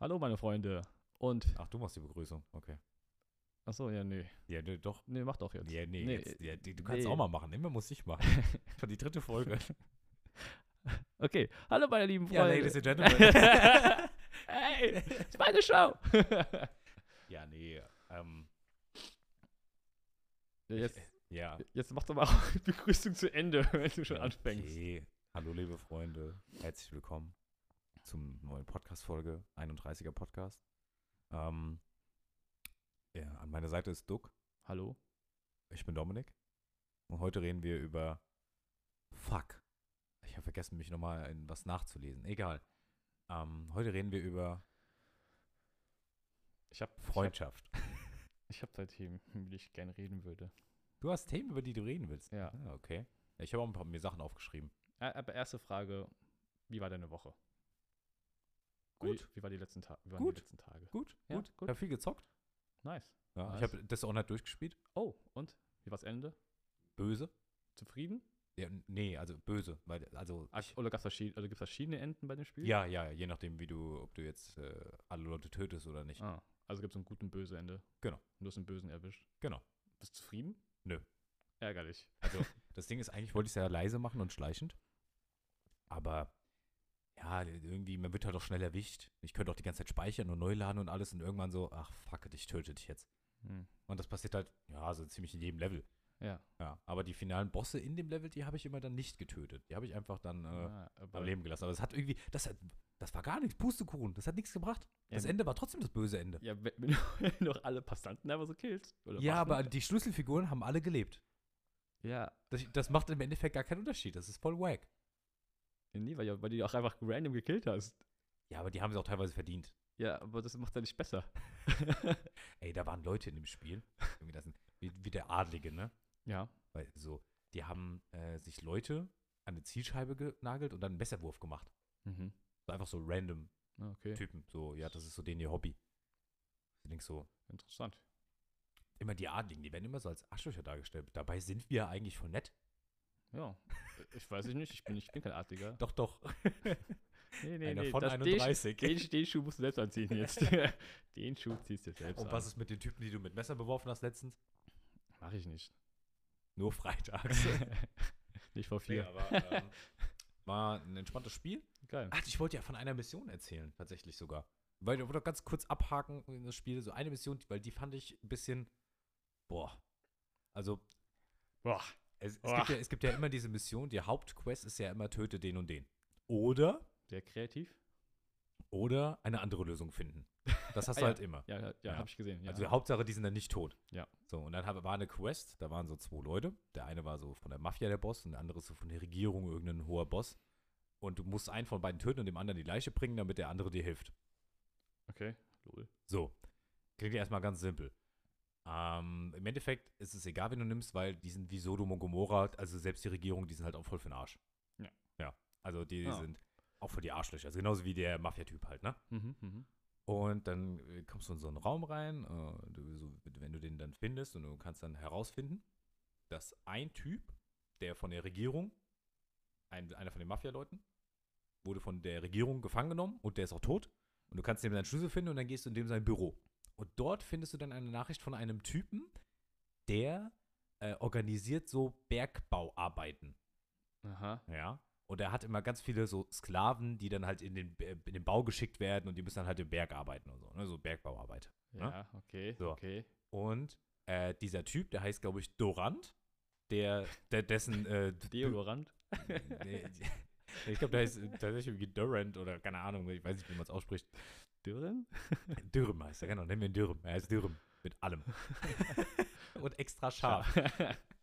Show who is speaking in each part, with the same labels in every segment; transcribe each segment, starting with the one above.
Speaker 1: Hallo, meine Freunde. Und.
Speaker 2: Ach, du machst die Begrüßung. Okay.
Speaker 1: Achso, ja, nee.
Speaker 2: Ja, nee, doch.
Speaker 1: Nee, mach doch jetzt.
Speaker 2: Ja, nee,
Speaker 1: Nee,
Speaker 2: Jetzt, ja, die, du kannst
Speaker 1: nee.
Speaker 2: auch mal machen. Immer muss ich machen. Schon die dritte Folge.
Speaker 1: Okay. Hallo, meine lieben
Speaker 2: ja,
Speaker 1: Freunde.
Speaker 2: Ladies and Gentlemen.
Speaker 1: hey, ist meine Show.
Speaker 2: ja, nee. Ähm,
Speaker 1: jetzt,
Speaker 2: ja.
Speaker 1: jetzt mach doch mal auch die Begrüßung zu Ende, wenn du schon anfängst.
Speaker 2: Okay. Hallo, liebe Freunde. Herzlich willkommen zum neuen Podcast-Folge, 31er Podcast. Ähm, ja, an meiner Seite ist Duck.
Speaker 1: Hallo?
Speaker 2: Ich bin Dominik. Und heute reden wir über Fuck. Ich habe vergessen, mich nochmal in was nachzulesen. Egal. Ähm, heute reden wir über
Speaker 1: Ich hab
Speaker 2: Freundschaft.
Speaker 1: Ich hab, ich hab da Themen, über die ich gerne reden würde.
Speaker 2: Du hast Themen, über die du reden willst.
Speaker 1: Ja.
Speaker 2: Ah, okay. Ich habe auch ein paar mir Sachen aufgeschrieben.
Speaker 1: Ä- Aber erste Frage: Wie war deine Woche?
Speaker 2: Gut.
Speaker 1: Wie, wie, war die letzten Ta wie waren
Speaker 2: Gut.
Speaker 1: die letzten Tage?
Speaker 2: Gut,
Speaker 1: Ja,
Speaker 2: gut,
Speaker 1: gut.
Speaker 2: Ich habe viel gezockt.
Speaker 1: Nice.
Speaker 2: Ja, ich
Speaker 1: Nice.
Speaker 2: habe das auch nicht durchgespielt.
Speaker 1: Oh, und? Wie war's Ende?
Speaker 2: Böse.
Speaker 1: Zufrieden?
Speaker 2: Ja, n- nee, also böse. Weil, also,
Speaker 1: Ach,
Speaker 2: ich,
Speaker 1: Oder gab's verschiedene, also gibt's verschiedene Enden bei dem Spiel?
Speaker 2: ja, ja, je nachdem, wie du, ob du jetzt äh, alle Leute tötest oder nicht.
Speaker 1: Ah, also gibt's einen guten böse Ende.
Speaker 2: Genau.
Speaker 1: Und du hast einen bösen erwischt.
Speaker 2: Genau.
Speaker 1: Bist du zufrieden?
Speaker 2: Nö.
Speaker 1: Ärgerlich.
Speaker 2: Also, das Ding ist, eigentlich wollte ich es ja leise machen und schleichend. Aber ja, irgendwie, man wird halt auch schnell erwischt. Ich könnte auch die ganze Zeit speichern und neu laden und alles und irgendwann so, ach fuck it, ich töte dich jetzt.
Speaker 1: Hm.
Speaker 2: Und das passiert halt, ja, so ziemlich in jedem Level.
Speaker 1: Ja.
Speaker 2: Ja. Aber die finalen Bosse in dem Level, die habe ich immer dann nicht getötet. Die habe ich einfach dann äh,
Speaker 1: Ah, aber-
Speaker 2: am Leben gelassen. Aber es hat irgendwie, das hat, das war gar nichts, Pustekuchen, das hat nichts gebracht.
Speaker 1: Ja,
Speaker 2: Das
Speaker 1: n-
Speaker 2: Ende war trotzdem das böse Ende.
Speaker 1: Ja, wenn, wenn du- wenn du auch alle Passanten einfach so killst. Oder
Speaker 2: Ja,
Speaker 1: Wachen.
Speaker 2: aber die Schlüsselfiguren haben alle gelebt.
Speaker 1: Ja,
Speaker 2: Das, das macht im Endeffekt gar keinen Unterschied. Das ist voll wack.
Speaker 1: nee, weil, ja- weil du die auch einfach random gekillt hast.
Speaker 2: Ja, aber die haben es auch teilweise verdient.
Speaker 1: Ja, aber das macht ja nicht besser.
Speaker 2: Ey, da waren Leute in dem Spiel, irgendwie das, wie, wie der Adlige, ne?
Speaker 1: ja.
Speaker 2: Weil so, die haben äh, sich Leute an eine Zielscheibe genagelt und dann einen Messerwurf gemacht.
Speaker 1: Mhm.
Speaker 2: So einfach so random
Speaker 1: Ah, Okay,
Speaker 2: Typen. So, ja, das ist so denen ihr Hobby. Ich denke so,
Speaker 1: interessant.
Speaker 2: immer die Adligen, die werden immer so als Arschlöcher dargestellt. Dabei sind wir ja eigentlich voll nett.
Speaker 1: Ja, ich weiß es nicht, ich bin, ich bin kein Artiger.
Speaker 2: Doch, doch.
Speaker 1: Nee,
Speaker 2: Einer von
Speaker 1: das- den-
Speaker 2: 31.
Speaker 1: Den, den Schuh musst du selbst anziehen jetzt. den Schuh ziehst du selbst
Speaker 2: und was
Speaker 1: an.
Speaker 2: ist mit den Typen, die du mit Messer beworfen hast letztens?
Speaker 1: Mach ich nicht.
Speaker 2: Nur freitags.
Speaker 1: nicht vor
Speaker 2: nee,
Speaker 1: vier.
Speaker 2: aber ähm, war ein entspanntes Spiel.
Speaker 1: Geil.
Speaker 2: Ach, ich wollte ja von einer Mission erzählen, tatsächlich sogar. Weil wir doch ganz kurz abhaken in das Spiel, so eine Mission, weil die fand ich ein bisschen. Boah. Also,
Speaker 1: Boah.
Speaker 2: es, es,
Speaker 1: Boah.
Speaker 2: gibt, ja, es gibt ja immer diese Mission, die Hauptquest ist ja immer töte den und den. Oder,
Speaker 1: Sehr kreativ.
Speaker 2: oder eine andere Lösung finden. Das hast
Speaker 1: Ah
Speaker 2: du
Speaker 1: ja.
Speaker 2: halt immer.
Speaker 1: Ja, ja, ja,
Speaker 2: Ja.
Speaker 1: hab ich gesehen. Ja.
Speaker 2: Also Hauptsache, die sind dann nicht tot.
Speaker 1: Ja.
Speaker 2: So, und dann hab, war eine Quest, da waren so zwei Leute. Der eine war so von der Mafia der Boss und der andere so von der Regierung irgendein hoher Boss. Und du musst einen von beiden töten und dem anderen die Leiche bringen, damit der andere dir hilft.
Speaker 1: okay, lol.
Speaker 2: So. Klingt ja erstmal ganz simpel. Ähm, Im Endeffekt ist es egal, wen du nimmst, weil die sind wie Sodom und Gomorra, also selbst die Regierung, die sind halt auch voll für den Arsch.
Speaker 1: Ja.
Speaker 2: Ja. Also die
Speaker 1: Ah.
Speaker 2: sind auch für die Arschlöcher. Also genauso wie der Mafia-Typ halt, ne?
Speaker 1: Mhm, mhm.
Speaker 2: Und dann äh, kommst du in so einen Raum rein, äh, du, so, wenn du den dann findest und du kannst dann herausfinden, dass ein Typ, der von der Regierung, ein, einer von den Mafia-Leuten, wurde von der Regierung gefangen genommen und der ist auch tot. Und du kannst dem seinen Schlüssel finden und dann gehst du in dem sein Büro. Und dort findest du dann eine Nachricht von einem Typen, der äh, organisiert so Bergbauarbeiten.
Speaker 1: Aha.
Speaker 2: Ja. Und er hat immer ganz viele so Sklaven, die dann halt in den, Be- in den Bau geschickt werden und die müssen dann halt im Berg arbeiten und so, ne? So Bergbauarbeit.
Speaker 1: Ja,
Speaker 2: Ja?
Speaker 1: okay,
Speaker 2: So.
Speaker 1: okay.
Speaker 2: Und äh, dieser Typ, der heißt, glaube ich, Dorant, der, der dessen äh,
Speaker 1: Deodorant.
Speaker 2: nee, ich glaube, der heißt äh, tatsächlich irgendwie Durant oder keine Ahnung, ich weiß nicht, wie man es ausspricht.
Speaker 1: Dürren?
Speaker 2: Dürrem heißt er, genau, nennen wir ihn Dürrem. Er heißt Dürrem. Mit allem. und extra scharf.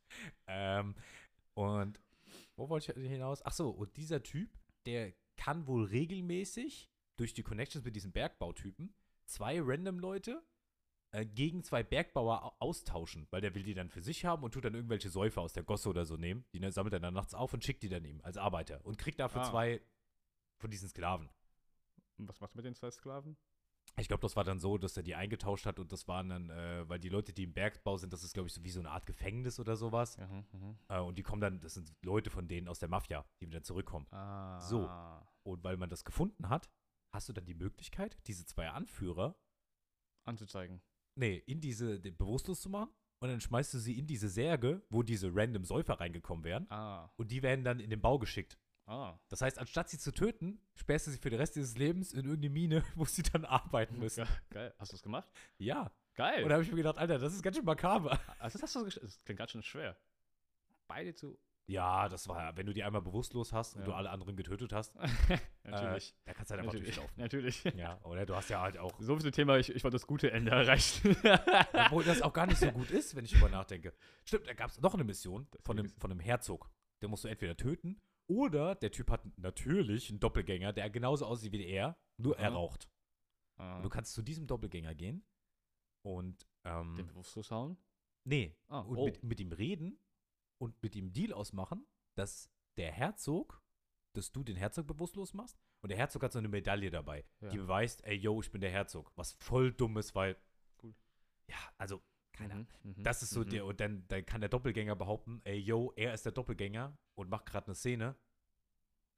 Speaker 2: Ähm, und wo wollte ich hinaus? Ach so, und dieser Typ, der kann wohl regelmäßig durch die Connections mit diesen Bergbautypen zwei random Leute äh, gegen zwei Bergbauer au- austauschen, weil der will die dann für sich haben und tut dann irgendwelche Säufer aus der Gosse oder so nehmen. Die ne- sammelt er dann nachts auf und schickt die dann ihm als Arbeiter und kriegt dafür
Speaker 1: Ah.
Speaker 2: zwei von diesen Sklaven.
Speaker 1: Und was machst du mit den zwei Sklaven?
Speaker 2: Ich glaube, das war dann so, dass er die eingetauscht hat und das waren dann, äh, weil die Leute, die im Bergbau sind, das ist, glaube ich, so wie so eine Art Gefängnis oder sowas.
Speaker 1: Mhm, mhm.
Speaker 2: Äh, und die kommen dann, das sind Leute von denen aus der Mafia, die wieder zurückkommen.
Speaker 1: Ah.
Speaker 2: Und weil man das gefunden hat, hast du dann die Möglichkeit, diese zwei Anführer,
Speaker 1: Anzuzeigen.
Speaker 2: nee, in diese, die- bewusstlos zu machen und dann schmeißt du sie in diese Särge, wo diese random Säufer reingekommen wären
Speaker 1: Ah,
Speaker 2: und die werden dann in den Bau geschickt.
Speaker 1: ah.
Speaker 2: Das heißt, anstatt sie zu töten, sperrst du sie für den Rest ihres Lebens in irgendeine Mine, wo sie dann arbeiten müssen.
Speaker 1: Ge geil. Hast du es gemacht?
Speaker 2: Ja.
Speaker 1: Geil.
Speaker 2: Und da habe ich mir gedacht, Alter, das ist ganz schön makaber.
Speaker 1: also das, hast du gesch- das klingt ganz schön schwer. Beide zu.
Speaker 2: Ja, das war ja, wenn du die einmal bewusstlos hast und
Speaker 1: Ja.
Speaker 2: du alle anderen getötet hast,
Speaker 1: Natürlich.
Speaker 2: Äh, da kannst du halt einfach
Speaker 1: natürlich.
Speaker 2: durchlaufen.
Speaker 1: natürlich.
Speaker 2: Ja, oder du hast ja halt auch,
Speaker 1: So viel zum Thema, ich, ich wollte das gute Ende erreichen.
Speaker 2: obwohl das auch gar nicht so gut ist, wenn ich drüber nachdenke. Stimmt, da gab es noch eine Mission von einem,
Speaker 1: ist-
Speaker 2: von einem Herzog. Den musst du entweder töten oder der Typ hat natürlich einen Doppelgänger, der genauso aussieht wie er, nur er
Speaker 1: Aha.
Speaker 2: raucht.
Speaker 1: Ah,
Speaker 2: Und du kannst zu diesem Doppelgänger gehen und ähm,
Speaker 1: den bewusstlos hauen?
Speaker 2: Nee.
Speaker 1: Ah,
Speaker 2: Und
Speaker 1: oh.
Speaker 2: mit, mit ihm reden und mit ihm Deal ausmachen, dass der Herzog, dass du den Herzog bewusstlos machst und der Herzog hat so eine Medaille dabei,
Speaker 1: Ja.
Speaker 2: die beweist, ey, yo, ich bin der Herzog. Was voll dumm ist, weil.
Speaker 1: Cool.
Speaker 2: Ja, also, keine Ahnung.
Speaker 1: Mhm, mhm,
Speaker 2: Das ist so
Speaker 1: mhm.
Speaker 2: der, und dann, dann kann der Doppelgänger behaupten, ey, yo, er ist der Doppelgänger und macht gerade eine Szene,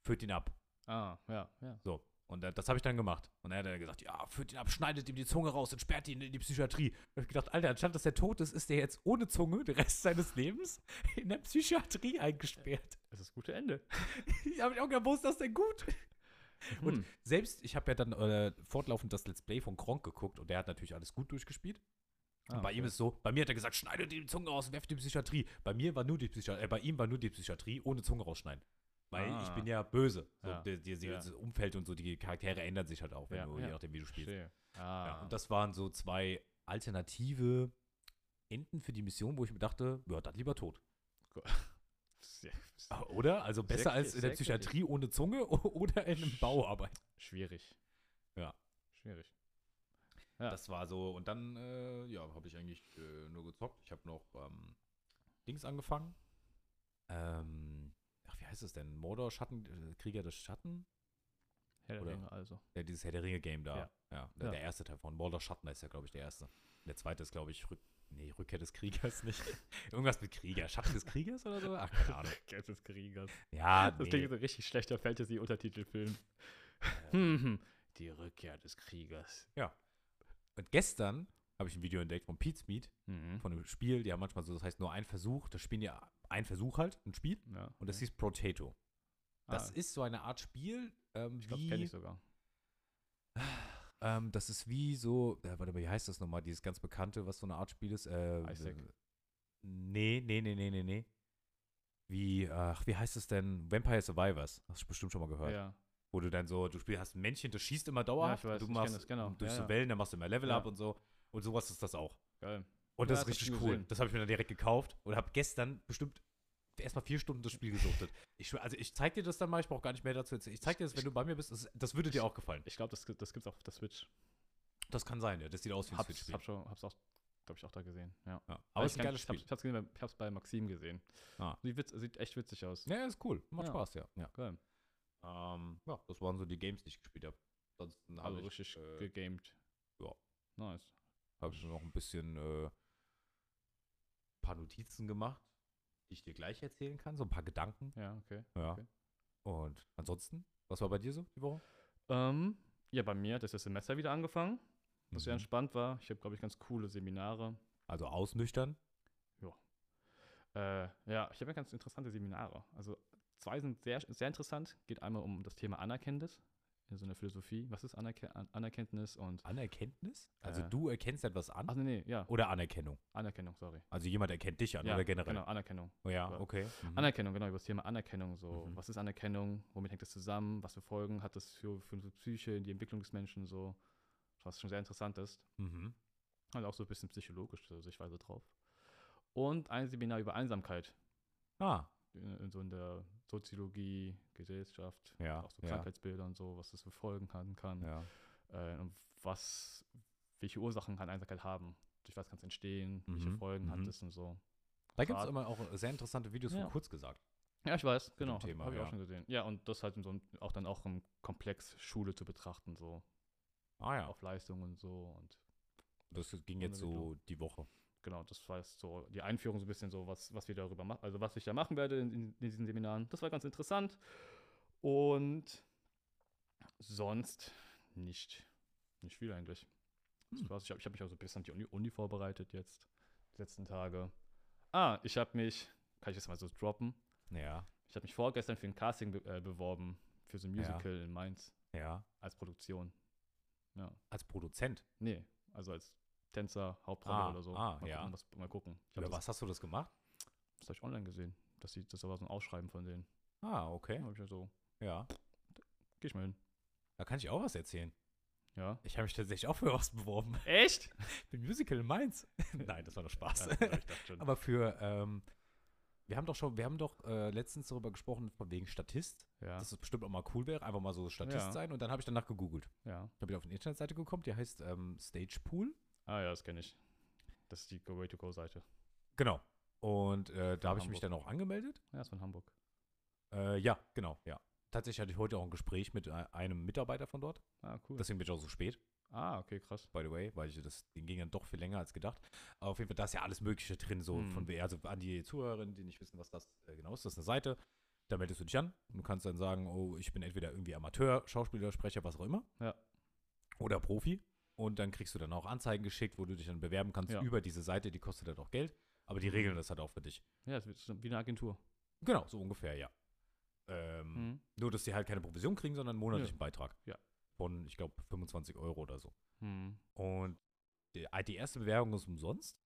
Speaker 2: führt ihn ab.
Speaker 1: Ah, ja, ja.
Speaker 2: So. Und äh, das habe ich dann gemacht. Und er hat dann gesagt, ja, führt ihn ab, schneidet ihm die Zunge raus und sperrt ihn in die Psychiatrie. Und ich gedacht, Alter, anstatt dass er tot ist, ist der jetzt ohne Zunge den Rest seines Lebens in der Psychiatrie eingesperrt.
Speaker 1: Das ist das gute Ende.
Speaker 2: Ich habe auch gedacht, wo ist das denn gut? Und
Speaker 1: Hm.
Speaker 2: selbst, ich habe ja dann äh, fortlaufend das Let's Play von Kronk geguckt und der hat natürlich alles gut durchgespielt.
Speaker 1: Ah,
Speaker 2: und bei ihm
Speaker 1: okay.
Speaker 2: ist so, bei mir hat er gesagt, schneidet ihm die Zunge raus und werft ihn in die Psychiatrie. Bei mir war nur die Psychiatrie, äh, bei ihm war nur die Psychiatrie ohne Zunge rausschneiden. Weil ich
Speaker 1: Ah.
Speaker 2: bin ja böse. So,
Speaker 1: Ja.
Speaker 2: die, die, die,
Speaker 1: Ja.
Speaker 2: Das Umfeld und so, die Charaktere ändern sich halt auch, wenn
Speaker 1: Ja,
Speaker 2: du,
Speaker 1: ja.
Speaker 2: je nachdem, wie du spielst.
Speaker 1: Verstehe. Ah.
Speaker 2: Ja, und das waren so zwei alternative Enden für die Mission, wo ich mir dachte, ja, dann lieber tot.
Speaker 1: Sehr-
Speaker 2: Oder? Also
Speaker 1: Sehr
Speaker 2: besser als
Speaker 1: kriti-
Speaker 2: in
Speaker 1: sehr
Speaker 2: der
Speaker 1: kritisch.
Speaker 2: Psychiatrie ohne Zunge o- oder in einem Bauarbeit.
Speaker 1: Schwierig.
Speaker 2: Ja.
Speaker 1: Schwierig. Ja.
Speaker 2: Das war so, und dann, äh, ja, habe ich eigentlich äh, nur gezockt. Ich habe noch ähm, Dings angefangen. Ähm, ach, wie heißt es denn? Mordor, Schatten, äh, Krieger des Schatten?
Speaker 1: Herr
Speaker 2: Oder-
Speaker 1: der Ringe also.
Speaker 2: Ja, dieses Herr der Ringe-Game da. Ja.
Speaker 1: Ja.
Speaker 2: der,
Speaker 1: Ja.
Speaker 2: der erste Teil von Mordor Schatten ist ja, glaube ich, der erste. Der zweite ist, glaube ich, Rück nee, Rückkehr des Kriegers nicht. Irgendwas mit Krieger. Schatten des Kriegers oder so? Ach, keine Ahnung.
Speaker 1: Jetzt des Kriegers.
Speaker 2: Ja,
Speaker 1: Das
Speaker 2: nee.
Speaker 1: klingt so ein richtig schlechter Fantasy-Untertitelfilm. Ähm, Die Rückkehr des Kriegers.
Speaker 2: Und gestern habe ich ein Video entdeckt von Pete's Meat,
Speaker 1: Mhm.
Speaker 2: von einem Spiel. Die haben manchmal so, das heißt nur ein Versuch. Da spielen die ein Versuch halt, ein Spiel.
Speaker 1: Ja,
Speaker 2: Und das
Speaker 1: okay.
Speaker 2: hieß Potato. Das
Speaker 1: Mhm. Ah,
Speaker 2: ist so eine Art Spiel, ähm,
Speaker 1: ich glaube,
Speaker 2: wie,
Speaker 1: kenne ich sogar.
Speaker 2: ähm, das ist wie so, äh, warte mal, wie heißt das nochmal, dieses ganz bekannte, was so eine Art Spiel ist? Äh,
Speaker 1: Isaac.
Speaker 2: Nee, nee, nee, nee, nee, nee. Wie, ach, wie heißt es denn? Vampire Survivors. Hast du bestimmt schon mal gehört.
Speaker 1: Ja.
Speaker 2: Wo du dann so, du spielst, hast ein Männchen, das schießt immer dauerhaft.
Speaker 1: weiß,
Speaker 2: du
Speaker 1: ich kenn
Speaker 2: machst
Speaker 1: das, genau.
Speaker 2: durch
Speaker 1: Ja,
Speaker 2: so
Speaker 1: ja.
Speaker 2: Wellen, dann machst du immer Level
Speaker 1: Ja.
Speaker 2: up und so. Und sowas ist das auch.
Speaker 1: Geil.
Speaker 2: Und
Speaker 1: Ja, das
Speaker 2: das ist
Speaker 1: hab ich
Speaker 2: richtig
Speaker 1: schon
Speaker 2: cool.
Speaker 1: gesehen.
Speaker 2: Das habe ich mir dann direkt gekauft und habe gestern bestimmt erstmal vier Stunden das Spiel gesuchtet. Ich, schwör- also ich zeig dir das dann mal, ich brauche gar nicht mehr dazu erzählen. Ich zeig dir das, wenn du bei mir bist, das, das würde dir auch gefallen.
Speaker 1: Ich glaube, das, gi- das gibt's auch auf der Switch.
Speaker 2: Das kann sein, ja. Das sieht aus wie ein
Speaker 1: Hab's,
Speaker 2: Switch-Spiel.
Speaker 1: hab schon, hab's auch, glaube ich, auch da gesehen. Ja.
Speaker 2: Ja. Aber es ist
Speaker 1: ich
Speaker 2: ein
Speaker 1: kenn-
Speaker 2: geiles
Speaker 1: ich hab's-
Speaker 2: Spiel.
Speaker 1: Ich hab's, gesehen, bei- ich hab's bei Maxim gesehen.
Speaker 2: Ah.
Speaker 1: Sieht, witz, sieht echt witzig aus.
Speaker 2: Ja, ist cool. Macht
Speaker 1: Ja.
Speaker 2: Spaß, ja. Ja.
Speaker 1: Geil.
Speaker 2: Ähm, ja, das waren so die Games, die ich gespielt habe. Ansonsten
Speaker 1: Also
Speaker 2: habe ich,
Speaker 1: richtig
Speaker 2: äh,
Speaker 1: gegamed.
Speaker 2: ja.
Speaker 1: Nice.
Speaker 2: hab ich noch ein bisschen äh, paar Notizen gemacht, die ich dir gleich erzählen kann. So ein paar Gedanken.
Speaker 1: Ja, okay.
Speaker 2: Ja.
Speaker 1: Okay.
Speaker 2: Und ansonsten, was war bei dir so die Woche?
Speaker 1: Ähm, ja, bei mir hat das Semester wieder angefangen, was sehr
Speaker 2: Mhm.
Speaker 1: entspannt war. Ich habe, glaube ich, ganz coole Seminare.
Speaker 2: Also ausnüchtern.
Speaker 1: Äh, ja, ich habe ja ganz interessante Seminare. Also zwei sind sehr, sehr interessant. Geht einmal um das Thema Anerkenntnis, in so einer Philosophie. Was ist Anerke An Anerkenntnis und
Speaker 2: Anerkenntnis? Also
Speaker 1: Äh.
Speaker 2: du erkennst etwas an
Speaker 1: Ach nee, nee, ja,
Speaker 2: oder Anerkennung?
Speaker 1: Anerkennung, sorry.
Speaker 2: Also jemand erkennt dich an
Speaker 1: ja,
Speaker 2: oder generell?
Speaker 1: Genau, Anerkennung.
Speaker 2: Oh Ja,
Speaker 1: Ja.
Speaker 2: okay. Mhm.
Speaker 1: Anerkennung, genau, über das Thema Anerkennung. So,
Speaker 2: Mhm.
Speaker 1: was ist Anerkennung? Womit hängt das zusammen? Was für Folgen hat das für, für unsere Psyche, die Entwicklung des Menschen? So, was schon sehr interessant ist. Und
Speaker 2: mhm.
Speaker 1: Halt auch so ein bisschen psychologische Sichtweise drauf. Und ein Seminar über Einsamkeit.
Speaker 2: Ah,
Speaker 1: in, in so in der Soziologie, Gesellschaft,
Speaker 2: Ja,
Speaker 1: auch so
Speaker 2: ja.
Speaker 1: Krankheitsbilder und so, was das für Folgen haben kann,
Speaker 2: ja.
Speaker 1: äh, und was, welche Ursachen kann Einsamkeit haben, durch was kann es entstehen, welche
Speaker 2: Mhm,
Speaker 1: Folgen hat
Speaker 2: mhm.
Speaker 1: es und so.
Speaker 2: Da gibt es
Speaker 1: Grad-
Speaker 2: immer auch sehr interessante Videos
Speaker 1: Ja.
Speaker 2: von kurz gesagt.
Speaker 1: Ja, ich weiß, genau, habe
Speaker 2: Thema,
Speaker 1: hab ich
Speaker 2: ja.
Speaker 1: auch schon gesehen. Ja, und das halt in so einem, auch dann auch im Komplex Schule zu betrachten, so
Speaker 2: Ah ja,
Speaker 1: auf Leistung und so und
Speaker 2: das ging jetzt so
Speaker 1: Entwicklung.
Speaker 2: die Woche.
Speaker 1: genau, das war jetzt so die Einführung so ein bisschen so, was, was wir darüber machen, also was ich da machen werde in, in, diesen Seminaren. Das war ganz interessant. Und sonst Nicht. Nicht viel eigentlich.
Speaker 2: Hm.
Speaker 1: Das war's. Ich habe ich hab mich auch so ein bisschen auf die Uni, Uni vorbereitet jetzt, die letzten Tage. Ah, ich habe mich, kann ich das mal so droppen?
Speaker 2: Ja,
Speaker 1: Ich habe mich vorgestern für ein Casting be äh, beworben, für so ein
Speaker 2: Ja.
Speaker 1: Musical in Mainz,
Speaker 2: ja.
Speaker 1: als Produktion. Ja.
Speaker 2: Als Produzent.
Speaker 1: Nee, also als Tänzer, Hauptrolle
Speaker 2: Ah,
Speaker 1: oder so.
Speaker 2: ah,
Speaker 1: mal,
Speaker 2: ja.
Speaker 1: gucken, was, mal gucken. Ich hab
Speaker 2: Oder
Speaker 1: das,
Speaker 2: was hast du das gemacht?
Speaker 1: das habe ich online gesehen. Dass sie, das war so ein Ausschreiben von denen.
Speaker 2: Ah,
Speaker 1: Ja,
Speaker 2: okay.
Speaker 1: hab ich mir so,
Speaker 2: Ja.
Speaker 1: geh ich mal hin.
Speaker 2: Da kann ich auch was erzählen.
Speaker 1: Ja.
Speaker 2: Ich habe mich tatsächlich auch für was beworben.
Speaker 1: Echt?
Speaker 2: Für ein Musical in Mainz. Nein, das war doch
Speaker 1: Ja,
Speaker 2: Spaß.
Speaker 1: ich dachte schon.
Speaker 2: Aber für, ähm, wir haben doch schon, wir haben doch äh, letztens darüber gesprochen, von wegen Statist,
Speaker 1: ja,
Speaker 2: dass es bestimmt auch mal cool wäre, einfach mal so Statist
Speaker 1: Ja.
Speaker 2: sein. Und dann habe ich danach gegoogelt.
Speaker 1: ja.
Speaker 2: Ich bin auf eine Internetseite gekommen, die heißt ähm, Stagepool.
Speaker 1: Ah ja, das kenne ich. Das ist die Go Way to Go Seite.
Speaker 2: Genau. Und äh, da habe ich
Speaker 1: Hamburg.
Speaker 2: mich dann auch angemeldet.
Speaker 1: Ja, ist von Hamburg.
Speaker 2: Äh, ja, genau, ja. Tatsächlich hatte ich heute auch ein Gespräch mit äh, einem Mitarbeiter von dort.
Speaker 1: Ah, cool.
Speaker 2: Deswegen bin ich auch so spät.
Speaker 1: ah, okay, krass.
Speaker 2: by the way, weil ich das Ding ging dann doch viel länger als gedacht. Aber auf jeden Fall, da ist ja alles Mögliche drin, so
Speaker 1: Mhm.
Speaker 2: von VR, also an die Zuhörerinnen, die nicht wissen, was das äh, genau ist, das ist eine Seite. Da meldest du dich an und kannst dann sagen, oh, ich bin entweder irgendwie Amateur, Schauspieler, Sprecher, was auch immer.
Speaker 1: Ja.
Speaker 2: Oder Profi. Und dann kriegst du dann auch Anzeigen geschickt, wo du dich dann bewerben kannst
Speaker 1: Ja. Hm.
Speaker 2: über diese Seite, die kostet halt auch Geld. Aber die regeln das halt auch für dich.
Speaker 1: Ja, das ist wie eine Agentur.
Speaker 2: Genau, so ungefähr, ja. Ähm,
Speaker 1: Mhm.
Speaker 2: Nur, dass die halt keine Provision kriegen, sondern einen monatlichen Beitrag.
Speaker 1: Ja.
Speaker 2: Von, ich glaube, 25 Euro oder so.
Speaker 1: Mhm.
Speaker 2: Und die, halt die erste Bewerbung ist umsonst.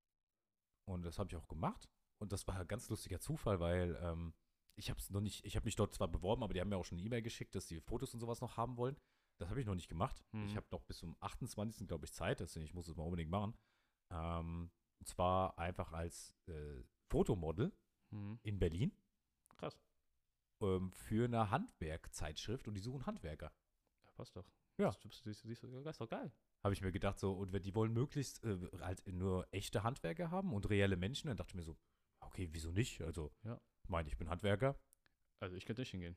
Speaker 2: Und das habe ich auch gemacht. Und das war ein ganz lustiger Zufall, weil ähm, ich habe es noch nicht, ich habe mich dort zwar beworben, aber die haben mir auch schon eine E-Mail geschickt, dass die Fotos und sowas noch haben wollen. Das habe ich noch nicht gemacht. Ich
Speaker 1: Mhm.
Speaker 2: habe noch bis zum 28. glaube ich Zeit, deswegen ich muss es mal unbedingt machen. Ähm, und zwar einfach als äh, Fotomodel
Speaker 1: Mhm.
Speaker 2: in Berlin
Speaker 1: Krass.
Speaker 2: ähm, für eine Handwerkzeitschrift und die suchen Handwerker.
Speaker 1: Ja, passt doch.
Speaker 2: Ja.
Speaker 1: Das, das, das, das, das ist doch geil.
Speaker 2: habe ich mir gedacht, so, und wenn die wollen möglichst äh, halt nur echte Handwerker haben und reelle Menschen, dann dachte ich mir so, "Ah, okay, wieso nicht? Also,
Speaker 1: Ja.
Speaker 2: ich meine, ich bin Handwerker.
Speaker 1: Also ich könnte nicht hingehen.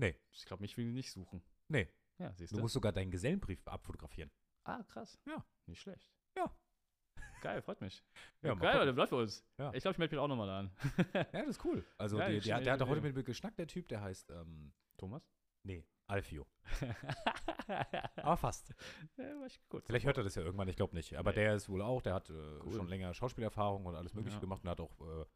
Speaker 2: Nee.
Speaker 1: Ich glaube, mich will die nicht suchen.
Speaker 2: Nee.
Speaker 1: Ja, siehst
Speaker 2: Du
Speaker 1: du.
Speaker 2: musst sogar deinen Gesellenbrief abfotografieren.
Speaker 1: Ah, krass.
Speaker 2: Ja.
Speaker 1: Nicht schlecht.
Speaker 2: Ja.
Speaker 1: Geil, freut mich.
Speaker 2: Ja, mal
Speaker 1: Geil,
Speaker 2: gucken.
Speaker 1: Leute, bleibt bei uns.
Speaker 2: Ja.
Speaker 1: Ich glaube, ich melde mich auch nochmal an.
Speaker 2: Ja, das ist cool. Also,
Speaker 1: Ja,
Speaker 2: die,
Speaker 1: ich-
Speaker 2: der, der hat auch heute
Speaker 1: ja.
Speaker 2: mit mir geschnackt, der Typ, der heißt, ähm,
Speaker 1: Thomas?
Speaker 2: nee, Alfio.
Speaker 1: ja,
Speaker 2: Aber fast.
Speaker 1: war ich gut.
Speaker 2: Vielleicht hört er das ja irgendwann, ich glaube nicht. Aber
Speaker 1: Nee.
Speaker 2: der ist wohl auch, der hat äh,
Speaker 1: Cool.
Speaker 2: schon länger Schauspielerfahrung und alles Mögliche
Speaker 1: Ja.
Speaker 2: gemacht und hat auch, äh,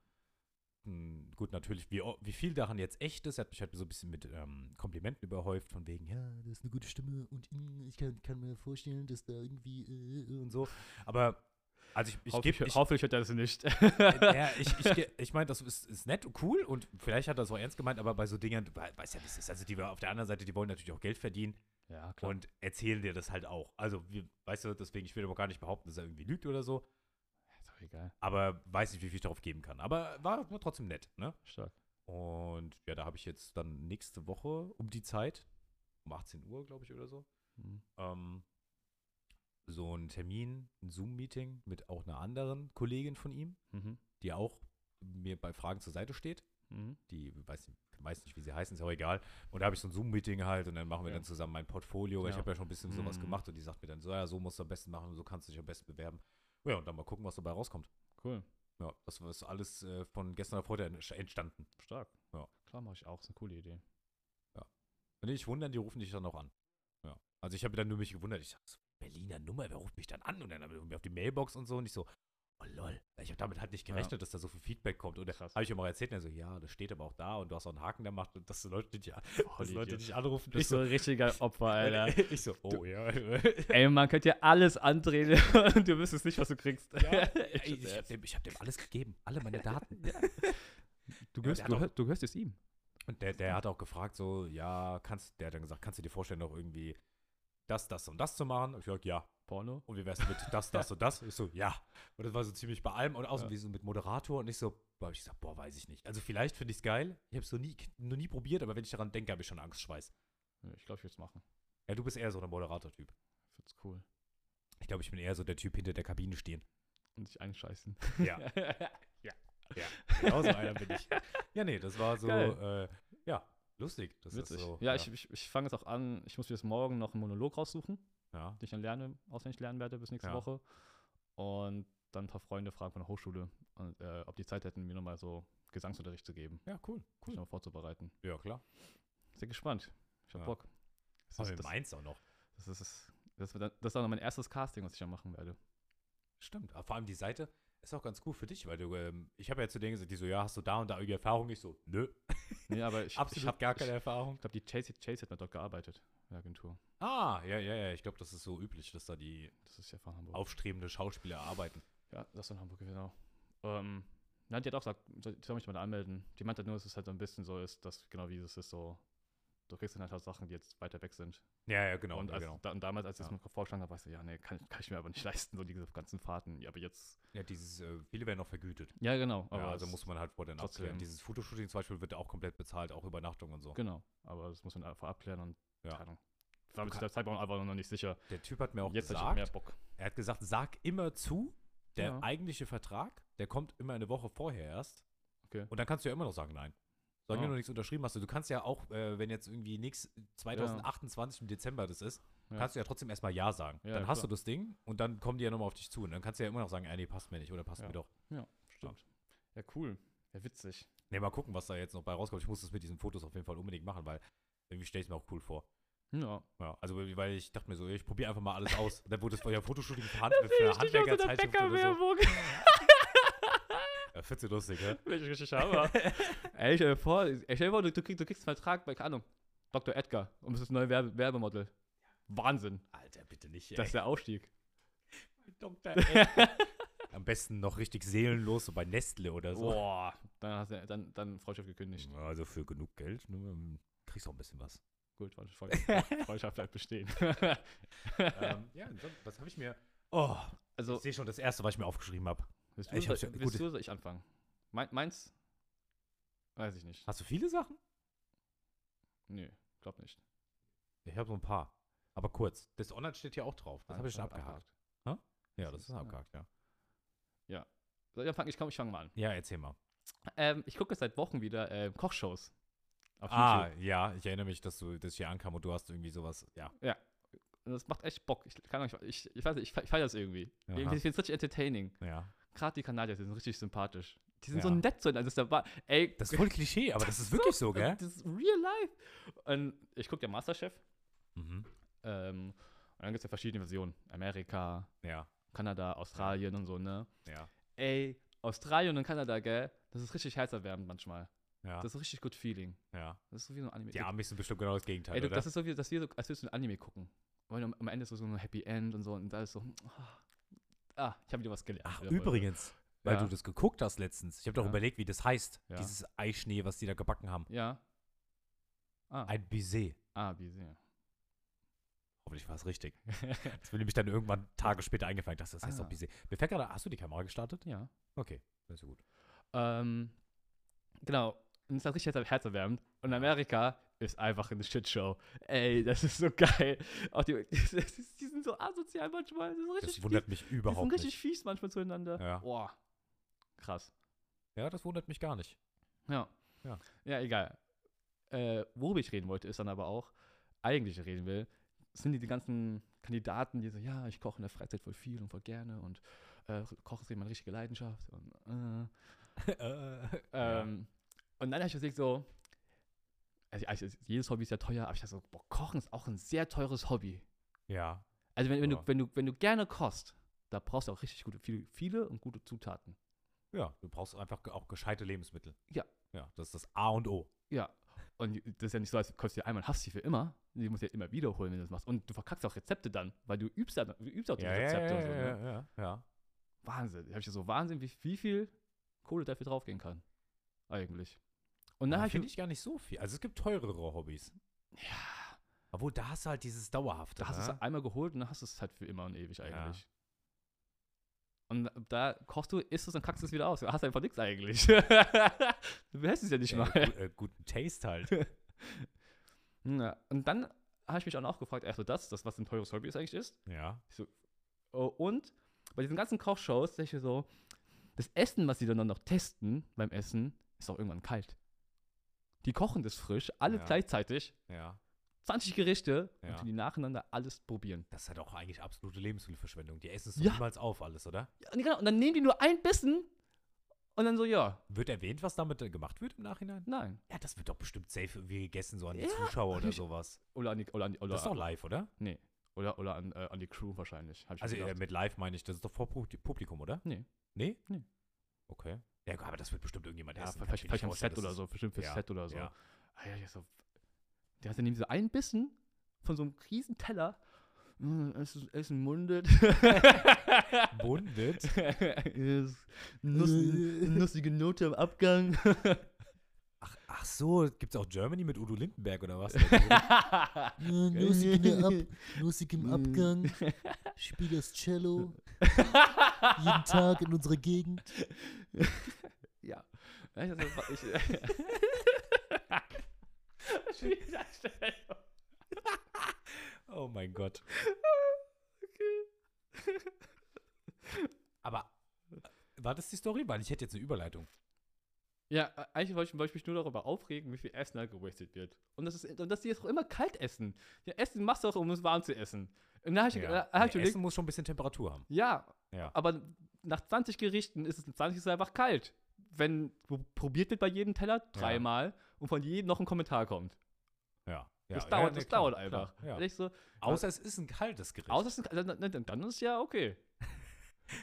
Speaker 2: mh, gut, natürlich, wie, o- wie viel daran jetzt echt ist, er hat mich halt so ein bisschen mit ähm, Komplimenten überhäuft, von wegen, ja, das ist eine gute Stimme und mm, ich kann, kann mir vorstellen, dass da irgendwie äh, und so. Aber, also ich, ich
Speaker 1: hoffentlich,
Speaker 2: gebe. Ich,
Speaker 1: hoffentlich hört er das nicht.
Speaker 2: ja, ich, ich, ge- ich meine, das ist, ist nett und cool und vielleicht hat er es auch ernst gemeint, aber bei so Dingern, du wei- weißt ja, wie es ist. Also, die auf der anderen Seite, die wollen natürlich auch Geld verdienen.
Speaker 1: ja, klar.
Speaker 2: Und erzählen dir das halt auch. Also, wir, weißt du, deswegen, ich will aber gar nicht behaupten, dass er irgendwie lügt oder so.
Speaker 1: ist doch egal.
Speaker 2: Aber weiß nicht, wie viel ich darauf geben kann. Aber war, war trotzdem nett, ne?
Speaker 1: Stark.
Speaker 2: Und ja, da habe ich jetzt dann nächste Woche um die Zeit, um 18 Uhr, glaube ich, oder so,
Speaker 1: Mhm.
Speaker 2: ähm, so einen Termin, ein Zoom-Meeting mit auch einer anderen Kollegin von ihm,
Speaker 1: Mhm.
Speaker 2: die auch mir bei Fragen zur Seite steht.
Speaker 1: Mhm.
Speaker 2: Die weiß nicht, weiß nicht, wie sie heißen, ist ja auch egal. Und da habe ich so ein Zoom-Meeting halt und dann machen wir
Speaker 1: Ja.
Speaker 2: dann zusammen mein Portfolio, weil ich
Speaker 1: Ja.
Speaker 2: habe ja schon ein bisschen sowas
Speaker 1: Mhm.
Speaker 2: gemacht und die sagt mir dann so, ja, so musst du am besten machen, so kannst du dich am besten bewerben. Ja, und dann mal gucken, was dabei rauskommt.
Speaker 1: Cool.
Speaker 2: Ja, das war- ist alles äh, von gestern auf heute entsch- entstanden.
Speaker 1: Stark.
Speaker 2: Ja.
Speaker 1: Klar mache ich auch. Ist eine coole Idee.
Speaker 2: Und nicht wundern, die rufen dich dann auch an. Ja. Also ich habe dann nur mich gewundert. Ich dachte, so, Berliner Nummer, wer ruft mich dann an? Und dann haben wir auf die Mailbox und so. Und ich so, oh lol. Ich habe damit halt nicht gerechnet, dass da so viel Feedback kommt. Und
Speaker 1: Krass.
Speaker 2: habe ich ihm auch erzählt. Und er so, ja, das steht aber auch da. Und du hast auch einen Haken gemacht. Und dass die Leute dich, dass die Leute
Speaker 1: Vollidiot.
Speaker 2: dich anrufen.
Speaker 1: Ich so ein richtiger Opfer, Alter.
Speaker 2: ich so, oh ja.
Speaker 1: Ey, man könnte dir alles andrehen und du wüsstest nicht, was du kriegst.
Speaker 2: ja
Speaker 1: Echt
Speaker 2: ey,
Speaker 1: jetzt
Speaker 2: ich habe
Speaker 1: ernst.
Speaker 2: dem, ich hab dem alles gegeben. Alle meine Daten.
Speaker 1: du,
Speaker 2: gehörst- du hör-
Speaker 1: du hörst es ihm.
Speaker 2: Und der, der hat auch gefragt, so, ja, kannst, der hat dann gesagt, kannst du dir vorstellen, noch irgendwie das, das und das zu machen? Und ich gesagt, ja.
Speaker 1: Porno?
Speaker 2: Und wie wär's mit das, das und das? Ich so, ja. Und das war so ziemlich bei allem. Und außen
Speaker 1: Ja.
Speaker 2: wie so mit Moderator. Und ich so, boah, hab ich gesagt, boah, weiß ich nicht. Also vielleicht finde ich es geil. Ich habe es noch nie, noch nie probiert, aber wenn ich daran denke, habe ich schon Angstschweiß.
Speaker 1: Ja, Ich glaube, ich würde es machen.
Speaker 2: Ja, du bist eher so der Moderator-Typ.
Speaker 1: Ich finde es cool.
Speaker 2: Ich glaube, ich bin eher so der Typ hinter der Kabine stehen.
Speaker 1: Und sich einscheißen.
Speaker 2: Ja. Genau so einer bin ich. Ja, nee, das war so, äh, ja, lustig. Das
Speaker 1: Witzig.
Speaker 2: ist so.
Speaker 1: ja, ich, ich, ich fange jetzt auch an. Ich muss mir jetzt morgen noch einen Monolog raussuchen,
Speaker 2: ja.
Speaker 1: den ich dann lerne, auswendig lernen werde bis nächste
Speaker 2: Ja.
Speaker 1: Woche. Und dann ein paar Freunde fragen von der Hochschule, und, äh, ob die Zeit hätten, mir nochmal so Gesangsunterricht zu geben, um
Speaker 2: Ja, cool.
Speaker 1: mich nochmal vorzubereiten.
Speaker 2: Ja, klar.
Speaker 1: Sehr gespannt. Ich hab
Speaker 2: Ja.
Speaker 1: Bock. Das
Speaker 2: Aber
Speaker 1: ist,
Speaker 2: in
Speaker 1: das,
Speaker 2: Mainz auch noch.
Speaker 1: Das ist, das wird dann- das ist auch noch mein erstes Casting, was ich ja machen werde.
Speaker 2: Stimmt. Aber vor allem die Seite ist auch ganz gut für dich, weil du, ähm, ich habe ja zu denen gesagt, die so, ja, hast du da und da irgendwie Erfahrung? Ich so, nö,
Speaker 1: Nee, aber ich, ich
Speaker 2: absolut
Speaker 1: habe
Speaker 2: gar keine Erfahrung.
Speaker 1: Ich glaube, die Chase, Chase hat mir dort gearbeitet, in der Agentur.
Speaker 2: Ah, ja, ja, ja, ich glaube, das ist so üblich, dass da die
Speaker 1: Das ist ja von Hamburg.
Speaker 2: aufstrebende Schauspieler arbeiten.
Speaker 1: Ja, das ist in Hamburg, genau. Ähm, nein, die hat auch gesagt, soll, soll mich mal da anmelden. Die meinte halt nur, dass es halt so ein bisschen so ist, dass genau wie es ist, so, du kriegst dann halt auch Sachen, die jetzt weiter weg sind.
Speaker 2: Ja, ja, genau,
Speaker 1: und,
Speaker 2: ja,
Speaker 1: als,
Speaker 2: genau.
Speaker 1: da, und damals, als ich es
Speaker 2: Ja.
Speaker 1: mir vorgeschlagen habe, weißt du, ja, nee, kann, kann ich mir aber nicht leisten, so diese ganzen Fahrten. Ja, aber jetzt.
Speaker 2: Ja, dieses, äh, viele werden auch vergütet.
Speaker 1: Ja, genau. Aber
Speaker 2: ja, also
Speaker 1: es-
Speaker 2: muss man halt vorher dann
Speaker 1: trotzdem.
Speaker 2: abklären. Dieses Fotoshooting zum Beispiel wird auch komplett bezahlt, auch Übernachtung und so.
Speaker 1: Genau. Aber das muss man einfach abklären und
Speaker 2: Ja.
Speaker 1: keine Ahnung. Ich war mir
Speaker 2: Du
Speaker 1: zu der Zeit auch einfach noch nicht sicher.
Speaker 2: Der Typ hat mir auch
Speaker 1: Jetzt habe ich
Speaker 2: gesagt,
Speaker 1: mehr Bock.
Speaker 2: er hat gesagt, sag immer zu, der
Speaker 1: Ja.
Speaker 2: eigentliche Vertrag, der kommt immer eine Woche vorher erst.
Speaker 1: Okay.
Speaker 2: Und dann kannst du ja immer noch sagen, nein. Solange
Speaker 1: Ah.
Speaker 2: du noch nichts unterschrieben hast. Du kannst ja auch, äh, wenn jetzt irgendwie nix 2028 im Dezember das ist,
Speaker 1: Ja.
Speaker 2: kannst du ja trotzdem erstmal Ja sagen.
Speaker 1: Ja,
Speaker 2: dann
Speaker 1: ja,
Speaker 2: hast du
Speaker 1: klar.
Speaker 2: das Ding und dann kommen die ja nochmal auf dich zu. Und dann kannst du ja immer noch sagen, ah, nee, passt mir nicht oder passt
Speaker 1: Ja.
Speaker 2: mir doch.
Speaker 1: Ja, stimmt. Ja, cool. Ja, witzig.
Speaker 2: Nee, mal gucken, was da jetzt noch bei rauskommt. Ich muss das mit diesen Fotos auf jeden Fall unbedingt machen, weil irgendwie stelle ich es mir auch cool vor.
Speaker 1: Ja.
Speaker 2: Ja, also weil ich dachte mir so, ich probiere einfach mal alles aus. Und dann wurde es euer Fotoshooting verhandelt mit einer Handwerkerzeitschrift oder so. Ja, findest du lustig, ne?
Speaker 1: Welche Geschichte haben wir? Ey, stell dir vor, ey, stell dir vor du, du, kriegst, du kriegst einen Vertrag bei, keine Ahnung, Dr. Edgar und bist das neue Werbe Werbemodel. Wahnsinn.
Speaker 2: Alter, bitte nicht.
Speaker 1: Das ist der Aufstieg.
Speaker 2: Dr. Ed. Am besten noch richtig seelenlos, so bei Nestle oder so.
Speaker 1: Boah. Dann hast du dann, dann Freundschaft gekündigt.
Speaker 2: Ja, Also für genug Geld ne, ähm, kriegst du auch ein bisschen was.
Speaker 1: Gut, Freundschaft, Freundschaft bleibt bestehen.
Speaker 2: ähm, ja, was habe ich mir. Oh,
Speaker 1: also,
Speaker 2: ich sehe schon das erste, was ich mir aufgeschrieben habe.
Speaker 1: willst du,
Speaker 2: ich
Speaker 1: ich
Speaker 2: hab's
Speaker 1: willst
Speaker 2: ja-
Speaker 1: du,
Speaker 2: gut.
Speaker 1: soll ich anfangen? Mein, meins? Weiß ich nicht.
Speaker 2: Hast du viele Sachen?
Speaker 1: Nee, glaub nicht.
Speaker 2: Ich habe so ein paar. Aber kurz. Das Online steht hier auch drauf. Das habe ich schon abgehakt. Ja, das ist abgehakt, ja.
Speaker 1: Soll ich anfangen? Ich komm, ich fange mal an.
Speaker 2: Ja, erzähl mal.
Speaker 1: Ähm, ich gucke seit Wochen wieder ähm, Kochshows. Auf
Speaker 2: Ah, ja, ich erinnere mich, dass du das hier ankam und du hast irgendwie sowas. Ja.
Speaker 1: Und das macht echt Bock. Ich kann auch, ich, ich weiß nicht, ich, fe- ich feiere das irgendwie.
Speaker 2: Aha.
Speaker 1: irgendwie ich finde es richtig entertaining.
Speaker 2: ja.
Speaker 1: Gerade die Kanadier die sind richtig sympathisch. Die sind so
Speaker 2: Ja.
Speaker 1: nett so, also ist der Wa- Ey,
Speaker 2: Das ist voll Klischee, aber das ist wirklich so,
Speaker 1: also
Speaker 2: gell?
Speaker 1: das ist real life. Und ich gucke ja Masterchef.
Speaker 2: Mhm.
Speaker 1: Ähm, und dann gibt es ja verschiedene Versionen. Amerika,
Speaker 2: Ja,
Speaker 1: Kanada, Australien und so, ne?
Speaker 2: ja,
Speaker 1: Ey, Australien und Kanada, gell? Das ist richtig herzerwärmend manchmal.
Speaker 2: ja.
Speaker 1: Das ist richtig gut Feeling.
Speaker 2: ja.
Speaker 1: Das ist so wie so ein Anime.
Speaker 2: Die Amis sind bestimmt genau das Gegenteil,
Speaker 1: Ey, du,
Speaker 2: oder?
Speaker 1: das ist so wie, dass wir so, als würdest du ein Anime gucken. Und am, am Ende ist so ein Happy End und so und da ist so, ah, ich habe wieder was gelernt.
Speaker 2: Ach,
Speaker 1: Wieder voll.
Speaker 2: übrigens, weil
Speaker 1: Ja.
Speaker 2: du das geguckt hast letztens. Ich habe doch
Speaker 1: Ja.
Speaker 2: überlegt, wie das heißt.
Speaker 1: Ja.
Speaker 2: Dieses Eischnee, was die da gebacken haben.
Speaker 1: Ja. Ah,
Speaker 2: Ein Baiser.
Speaker 1: ah wie sehr.
Speaker 2: Hoffentlich war es richtig. Das will nämlich dann irgendwann Tage später eingefallen. Ich dachte, Das heißt
Speaker 1: Ah.
Speaker 2: doch Baiser. Mir fällt gerade, hast du die Kamera gestartet?
Speaker 1: ja.
Speaker 2: Okay, das ist gut.
Speaker 1: Ähm, genau. Und es ist halt richtig herz- herzerwärmend. Und Amerika ist einfach eine Shitshow. Ey, das ist so geil. Auch die, das ist, die sind so asozial manchmal. Das, ist richtig
Speaker 2: Das wundert mich
Speaker 1: fies. Die sind
Speaker 2: überhaupt
Speaker 1: richtig
Speaker 2: nicht.
Speaker 1: fies manchmal zueinander.
Speaker 2: Ja.
Speaker 1: Boah. Krass.
Speaker 2: Ja, das wundert mich gar nicht.
Speaker 1: Ja.
Speaker 2: Ja.
Speaker 1: Ja, egal. Äh, worüber ich reden wollte, ist dann aber auch, eigentlich reden will, sind die, die ganzen Kandidaten, die so, ja, ich koche in der Freizeit voll viel und voll gerne und äh, Kochen ist eben meine richtige Leidenschaft. Und, äh,
Speaker 2: Ja.
Speaker 1: ähm, und dann habe ich gesagt so, also, also jedes Hobby ist ja teuer, aber ich dachte so, boah, Kochen ist auch ein sehr teures Hobby.
Speaker 2: Ja,
Speaker 1: Also wenn, wenn,
Speaker 2: Ja.
Speaker 1: du, wenn, du, wenn du gerne kochst, da brauchst du auch richtig gute, viele, viele und gute Zutaten.
Speaker 2: ja. Du brauchst einfach ge- auch gescheite Lebensmittel.
Speaker 1: Ja.
Speaker 2: Ja, das ist das A und O.
Speaker 1: Ja. Und das ist ja nicht so, als kostet dir einmal und hast sie für immer. Die musst du ja immer wiederholen, wenn du das machst. Und du verkackst auch Rezepte dann, weil du übst, ja, du übst auch die Rezepte und so. Ne?
Speaker 2: ja, ja.
Speaker 1: Wahnsinn. Da habe ich so Wahnsinn, wie, wie viel Kohle dafür draufgehen kann. Eigentlich. Und dann
Speaker 2: Na,
Speaker 1: habe ich,
Speaker 2: finde ich gar nicht so viel. Also es gibt teurere Hobbys.
Speaker 1: ja,
Speaker 2: Obwohl, da hast du halt dieses Dauerhafte.
Speaker 1: da hast du
Speaker 2: ne?
Speaker 1: es einmal geholt und dann hast du es halt für immer und ewig
Speaker 2: Ja.
Speaker 1: eigentlich. Und da kochst du, isst es und kackst es wieder aus. Du hast einfach nichts eigentlich. du behältst es ja nicht mal.
Speaker 2: Äh, gu- äh, guten Taste halt.
Speaker 1: Ja. Und dann habe ich mich auch noch gefragt, also das, das, was ein teures Hobby ist eigentlich ist,
Speaker 2: ja.
Speaker 1: Oh, und bei diesen ganzen Kochshows dachte ich mir so, das Essen, was sie dann noch testen beim Essen, ist auch irgendwann kalt. Die kochen das frisch, alle
Speaker 2: Ja.
Speaker 1: gleichzeitig,
Speaker 2: Ja.
Speaker 1: 20 Gerichte
Speaker 2: Ja.
Speaker 1: und die nacheinander alles probieren.
Speaker 2: Das ist halt auch eigentlich absolute Lebensmittelverschwendung. Die essen es
Speaker 1: Ja.
Speaker 2: doch niemals auf alles, oder?
Speaker 1: Ja, und genau, und dann nehmen die nur ein Bissen und dann so, ja,
Speaker 2: Wird erwähnt, was damit äh, gemacht wird im Nachhinein?
Speaker 1: nein.
Speaker 2: Ja, das wird doch bestimmt safe irgendwie gegessen, so an die
Speaker 1: Ja,
Speaker 2: Zuschauer oder
Speaker 1: natürlich.
Speaker 2: sowas.
Speaker 1: Oder an die, oder an die, oder,
Speaker 2: Das ist doch live, oder?
Speaker 1: nee. Oder, oder an, äh, an die Crew wahrscheinlich. hab ich mir
Speaker 2: Also äh,
Speaker 1: gedacht.
Speaker 2: mit live meine ich, das ist doch vor Publi- Publikum, oder?
Speaker 1: Nee.
Speaker 2: Nee?
Speaker 1: Nee.
Speaker 2: Okay. Ja, aber das wird bestimmt irgendjemand
Speaker 1: ja,
Speaker 2: essen.
Speaker 1: vielleicht, vielleicht am Set oder so, bestimmt fürs
Speaker 2: ja,
Speaker 1: Set oder so.
Speaker 2: ja.
Speaker 1: Ah, ja, ja, so. Der hat dann eben so einen Bissen von so einem riesen Teller. Mm, Essen, Essen mundet.
Speaker 2: Bundet?
Speaker 1: Ist Nuss, nussige Note am Abgang.
Speaker 2: Ach, ach so, gibt's auch Germany mit Udo Lindenberg oder was?
Speaker 3: Äh, Nussig in der Ab, Nussig im Abgang, spiel das Cello, jeden Tag in unserer Gegend.
Speaker 1: ja. Ja, das war- Ich,
Speaker 2: oh mein Gott. Aber äh, war das die Story? Weil ich hätte jetzt eine Überleitung.
Speaker 1: ja, äh, eigentlich wollte ich, wollte ich mich nur darüber aufregen, wie viel Essen halt gewastet wird. Und, das ist, und dass die jetzt auch immer kalt essen. Ja, Essen machst du auch, um es warm zu essen. Und da habe ich, ja. hab ich
Speaker 2: Nee,
Speaker 1: überlegt,
Speaker 2: Essen muss schon ein bisschen Temperatur haben.
Speaker 1: Ja,
Speaker 2: Ja.
Speaker 1: aber nach 20 Gerichten ist es 20 ist einfach kalt. Wenn pro- probiert wird bei jedem Teller dreimal und von jedem noch ein Kommentar kommt.
Speaker 2: Ja.
Speaker 1: Das
Speaker 2: ja,
Speaker 1: dauert,
Speaker 2: ja, nee,
Speaker 1: das
Speaker 2: klar,
Speaker 1: dauert
Speaker 2: klar,
Speaker 1: einfach.
Speaker 2: ja.
Speaker 1: Und Ich so,
Speaker 2: Außer es ist ein kaltes Gericht.
Speaker 1: außer es ist, also, dann, dann- dann ist ja okay.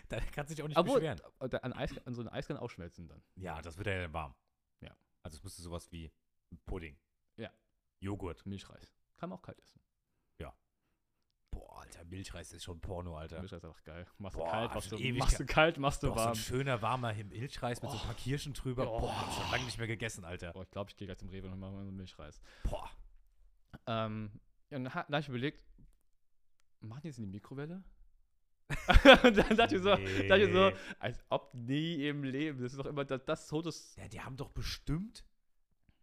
Speaker 2: da kannst du dich auch nicht
Speaker 1: Obwohl,
Speaker 2: beschweren.
Speaker 1: äh, an, Eis, an so einen Eiskern auch schmelzen dann.
Speaker 2: Ja, das wird ja dann warm.
Speaker 1: Ja.
Speaker 2: Also es müsste sowas wie ein Pudding.
Speaker 1: Ja.
Speaker 2: Joghurt.
Speaker 1: Milchreis. Kann man auch kalt essen.
Speaker 2: Boah, Alter, Milchreis ist schon Porno, Alter.
Speaker 1: Milchreis ist einfach geil. Machst du
Speaker 2: Boah,
Speaker 1: kalt,
Speaker 2: das
Speaker 1: machst
Speaker 2: ist
Speaker 1: du,
Speaker 2: ewig
Speaker 1: machst du kalt, machst du
Speaker 2: Doch, so ein
Speaker 1: warm.
Speaker 2: schöner, warmer Him- Milchreis mit so ein paar Kirschen drüber.
Speaker 1: Oh.
Speaker 2: Boah, hab ich schon lange nicht mehr gegessen, Alter.
Speaker 1: Boah, ich glaube, ich gehe gleich zum Rewe und mache mal einen Milchreis.
Speaker 2: Boah.
Speaker 1: Ähm, ja, und dann ha- da habe ich überlegt, machen die jetzt in die Mikrowelle? und dann dachte ich so, dachte ich so,
Speaker 2: Nee.
Speaker 1: als ob nie im Leben. Das ist doch immer das, das Todes.
Speaker 2: Ja, die haben doch bestimmt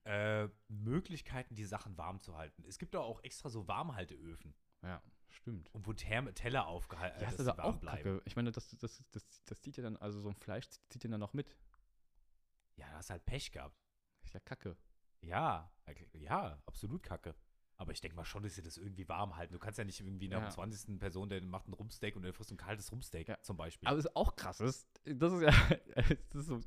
Speaker 2: äh, Möglichkeiten, die Sachen warm zu halten. Es gibt doch auch extra so Warmhalteöfen.
Speaker 1: Ja, stimmt.
Speaker 2: Und wo Therm Teller aufgehalten
Speaker 1: Ja, das
Speaker 2: dass
Speaker 1: ist
Speaker 2: sie
Speaker 1: aber
Speaker 2: warm
Speaker 1: auch Kacke. Ich meine, das, das, das, das zieht ja dann, also so ein Fleisch zieht ja dann auch mit.
Speaker 2: Ja, da hast halt Pech gehabt.
Speaker 1: Ist ja Kacke.
Speaker 2: Ja, erkl- ja, absolut kacke. Aber ich denke mal schon, dass sie das irgendwie warm halten. Du kannst ja nicht irgendwie nach
Speaker 1: Ja.
Speaker 2: dem 20. Person, der macht einen Rumsteak und der frisst ein kaltes Rumsteak
Speaker 1: Ja.
Speaker 2: zum Beispiel.
Speaker 1: Aber es ist auch krass. Das ist, das ist ja. Das ist so,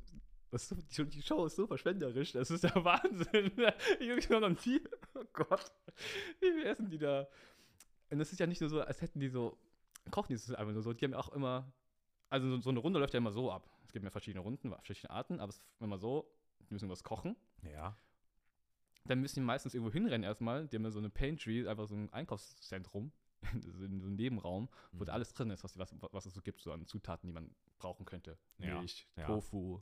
Speaker 1: das ist so, die Show- die Show ist so verschwenderisch. Das ist der Wahnsinn. Jungs, wir haben noch nie. Oh Gott. Wie viel essen die da? Und das ist ja nicht nur so, als hätten die so. Kochen die es einfach nur so. Die haben ja auch immer. Also so, so eine Runde läuft ja immer so ab. Es gibt ja verschiedene Runden, verschiedene Arten, aber es ist immer so, die müssen was kochen.
Speaker 2: ja.
Speaker 1: dann müssen die meistens irgendwo hinrennen erstmal. Die haben ja so eine Pantry, einfach so ein Einkaufszentrum, so ein so ein Nebenraum, wo
Speaker 2: hm, Mhm.
Speaker 1: da alles drin ist, was, was, was es so gibt, so an Zutaten, die man brauchen könnte.
Speaker 2: Ja,
Speaker 1: Milch,
Speaker 2: ja.
Speaker 1: Tofu,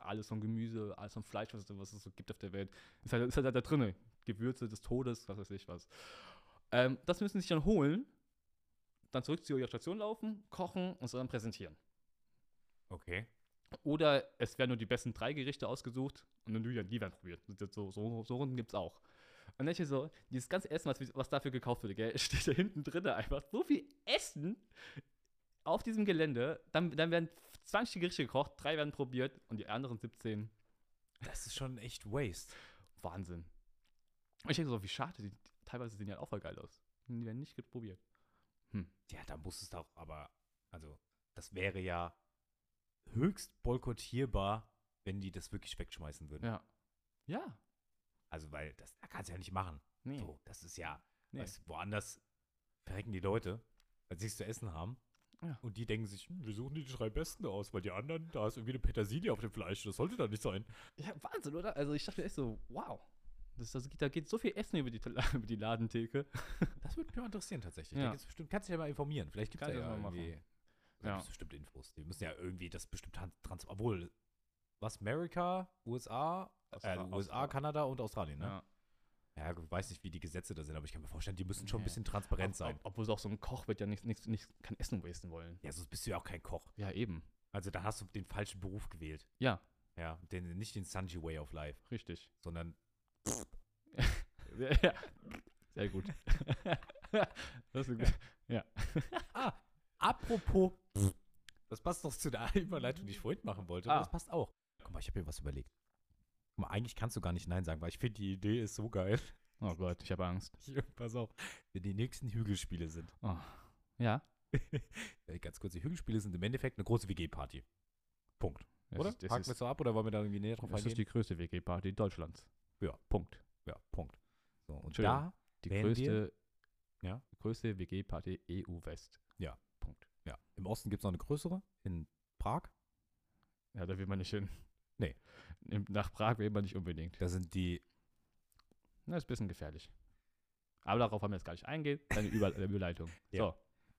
Speaker 1: alles von Gemüse, alles von Fleisch, was, es- was es so gibt auf der Welt. Ist halt, ist halt da drin. Gewürze des Todes, was weiß ich was. Ähm, das müssen sie sich dann holen, dann zurück zu ihrer Station laufen, kochen und es dann präsentieren.
Speaker 2: Okay.
Speaker 1: Oder es werden nur die besten drei Gerichte ausgesucht und dann die werden- die werden probiert. So, so, so Runden gibt es auch. Und dann denk ich so, dieses ganze Essen, was, was dafür gekauft wurde, gell, steht da hinten drin einfach. So viel Essen auf diesem Gelände. Dann, dann werden 20 Gerichte gekocht, drei werden probiert und die anderen 17.
Speaker 2: Das ist schon echt Waste.
Speaker 1: Wahnsinn. Und ich denke so, wie schade, die, teilweise sehen die halt auch voll geil aus. Und Die werden nicht probiert.
Speaker 2: Ja, da muss es doch, aber, also, das wäre ja höchst boykottierbar, wenn die das wirklich wegschmeißen würden.
Speaker 1: Ja. Ja.
Speaker 2: Also, weil das da kannst du ja nicht machen.
Speaker 1: Nee.
Speaker 2: So, das ist ja,
Speaker 1: Nee.
Speaker 2: weißt, woanders verrecken die Leute, weil sie nichts zu essen haben.
Speaker 1: Ja.
Speaker 2: Und die denken sich, hm, wir suchen die drei Besten aus, weil die anderen, da ist irgendwie eine Petersilie auf dem Fleisch, das sollte da nicht sein.
Speaker 1: Ja, Wahnsinn, oder? Also ich dachte mir echt so, wow. Das, das, da geht so viel Essen über die, über die Ladentheke.
Speaker 2: Das würde mich mal interessieren tatsächlich.
Speaker 1: Ja.
Speaker 2: Da gibt's bestimmt, kannst du dich ja mal informieren. Vielleicht gibt es
Speaker 1: Kannst
Speaker 2: ja,
Speaker 1: du das mal machen.
Speaker 2: irgendwie da
Speaker 1: Ja.
Speaker 2: gibt's bestimmt Infos. Die müssen ja irgendwie das bestimmt han- trans... Obwohl, was, Amerika, USA, äh,
Speaker 1: Austra-
Speaker 2: USA,
Speaker 1: Austra-
Speaker 2: Kanada und Australien, ne?
Speaker 1: Ja.
Speaker 2: Ja. ich weiß nicht, wie die Gesetze da sind, aber ich kann mir vorstellen, die müssen schon ein
Speaker 1: Nee.
Speaker 2: bisschen transparent
Speaker 1: Ob-
Speaker 2: sein.
Speaker 1: ob- Obwohl auch so ein Koch wird ja nicht, nicht, nicht kein Essen wasten wollen.
Speaker 2: Ja, sonst bist du ja auch kein Koch.
Speaker 1: Ja, eben.
Speaker 2: Also da hast du den falschen Beruf gewählt.
Speaker 1: Ja,
Speaker 2: Ja, den, nicht den Sanji Way of Life,
Speaker 1: richtig.
Speaker 2: sondern
Speaker 1: ja. Sehr gut. das ist gut.
Speaker 2: apropos. Das passt noch zu der Überleitung, die ich vorhin machen wollte.
Speaker 1: Ah.
Speaker 2: Das passt auch. Guck mal, ich habe mir was überlegt. Guck mal, eigentlich kannst du gar nicht Nein sagen, weil ich finde, die Idee ist so geil.
Speaker 1: Oh Gott, ich habe Angst.
Speaker 2: Hier, pass auf. Wenn die nächsten Hügelspiele sind.
Speaker 1: Oh. Ja.
Speaker 2: Äh, Ganz kurz, die Hügelspiele sind im Endeffekt eine große WG-Party. Punkt.
Speaker 1: Das
Speaker 2: oder?
Speaker 1: Ist, das
Speaker 2: Haken wir
Speaker 1: ist,
Speaker 2: so ab oder wollen wir da irgendwie näher drauf
Speaker 1: das
Speaker 2: eingehen?
Speaker 1: ist die größte WG-Party Deutschlands.
Speaker 2: Ja.
Speaker 1: Punkt.
Speaker 2: ja, Punkt. So, und
Speaker 1: Entschuldigung.
Speaker 2: da
Speaker 1: Die
Speaker 2: Wenn wir-
Speaker 1: größte.
Speaker 2: Ja.
Speaker 1: die Größte E WG-Party EU-West.
Speaker 2: Ja. Im Osten gibt es noch eine größere, in Prag.
Speaker 1: Ja, da will man nicht hin.
Speaker 2: Nee.
Speaker 1: Im- Nach Prag will man nicht unbedingt.
Speaker 2: Da sind die
Speaker 1: Das ist ein bisschen gefährlich. Aber darauf haben wir jetzt gar nicht eingehen. Deine Über Überleitung.
Speaker 2: Ja.
Speaker 1: So.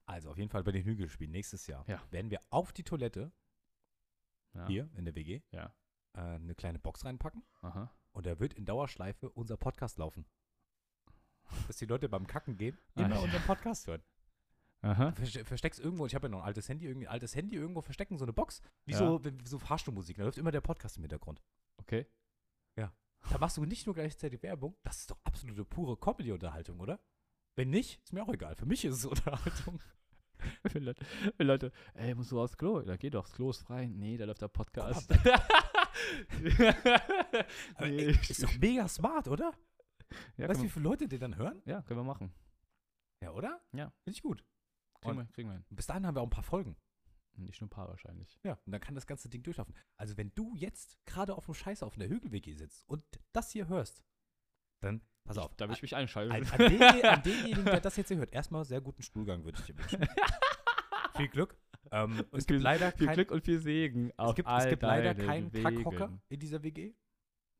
Speaker 2: Also auf jeden Fall bei den Hügelspielen nächstes Jahr
Speaker 1: Ja.
Speaker 2: werden wir auf die Toilette
Speaker 1: Ja.
Speaker 2: hier in der WG
Speaker 1: Ja.
Speaker 2: äh, eine kleine Box reinpacken
Speaker 1: Aha.
Speaker 2: und da wird in Dauerschleife unser Podcast laufen. Dass die Leute beim Kacken gehen
Speaker 1: Ah,
Speaker 2: immer
Speaker 1: ja.
Speaker 2: unseren Podcast hören.
Speaker 1: Aha.
Speaker 2: Verste versteck's irgendwo, ich habe ja noch ein altes Handy, irgendwie ein altes Handy irgendwo verstecken, so eine Box, wie
Speaker 1: Ja.
Speaker 2: so, wie so Fahrstuhlmusik, da läuft immer der Podcast im Hintergrund.
Speaker 1: Okay.
Speaker 2: Da machst du nicht nur gleichzeitig Werbung, das ist doch absolute pure Comedy-Unterhaltung, oder? Wenn nicht, ist mir auch egal, für mich ist es Unterhaltung.
Speaker 1: Wenn Leute, wenn Leute, ey, musst du aufs Klo? Da geht doch, das Klo ist frei. Nee, da läuft der Podcast.
Speaker 2: Aber,
Speaker 1: Nee.
Speaker 2: ey, ist doch mega smart, oder?
Speaker 1: ja,
Speaker 2: weißt du, wie
Speaker 1: können
Speaker 2: viele Leute den dann hören?
Speaker 1: wir, ja, können wir machen.
Speaker 2: Ja, oder?
Speaker 1: Ja.
Speaker 2: Finde ich gut.
Speaker 1: Kriegen
Speaker 2: Und-
Speaker 1: wir, kriegen wir hin.
Speaker 2: Und bis dahin haben wir auch ein paar Folgen.
Speaker 1: Hm, Nicht nur ein paar wahrscheinlich.
Speaker 2: Ja. Und dann kann das ganze Ding durchlaufen. Also, wenn du jetzt gerade auf dem Scheiß auf der Hügelweg sitzt und das hier hörst, dann pass auf.
Speaker 1: Ich, da will ich mich
Speaker 2: an,
Speaker 1: einschalten.
Speaker 2: an, an, den, an denjenigen, der das jetzt hier hört, erstmal sehr guten Stuhlgang würde ich dir wünschen. viel Glück. Ähm, und es
Speaker 1: Viel-
Speaker 2: gibt leider
Speaker 1: viel
Speaker 2: kein,
Speaker 1: Glück und viel Segen.
Speaker 2: es
Speaker 1: auf
Speaker 2: gibt, es
Speaker 1: all
Speaker 2: gibt leider
Speaker 1: deinen
Speaker 2: keinen Kackhocker
Speaker 1: Wegen.
Speaker 2: in dieser WG.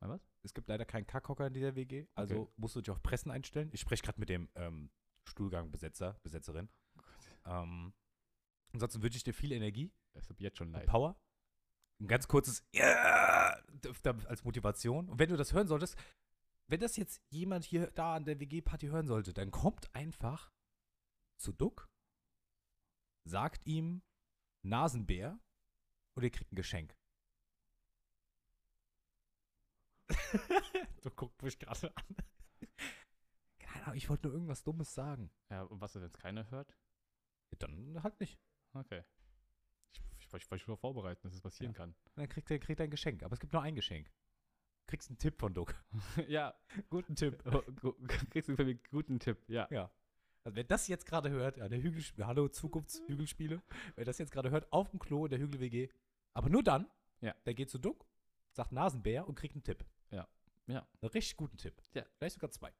Speaker 1: Mal was?
Speaker 2: Es gibt leider keinen Kackhocker in dieser WG. Also
Speaker 1: Okay.
Speaker 2: musst du dich auf Pressen einstellen. Ich spreche gerade mit dem ähm, Stuhlgang-Besetzer, Besetzerin.
Speaker 1: Oh
Speaker 2: Ähm, ansonsten wünsche ich dir viel Energie
Speaker 1: Es tut jetzt schon
Speaker 2: und
Speaker 1: leid.
Speaker 2: Power. Ein ganz kurzes yeah! da- als Motivation. Und wenn du das hören solltest, wenn das jetzt jemand hier da an der WG-Party hören sollte, dann kommt einfach zu Duck, sagt ihm Nasenbär und ihr kriegt ein Geschenk. du guckst mich gerade an. Keine Ahnung, ich wollte nur irgendwas Dummes sagen.
Speaker 1: Ja, und was, wenn es keiner hört?
Speaker 2: Ja, Dann halt nicht.
Speaker 1: Okay. Ich, ich, ich wollte schon mal vorbereiten, dass es passieren kann.
Speaker 2: Dann kriegt er kriegt er ein Geschenk. Aber es gibt nur ein Geschenk. Kriegst einen Tipp von Duck.
Speaker 1: ja,
Speaker 2: Guten Tipp.
Speaker 1: oh, gu- kriegst du für mich einen guten Tipp. Ja.
Speaker 2: Also wer das jetzt gerade hört, ja, der Hügelspiele, hallo Zukunftshügelspiele, wer das jetzt gerade hört, auf dem Klo in der Hügel-WG, aber nur dann,
Speaker 1: Ja.
Speaker 2: der geht zu Duck, sagt Nasenbär und kriegt einen Tipp.
Speaker 1: Ja. Ja.
Speaker 2: Einen richtig guten Tipp.
Speaker 1: Ja.
Speaker 2: Vielleicht sogar zwei.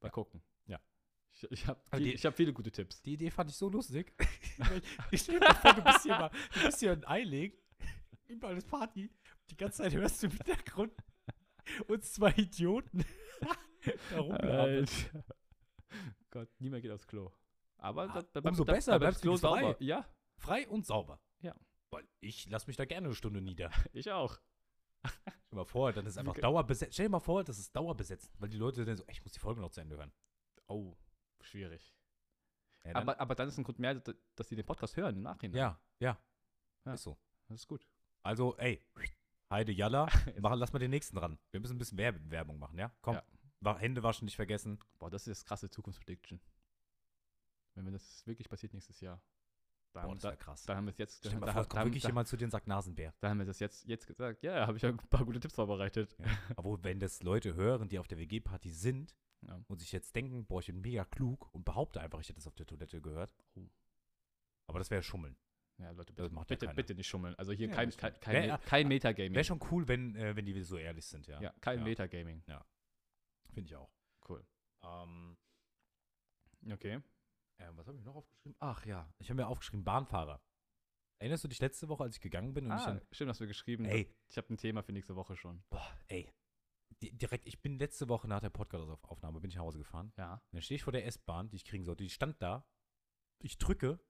Speaker 1: Mal gucken.
Speaker 2: Ja.
Speaker 1: Ich, ich habe
Speaker 2: Also die-
Speaker 1: viel, ich hab viele gute Tipps.
Speaker 2: Die Idee fand ich so lustig. ich stell dir mal vor, du bist hier mal, du bist hier ein Eiling, überall ist Party, die ganze Zeit hörst du im Hintergrund uns zwei Idioten da rumlabern.
Speaker 1: Alter. Gott, niemand geht aufs Klo. Aber da,
Speaker 2: Ah,
Speaker 1: da bleibt-
Speaker 2: umso
Speaker 1: da-
Speaker 2: besser,
Speaker 1: da
Speaker 2: bleibst
Speaker 1: bleibt das
Speaker 2: du
Speaker 1: Klo
Speaker 2: frei.
Speaker 1: sauber. Ja,
Speaker 2: Frei und sauber.
Speaker 1: Ja.
Speaker 2: Weil ich lass mich da gerne eine Stunde nieder.
Speaker 1: ich auch.
Speaker 2: Stell dir mal vor, dann ist einfach
Speaker 1: Okay.
Speaker 2: dauerbesetzt. Stell dir mal vor, das ist dauerbesetzt, weil die Leute dann so, "Ey, ich muss die Folge noch zu Ende hören.
Speaker 1: Oh, schwierig.
Speaker 2: Ja, dann,
Speaker 1: aber, aber dann ist ein Grund mehr, dass dass die den Podcast hören im Nachhinein.
Speaker 2: ja, ja,
Speaker 1: Ja.
Speaker 2: Ist so.
Speaker 1: Das ist gut.
Speaker 2: Also, ey, Heide Jalla, mach, lass mal den nächsten ran. Wir müssen ein bisschen Werb Werbung machen, ja? Komm.
Speaker 1: Ja.
Speaker 2: Wa- Hände waschen nicht vergessen.
Speaker 1: Boah, das ist das krasse Zukunftsprediction. Wenn mir das wirklich passiert nächstes Jahr, dann,
Speaker 2: Boah, das
Speaker 1: da,
Speaker 2: wäre krass.
Speaker 1: dann haben wir es jetzt,
Speaker 2: Stell dir
Speaker 1: dann,
Speaker 2: mal
Speaker 1: da,
Speaker 2: vor,
Speaker 1: da,
Speaker 2: es kommt wirklich
Speaker 1: da,
Speaker 2: jemand zu dir und sagt Nasenbär.
Speaker 1: da haben wir das jetzt, jetzt gesagt. Ja, habe ich ja ein paar gute Tipps vorbereitet.
Speaker 2: Obwohl, wenn das Leute hören, die auf der WG-Party sind
Speaker 1: Ja.
Speaker 2: und sich jetzt denken, boah, ich bin mega klug und behaupte einfach, ich hätte das auf der Toilette gehört.
Speaker 1: Oh.
Speaker 2: Aber das wäre Schummeln.
Speaker 1: Ja, Leute,
Speaker 2: Das
Speaker 1: bitte,
Speaker 2: macht ja
Speaker 1: bitte,
Speaker 2: keiner.
Speaker 1: bitte nicht schummeln. Also hier
Speaker 2: Ja,
Speaker 1: kein,
Speaker 2: das
Speaker 1: kein,
Speaker 2: stimmt.
Speaker 1: kein,
Speaker 2: Wer-
Speaker 1: Me- kein Metagaming.
Speaker 2: Wäre schon cool, wenn, äh, wenn die so ehrlich sind, ja.
Speaker 1: ja, kein
Speaker 2: ja.
Speaker 1: Metagaming.
Speaker 2: Finde ich auch.
Speaker 1: Cool.
Speaker 2: Ähm,
Speaker 1: Okay.
Speaker 2: Ähm, was habe ich noch aufgeschrieben? Ach ja, ich habe mir aufgeschrieben Bahnfahrer. Erinnerst du dich letzte Woche, als ich gegangen bin und ich
Speaker 1: Ah,
Speaker 2: dann,
Speaker 1: stimmt, hast du geschrieben.
Speaker 2: ey,
Speaker 1: Ich habe ein Thema für nächste Woche schon.
Speaker 2: boah, ey, di direkt, ich bin letzte Woche nach der Podcast-Aufnahme bin ich nach Hause gefahren.
Speaker 1: Ja.
Speaker 2: Und dann stehe ich vor der S-Bahn, die ich kriegen sollte. Die stand da. Ich drücke.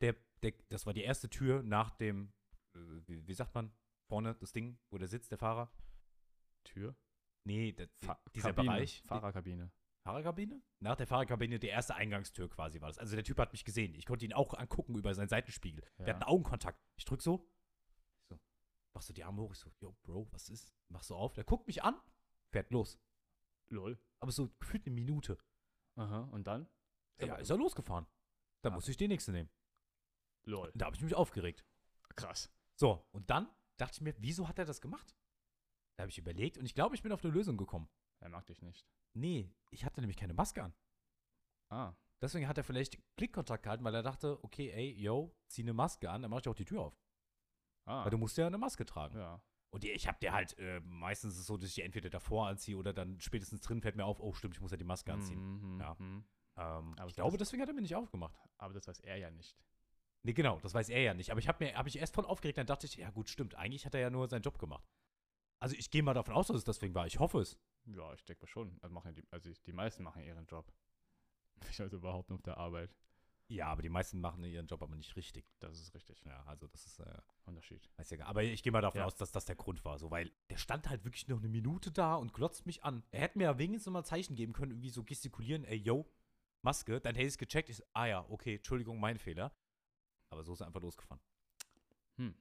Speaker 2: Der, der, das war die erste Tür nach dem, äh, wie, wie sagt man, vorne das Ding, wo der sitzt, der Fahrer.
Speaker 1: Tür?
Speaker 2: Nee, der,
Speaker 1: Fa
Speaker 2: dieser
Speaker 1: Kabine.
Speaker 2: Bereich. die-
Speaker 1: Fahrerkabine.
Speaker 2: Fahrerkabine? Nach der Fahrerkabine, die erste Eingangstür quasi war das. Also der Typ hat mich gesehen. Ich konnte ihn auch angucken über seinen Seitenspiegel. Wir
Speaker 1: Ja.
Speaker 2: hatten Augenkontakt. Ich drück so. Ich so. Machst du die Arme hoch? Ich so, yo, Bro, was ist? Machst du auf? Der guckt mich an, fährt los.
Speaker 1: Lol.
Speaker 2: Aber so gefühlt eine Minute.
Speaker 1: Aha, und dann?
Speaker 2: Ja, also- ist er losgefahren. Da
Speaker 1: Ah.
Speaker 2: muss ich die nächste nehmen.
Speaker 1: Lol.
Speaker 2: Da habe ich mich aufgeregt.
Speaker 1: Krass.
Speaker 2: So, und dann dachte ich mir, wieso hat er das gemacht? Da habe ich überlegt und ich glaube, ich bin auf eine Lösung gekommen.
Speaker 1: Er mag dich nicht.
Speaker 2: Nee, ich hatte nämlich keine Maske an.
Speaker 1: Ah,
Speaker 2: Deswegen hat er vielleicht Klickkontakt gehalten, weil er dachte, okay, ey, yo, zieh eine Maske an, dann mach ich auch die Tür auf.
Speaker 1: ah.
Speaker 2: Weil du musst ja eine Maske tragen.
Speaker 1: ja.
Speaker 2: Und die- ich hab dir halt, äh, meistens ist es so, dass ich die entweder davor anziehe oder dann spätestens drin fällt mir auf, oh stimmt, ich muss ja die Maske anziehen.
Speaker 1: Mhm,
Speaker 2: Ja.
Speaker 1: mhm.
Speaker 2: Dann Ähm,
Speaker 1: Aber
Speaker 2: ich
Speaker 1: es
Speaker 2: glaube,
Speaker 1: ist-
Speaker 2: deswegen hat er mir nicht aufgemacht.
Speaker 1: Aber das weiß er ja nicht.
Speaker 2: Nee, genau, das weiß er ja nicht. Aber ich habe mir, habe ich erst voll aufgeregt, dann dachte ich, ja gut, stimmt. Eigentlich hat er ja nur seinen Job gemacht. Also ich gehe mal davon aus, dass es deswegen war. Ich hoffe es.
Speaker 1: Ja, ich denke mal schon. Also, machen ja die, also die meisten machen ihren Job. Ich also überhaupt nur auf der Arbeit.
Speaker 2: Ja, aber die meisten machen ihren Job aber nicht richtig.
Speaker 1: Das ist richtig.
Speaker 2: Ja, also das ist, äh,
Speaker 1: Unterschied.
Speaker 2: weiß ja gar Aber ich gehe mal davon
Speaker 1: Ja.
Speaker 2: aus, dass das der Grund war. So, weil der stand halt wirklich noch eine Minute da und glotzt mich an. Er hätte mir ja wenigstens noch mal ein Zeichen geben können, irgendwie so gestikulieren, ey, yo, Maske. Dann hätte ich es gecheckt. Ich, so, ah ja, okay, Entschuldigung, mein Fehler. Aber so ist er einfach losgefahren.
Speaker 1: Hm.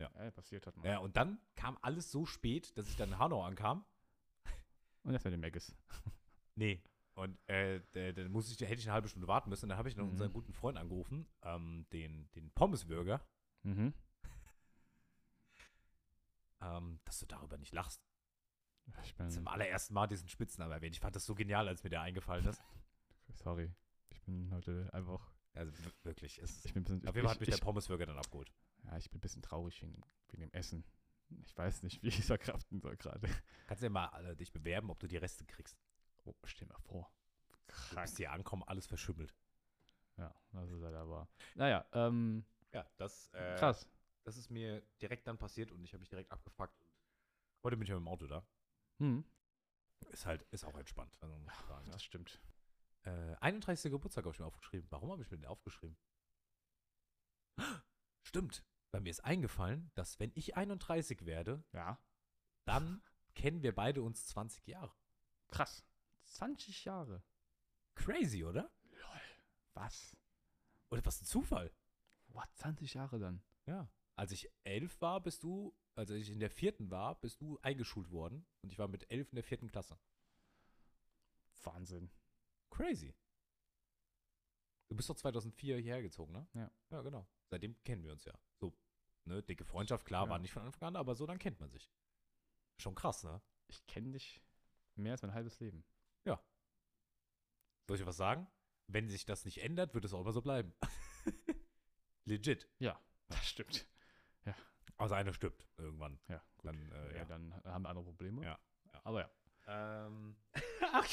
Speaker 2: Ja.
Speaker 1: ja Äh, passiert hat mal.
Speaker 2: Ja, und dann kam alles so spät, dass ich dann in Hanau ankam.
Speaker 1: Und das mit den Maggis.
Speaker 2: Nee. Und äh, da- dann muss ich, hätte ich eine halbe Stunde warten müssen. Und dann habe ich noch
Speaker 1: Mhm.
Speaker 2: unseren guten Freund angerufen, ähm, den, den Pommesbürger,
Speaker 1: Mhm.
Speaker 2: ähm, dass du darüber nicht lachst.
Speaker 1: Ich
Speaker 2: Mhm. Zum
Speaker 1: bin,
Speaker 2: allerersten Mal diesen Spitznamen erwähnt. Ich fand das so genial, als mir der eingefallen ist.
Speaker 1: sorry. Ich bin heute einfach,
Speaker 2: Also w- wirklich. Es,
Speaker 1: ich bin ein bisschen,
Speaker 2: auf jeden Fall hat
Speaker 1: ich,
Speaker 2: mich der
Speaker 1: ich,
Speaker 2: Pommesbürger dann abgeholt.
Speaker 1: ja, ich bin ein bisschen traurig wegen, wegen dem Essen. Ich weiß nicht, wie ich es verkraften soll gerade.
Speaker 2: Kannst ja mal äh, dich bewerben, ob du die Reste kriegst.
Speaker 1: Oh, stell mal vor.
Speaker 2: Du bist hier ankommen, alles verschimmelt.
Speaker 1: Ja, das ist leider wahr. Naja, ähm,
Speaker 2: Ja, das, äh,
Speaker 1: krass.
Speaker 2: das ist mir direkt dann passiert und ich habe mich direkt abgepackt. Heute bin ich ja mit dem Auto da.
Speaker 1: Hm.
Speaker 2: Ist halt, ist auch entspannt. Also, muss ich sagen, ne?
Speaker 1: Das stimmt.
Speaker 2: Äh, 31. Geburtstag habe ich mir aufgeschrieben. Warum habe ich mir den aufgeschrieben? Stimmt. Bei mir ist eingefallen, dass wenn ich 31 werde,
Speaker 1: Ja,
Speaker 2: dann kennen wir beide uns 20 Jahre.
Speaker 1: krass. 20 Jahre.
Speaker 2: Crazy, oder?
Speaker 1: Was?
Speaker 2: Oder was ein Zufall.
Speaker 1: What, 20 Jahre dann?
Speaker 2: Ja. Als ich elf war, bist du, also als ich in der vierten war, bist du eingeschult worden. Und ich war mit elf in der vierten Klasse.
Speaker 1: Wahnsinn.
Speaker 2: Crazy. Du bist doch 2004 hierher gezogen, ne?
Speaker 1: Ja.
Speaker 2: Ja, genau. Seitdem kennen wir uns ja. So, ne, dicke Freundschaft, klar,
Speaker 1: Ja.
Speaker 2: war nicht von Anfang an, aber so dann kennt man sich. Schon krass, ne?
Speaker 1: Ich kenne dich mehr als mein halbes Leben.
Speaker 2: Soll ich dir was sagen? Wenn sich das nicht ändert, wird es auch immer so bleiben. Legit.
Speaker 1: Das stimmt.
Speaker 2: Also einer stirbt irgendwann.
Speaker 1: Ja, gut.
Speaker 2: Dann, äh,
Speaker 1: ja,
Speaker 2: ja.
Speaker 1: dann haben wir andere Probleme.
Speaker 2: Ja, ja.
Speaker 1: Aber ja.
Speaker 2: Ähm. Ach,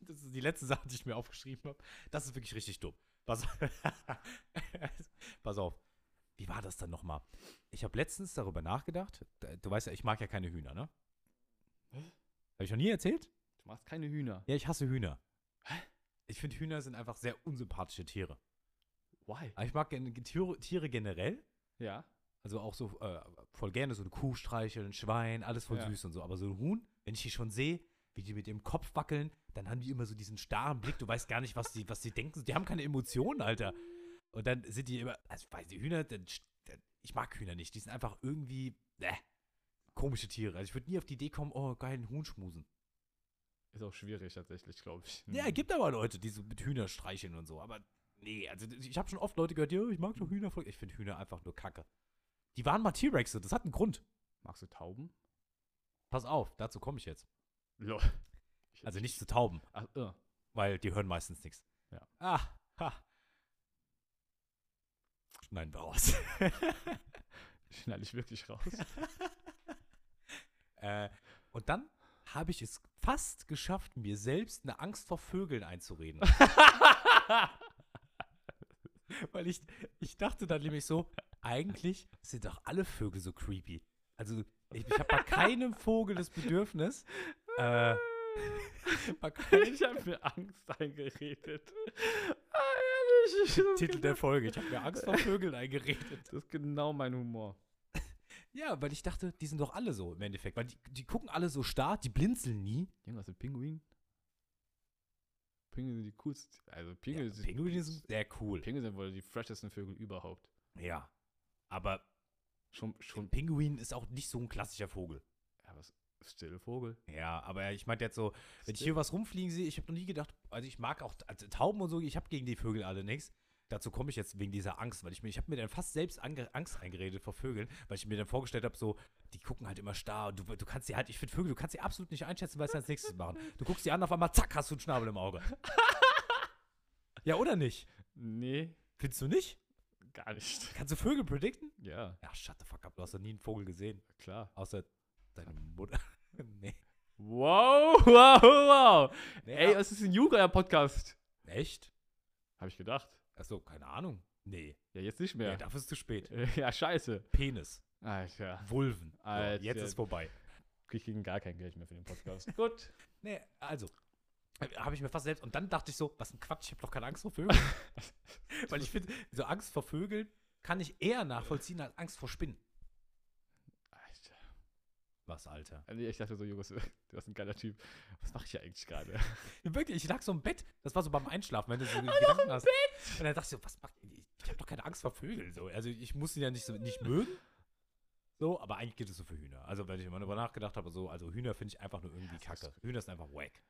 Speaker 2: das ist die letzte Sache, die ich mir aufgeschrieben habe. Das ist wirklich richtig dumm. Pass, Pass auf. Wie war das dann nochmal? Ich habe letztens darüber nachgedacht. D- Du weißt ja, ich mag ja keine Hühner, ne? Habe ich noch nie erzählt?
Speaker 1: Du machst keine Hühner.
Speaker 2: Ja, ich hasse Hühner. Ich finde, Hühner sind einfach sehr unsympathische Tiere.
Speaker 1: Why?
Speaker 2: Aber ich mag gen- Tiere Tiere generell.
Speaker 1: Ja.
Speaker 2: Also auch so äh, voll gerne so eine Kuh streicheln, ein Schwein, alles voll
Speaker 1: Ja.
Speaker 2: süß und so. Aber so ein Huhn, wenn ich die schon sehe, wie die mit dem Kopf wackeln, dann haben die immer so diesen starren Blick. Du weißt gar nicht, was die, was die denken. Die haben keine Emotionen, Alter. Und dann sind die immer, also ich weiß die Hühner, dann, st- dann- ich mag Hühner nicht. Die sind einfach irgendwie, äh, komische Tiere. Also ich würde nie auf die Idee kommen, oh geil, ein Huhn schmusen.
Speaker 1: Ist auch schwierig tatsächlich, glaube ich. Hm.
Speaker 2: Ja, gibt aber Leute, die so mit Hühner streicheln und so. Aber nee, also ich habe schon oft Leute gehört, ja, ich mag doch Hühner voll. Ich finde Hühner einfach nur kacke. Die waren mal T-Rexe, das hat einen Grund.
Speaker 1: Magst du Tauben?
Speaker 2: Pass auf, dazu komme ich jetzt.
Speaker 1: Lol. Ich-
Speaker 2: Also nicht zu Tauben,
Speaker 1: Ach, äh.
Speaker 2: weil die hören meistens nichts.
Speaker 1: Ja.
Speaker 2: Ah, ha. Schneiden wir aus.
Speaker 1: Schneide ich wirklich raus.
Speaker 2: äh, und dann habe ich es fast geschafft, mir selbst eine Angst vor Vögeln einzureden. weil ich, ich dachte dann nämlich so, eigentlich sind doch alle Vögel so creepy. Also ich, ich habe bei keinem Vogel das Bedürfnis, äh, bei keinem
Speaker 1: ich habe mir Angst eingeredet. Ah, ehrlich. Das ist
Speaker 2: Titel der
Speaker 1: genau-
Speaker 2: Folge, ich habe mir Angst vor Vögeln eingeredet.
Speaker 1: Das ist genau mein Humor.
Speaker 2: Ja, weil ich dachte, die sind doch alle so im Endeffekt. Weil die, die gucken alle so starr, die blinzeln nie.
Speaker 1: Irgendwas mit Pinguin? Pinguin sind die coolsten. Also Pinguin,
Speaker 2: Ja,
Speaker 1: sind,
Speaker 2: Pinguine sind sehr cool.
Speaker 1: Pinguin sind wohl die freshesten Vögel überhaupt.
Speaker 2: Ja. Aber
Speaker 1: Schon,
Speaker 2: ein
Speaker 1: schon.
Speaker 2: Pinguin ist auch nicht so ein klassischer Vogel.
Speaker 1: Ja, was? Stille Vogel.
Speaker 2: Ja, aber ich meinte jetzt so, wenn ich
Speaker 1: Still-
Speaker 2: hier was rumfliegen sehe, ich habe noch nie gedacht, also ich mag auch also Tauben und so, ich habe gegen die Vögel alle nichts. Dazu komme ich jetzt wegen dieser Angst, weil ich mir, ich habe mir dann fast selbst ange, Angst eingeredet vor Vögeln, weil ich mir dann vorgestellt habe, so, die gucken halt immer starr und du, du kannst sie halt, ich finde Vögel, du kannst sie absolut nicht einschätzen, weißt du, als nächstes machen. Du guckst sie an, auf einmal, zack, hast du einen Schnabel im Auge. ja, oder nicht?
Speaker 1: Nee,
Speaker 2: Findest du nicht?
Speaker 1: gar nicht.
Speaker 2: Kannst du Vögel predikten?
Speaker 1: Ja,
Speaker 2: Ja, shut the fuck up, du hast noch nie einen Vogel gesehen,
Speaker 1: klar.
Speaker 2: außer deine Mutter. nee.
Speaker 1: Wow, wow, wow. Ey,
Speaker 2: Ja.
Speaker 1: es ist ein Yoga-Podcast.
Speaker 2: Echt?
Speaker 1: Habe ich gedacht.
Speaker 2: Achso, keine Ahnung. Nee.
Speaker 1: Ja, jetzt nicht
Speaker 2: Ja.
Speaker 1: mehr.
Speaker 2: dafür ist es zu spät.
Speaker 1: Ja, scheiße.
Speaker 2: Penis.
Speaker 1: Alter,
Speaker 2: Vulven. So,
Speaker 1: Alter.
Speaker 2: jetzt ist vorbei.
Speaker 1: ich kriege gar kein Geld mehr für den Podcast. Gut.
Speaker 2: Nee, also. Habe ich mir fast selbst. Und dann dachte ich so, was ein Quatsch, ich habe doch keine Angst vor Vögeln. Weil ich finde, so Angst vor Vögeln kann ich eher nachvollziehen als Angst vor Spinnen.
Speaker 1: Alter.
Speaker 2: Was, Alter?
Speaker 1: Also ich dachte so, Jogos, du bist ein geiler Typ. Was mache ich hier eigentlich gerade?
Speaker 2: Wirklich, ich lag so im Bett. Das war so beim Einschlafen, wenn du so Gedanken hast. Und dann dachte ich so, was macht Ich, ich habe doch keine Angst vor Vögeln. So. Also ich muss sie ja nicht, so, nicht mögen. So, aber eigentlich geht es so für Hühner. Also wenn ich immer darüber nachgedacht habe, so, also Hühner finde ich einfach nur irgendwie
Speaker 1: Ja, das ist
Speaker 2: kacke. Hühner ist einfach wack.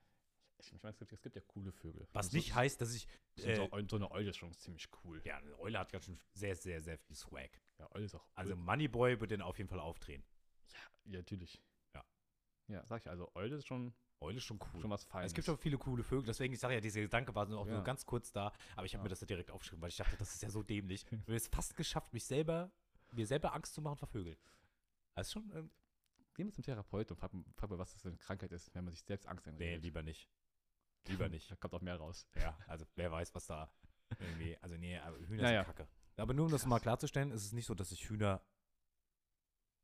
Speaker 1: Ich meine, es gibt, es gibt ja coole Vögel.
Speaker 2: Was
Speaker 1: Und so-
Speaker 2: nicht heißt, dass ich.
Speaker 1: so-
Speaker 2: äh,
Speaker 1: so, so eine Eule ist schon ziemlich cool.
Speaker 2: Ja, eine Eule hat ganz schön sehr, sehr, sehr viel Swag.
Speaker 1: Ja, Eule ist auch cool.
Speaker 2: Also Moneyboy wird den auf jeden Fall aufdrehen.
Speaker 1: ja, natürlich.
Speaker 2: Ja.
Speaker 1: Ja, sag ich, also Eule ist schon,
Speaker 2: Eule ist schon cool.
Speaker 1: schon was Feines.
Speaker 2: es gibt schon viele coole Vögel, deswegen, ich sage ja, dieser Gedanke war nur auch
Speaker 1: Ja.
Speaker 2: nur ganz kurz da, aber ich
Speaker 1: Ja.
Speaker 2: habe mir das ja direkt aufgeschrieben, weil ich dachte, das ist ja so dämlich. Ich habe es fast geschafft, mich selber, mir selber Angst zu machen vor Vögeln. Das ist schon, ähm,
Speaker 1: Geh mal zum Therapeuten und frag, frag mal, was das für eine Krankheit ist, wenn man sich selbst Angst
Speaker 2: nee,
Speaker 1: einredet.
Speaker 2: lieber nicht. Lieber nicht.
Speaker 1: Da kommt auch mehr raus.
Speaker 2: Ja, also wer weiß, was da irgendwie, also nee, aber Hühner
Speaker 1: Naja.
Speaker 2: sind kacke. Aber nur um das mal klarzustellen, ist es nicht so, dass ich Hühner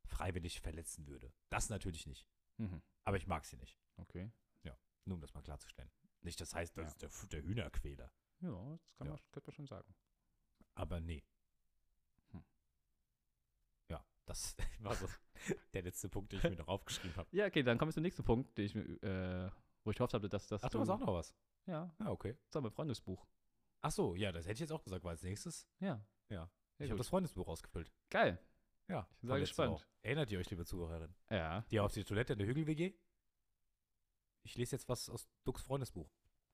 Speaker 2: freiwillig verletzen würde. Das natürlich nicht.
Speaker 1: Mhm.
Speaker 2: Aber ich mag sie nicht.
Speaker 1: Okay.
Speaker 2: Nur um das mal klarzustellen. Nicht, das heißt, das
Speaker 1: Ja.
Speaker 2: ist der, F- der Hühnerquäler.
Speaker 1: Ja, das kann
Speaker 2: Ja.
Speaker 1: Man, könnte man schon sagen.
Speaker 2: Aber nee.
Speaker 1: Hm.
Speaker 2: Ja, das war so der letzte Punkt, den ich mir noch aufgeschrieben habe.
Speaker 1: Ja, okay, dann kommen wir zum nächsten Punkt, den ich, mir, äh, wo ich gehofft habe, dass das.
Speaker 2: Ach, du hast auch noch was?
Speaker 1: Ja,
Speaker 2: Ah, okay.
Speaker 1: das war mein Freundesbuch.
Speaker 2: Ach so, ja, das hätte ich jetzt auch gesagt, weil als nächstes,
Speaker 1: Ja.
Speaker 2: Ja.
Speaker 1: Sehr
Speaker 2: ich habe
Speaker 1: gut.
Speaker 2: das Freundesbuch ausgefüllt.
Speaker 1: Geil.
Speaker 2: Ja,
Speaker 1: bin
Speaker 2: von
Speaker 1: sehr
Speaker 2: letzter
Speaker 1: gespannt.
Speaker 2: Woche. Erinnert ihr euch, liebe Zuhörerin?
Speaker 1: Ja.
Speaker 2: Die auf die Toilette in der Hügel-WG? Ich lese jetzt was aus Ducks Freundesbuch.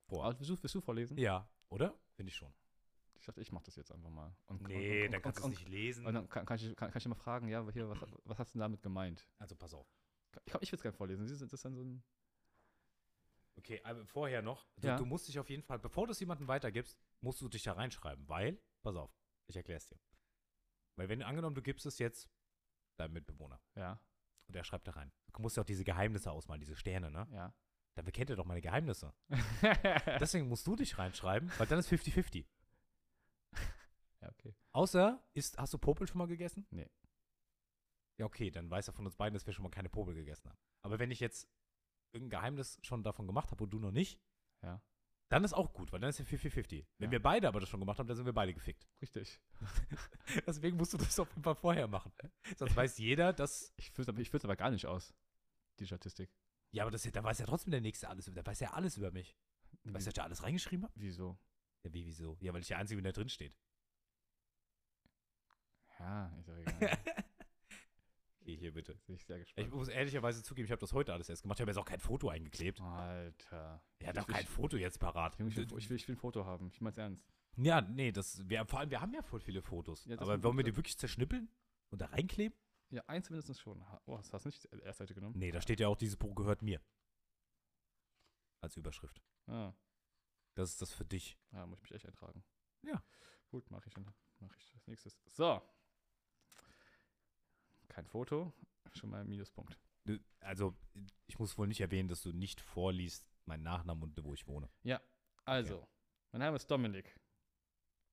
Speaker 1: Boah. Aber willst, du, willst du vorlesen?
Speaker 2: Ja, oder? Finde ich schon.
Speaker 1: Ich dachte, ich mach das jetzt einfach mal. Und,
Speaker 2: Nee, dann kannst du es
Speaker 1: und,
Speaker 2: nicht lesen.
Speaker 1: Und dann kann, kann, ich, kann, kann ich mal fragen, ja, hier, was, was hast du denn damit gemeint?
Speaker 2: Also pass auf.
Speaker 1: Ich, glaub, ich würde es gerne vorlesen. Sie sind das ist dann so ein.
Speaker 2: Okay, aber vorher noch. Du,
Speaker 1: Ja.
Speaker 2: du musst dich auf jeden Fall, bevor du es jemandem weitergibst, musst du dich da reinschreiben, weil, pass auf, ich erkläre es dir. Weil wenn, angenommen, du gibst es jetzt deinem Mitbewohner
Speaker 1: Ja,
Speaker 2: und er schreibt da rein. Du musst ja auch diese Geheimnisse ausmalen, diese Sterne, ne?
Speaker 1: ja.
Speaker 2: Dann kennt er doch meine Geheimnisse. Deswegen musst du dich reinschreiben, weil dann ist 50-50.
Speaker 1: ja, okay.
Speaker 2: Außer, ist, hast du Popel schon mal gegessen?
Speaker 1: Nee.
Speaker 2: Ja, okay, dann weiß er von uns beiden, dass wir schon mal keine Popel gegessen haben. Aber wenn ich jetzt irgendein Geheimnis schon davon gemacht habe und du noch nicht,
Speaker 1: Ja.
Speaker 2: dann ist auch gut, weil dann ist ja 50-50. Wenn
Speaker 1: Ja.
Speaker 2: wir beide aber das schon gemacht haben, dann sind wir beide gefickt.
Speaker 1: Richtig.
Speaker 2: Deswegen musst du das auf jeden Fall vorher machen. Sonst weiß jeder, dass.
Speaker 1: Ich fülle es aber, ich füll's aber gar nicht aus, die Statistik.
Speaker 2: Ja, aber das, da weiß ja trotzdem der Nächste alles über. Der weiß ja alles über mich. Weißt du,
Speaker 1: Wie-
Speaker 2: was ich da alles reingeschrieben habe?
Speaker 1: Wieso?
Speaker 2: Ja, wie, wieso? Ja, weil ich der Einzige bin, der drin steht.
Speaker 1: Ja, ist doch egal.
Speaker 2: Geh hier bitte.
Speaker 1: Bin ich sehr
Speaker 2: Ich
Speaker 1: gespannt.
Speaker 2: muss ehrlicherweise zugeben, ich habe das heute alles erst gemacht. Ich habe jetzt auch kein Foto eingeklebt.
Speaker 1: Alter.
Speaker 2: Er hat
Speaker 1: Ich-
Speaker 2: auch kein
Speaker 1: ich-
Speaker 2: Foto jetzt parat.
Speaker 1: Ich will, mich- ich, will, ich will ein Foto haben. Ich mein's ernst.
Speaker 2: Ja, nee, das, wir, vor allem, wir haben ja voll viele Fotos.
Speaker 1: Ja, das
Speaker 2: aber
Speaker 1: sind
Speaker 2: wollen wir
Speaker 1: gute.
Speaker 2: die wirklich zerschnippeln und da reinkleben?
Speaker 1: Ja, eins mindestens schon. Ha- Oh, hast du das nicht die Erstseite genommen?
Speaker 2: Nee, da steht ja auch, dieses Buch gehört mir. Als Überschrift.
Speaker 1: Ah,
Speaker 2: Das ist das für dich.
Speaker 1: ja, muss ich mich echt eintragen.
Speaker 2: Ja.
Speaker 1: Gut, mache ich dann. Mache ich als nächstes. So. Kein Foto. Schon mal ein Minuspunkt.
Speaker 2: Nö, Also, ich muss wohl nicht erwähnen, dass du nicht vorliest meinen Nachnamen und wo ich wohne.
Speaker 1: Also, mein Name ist Dominik.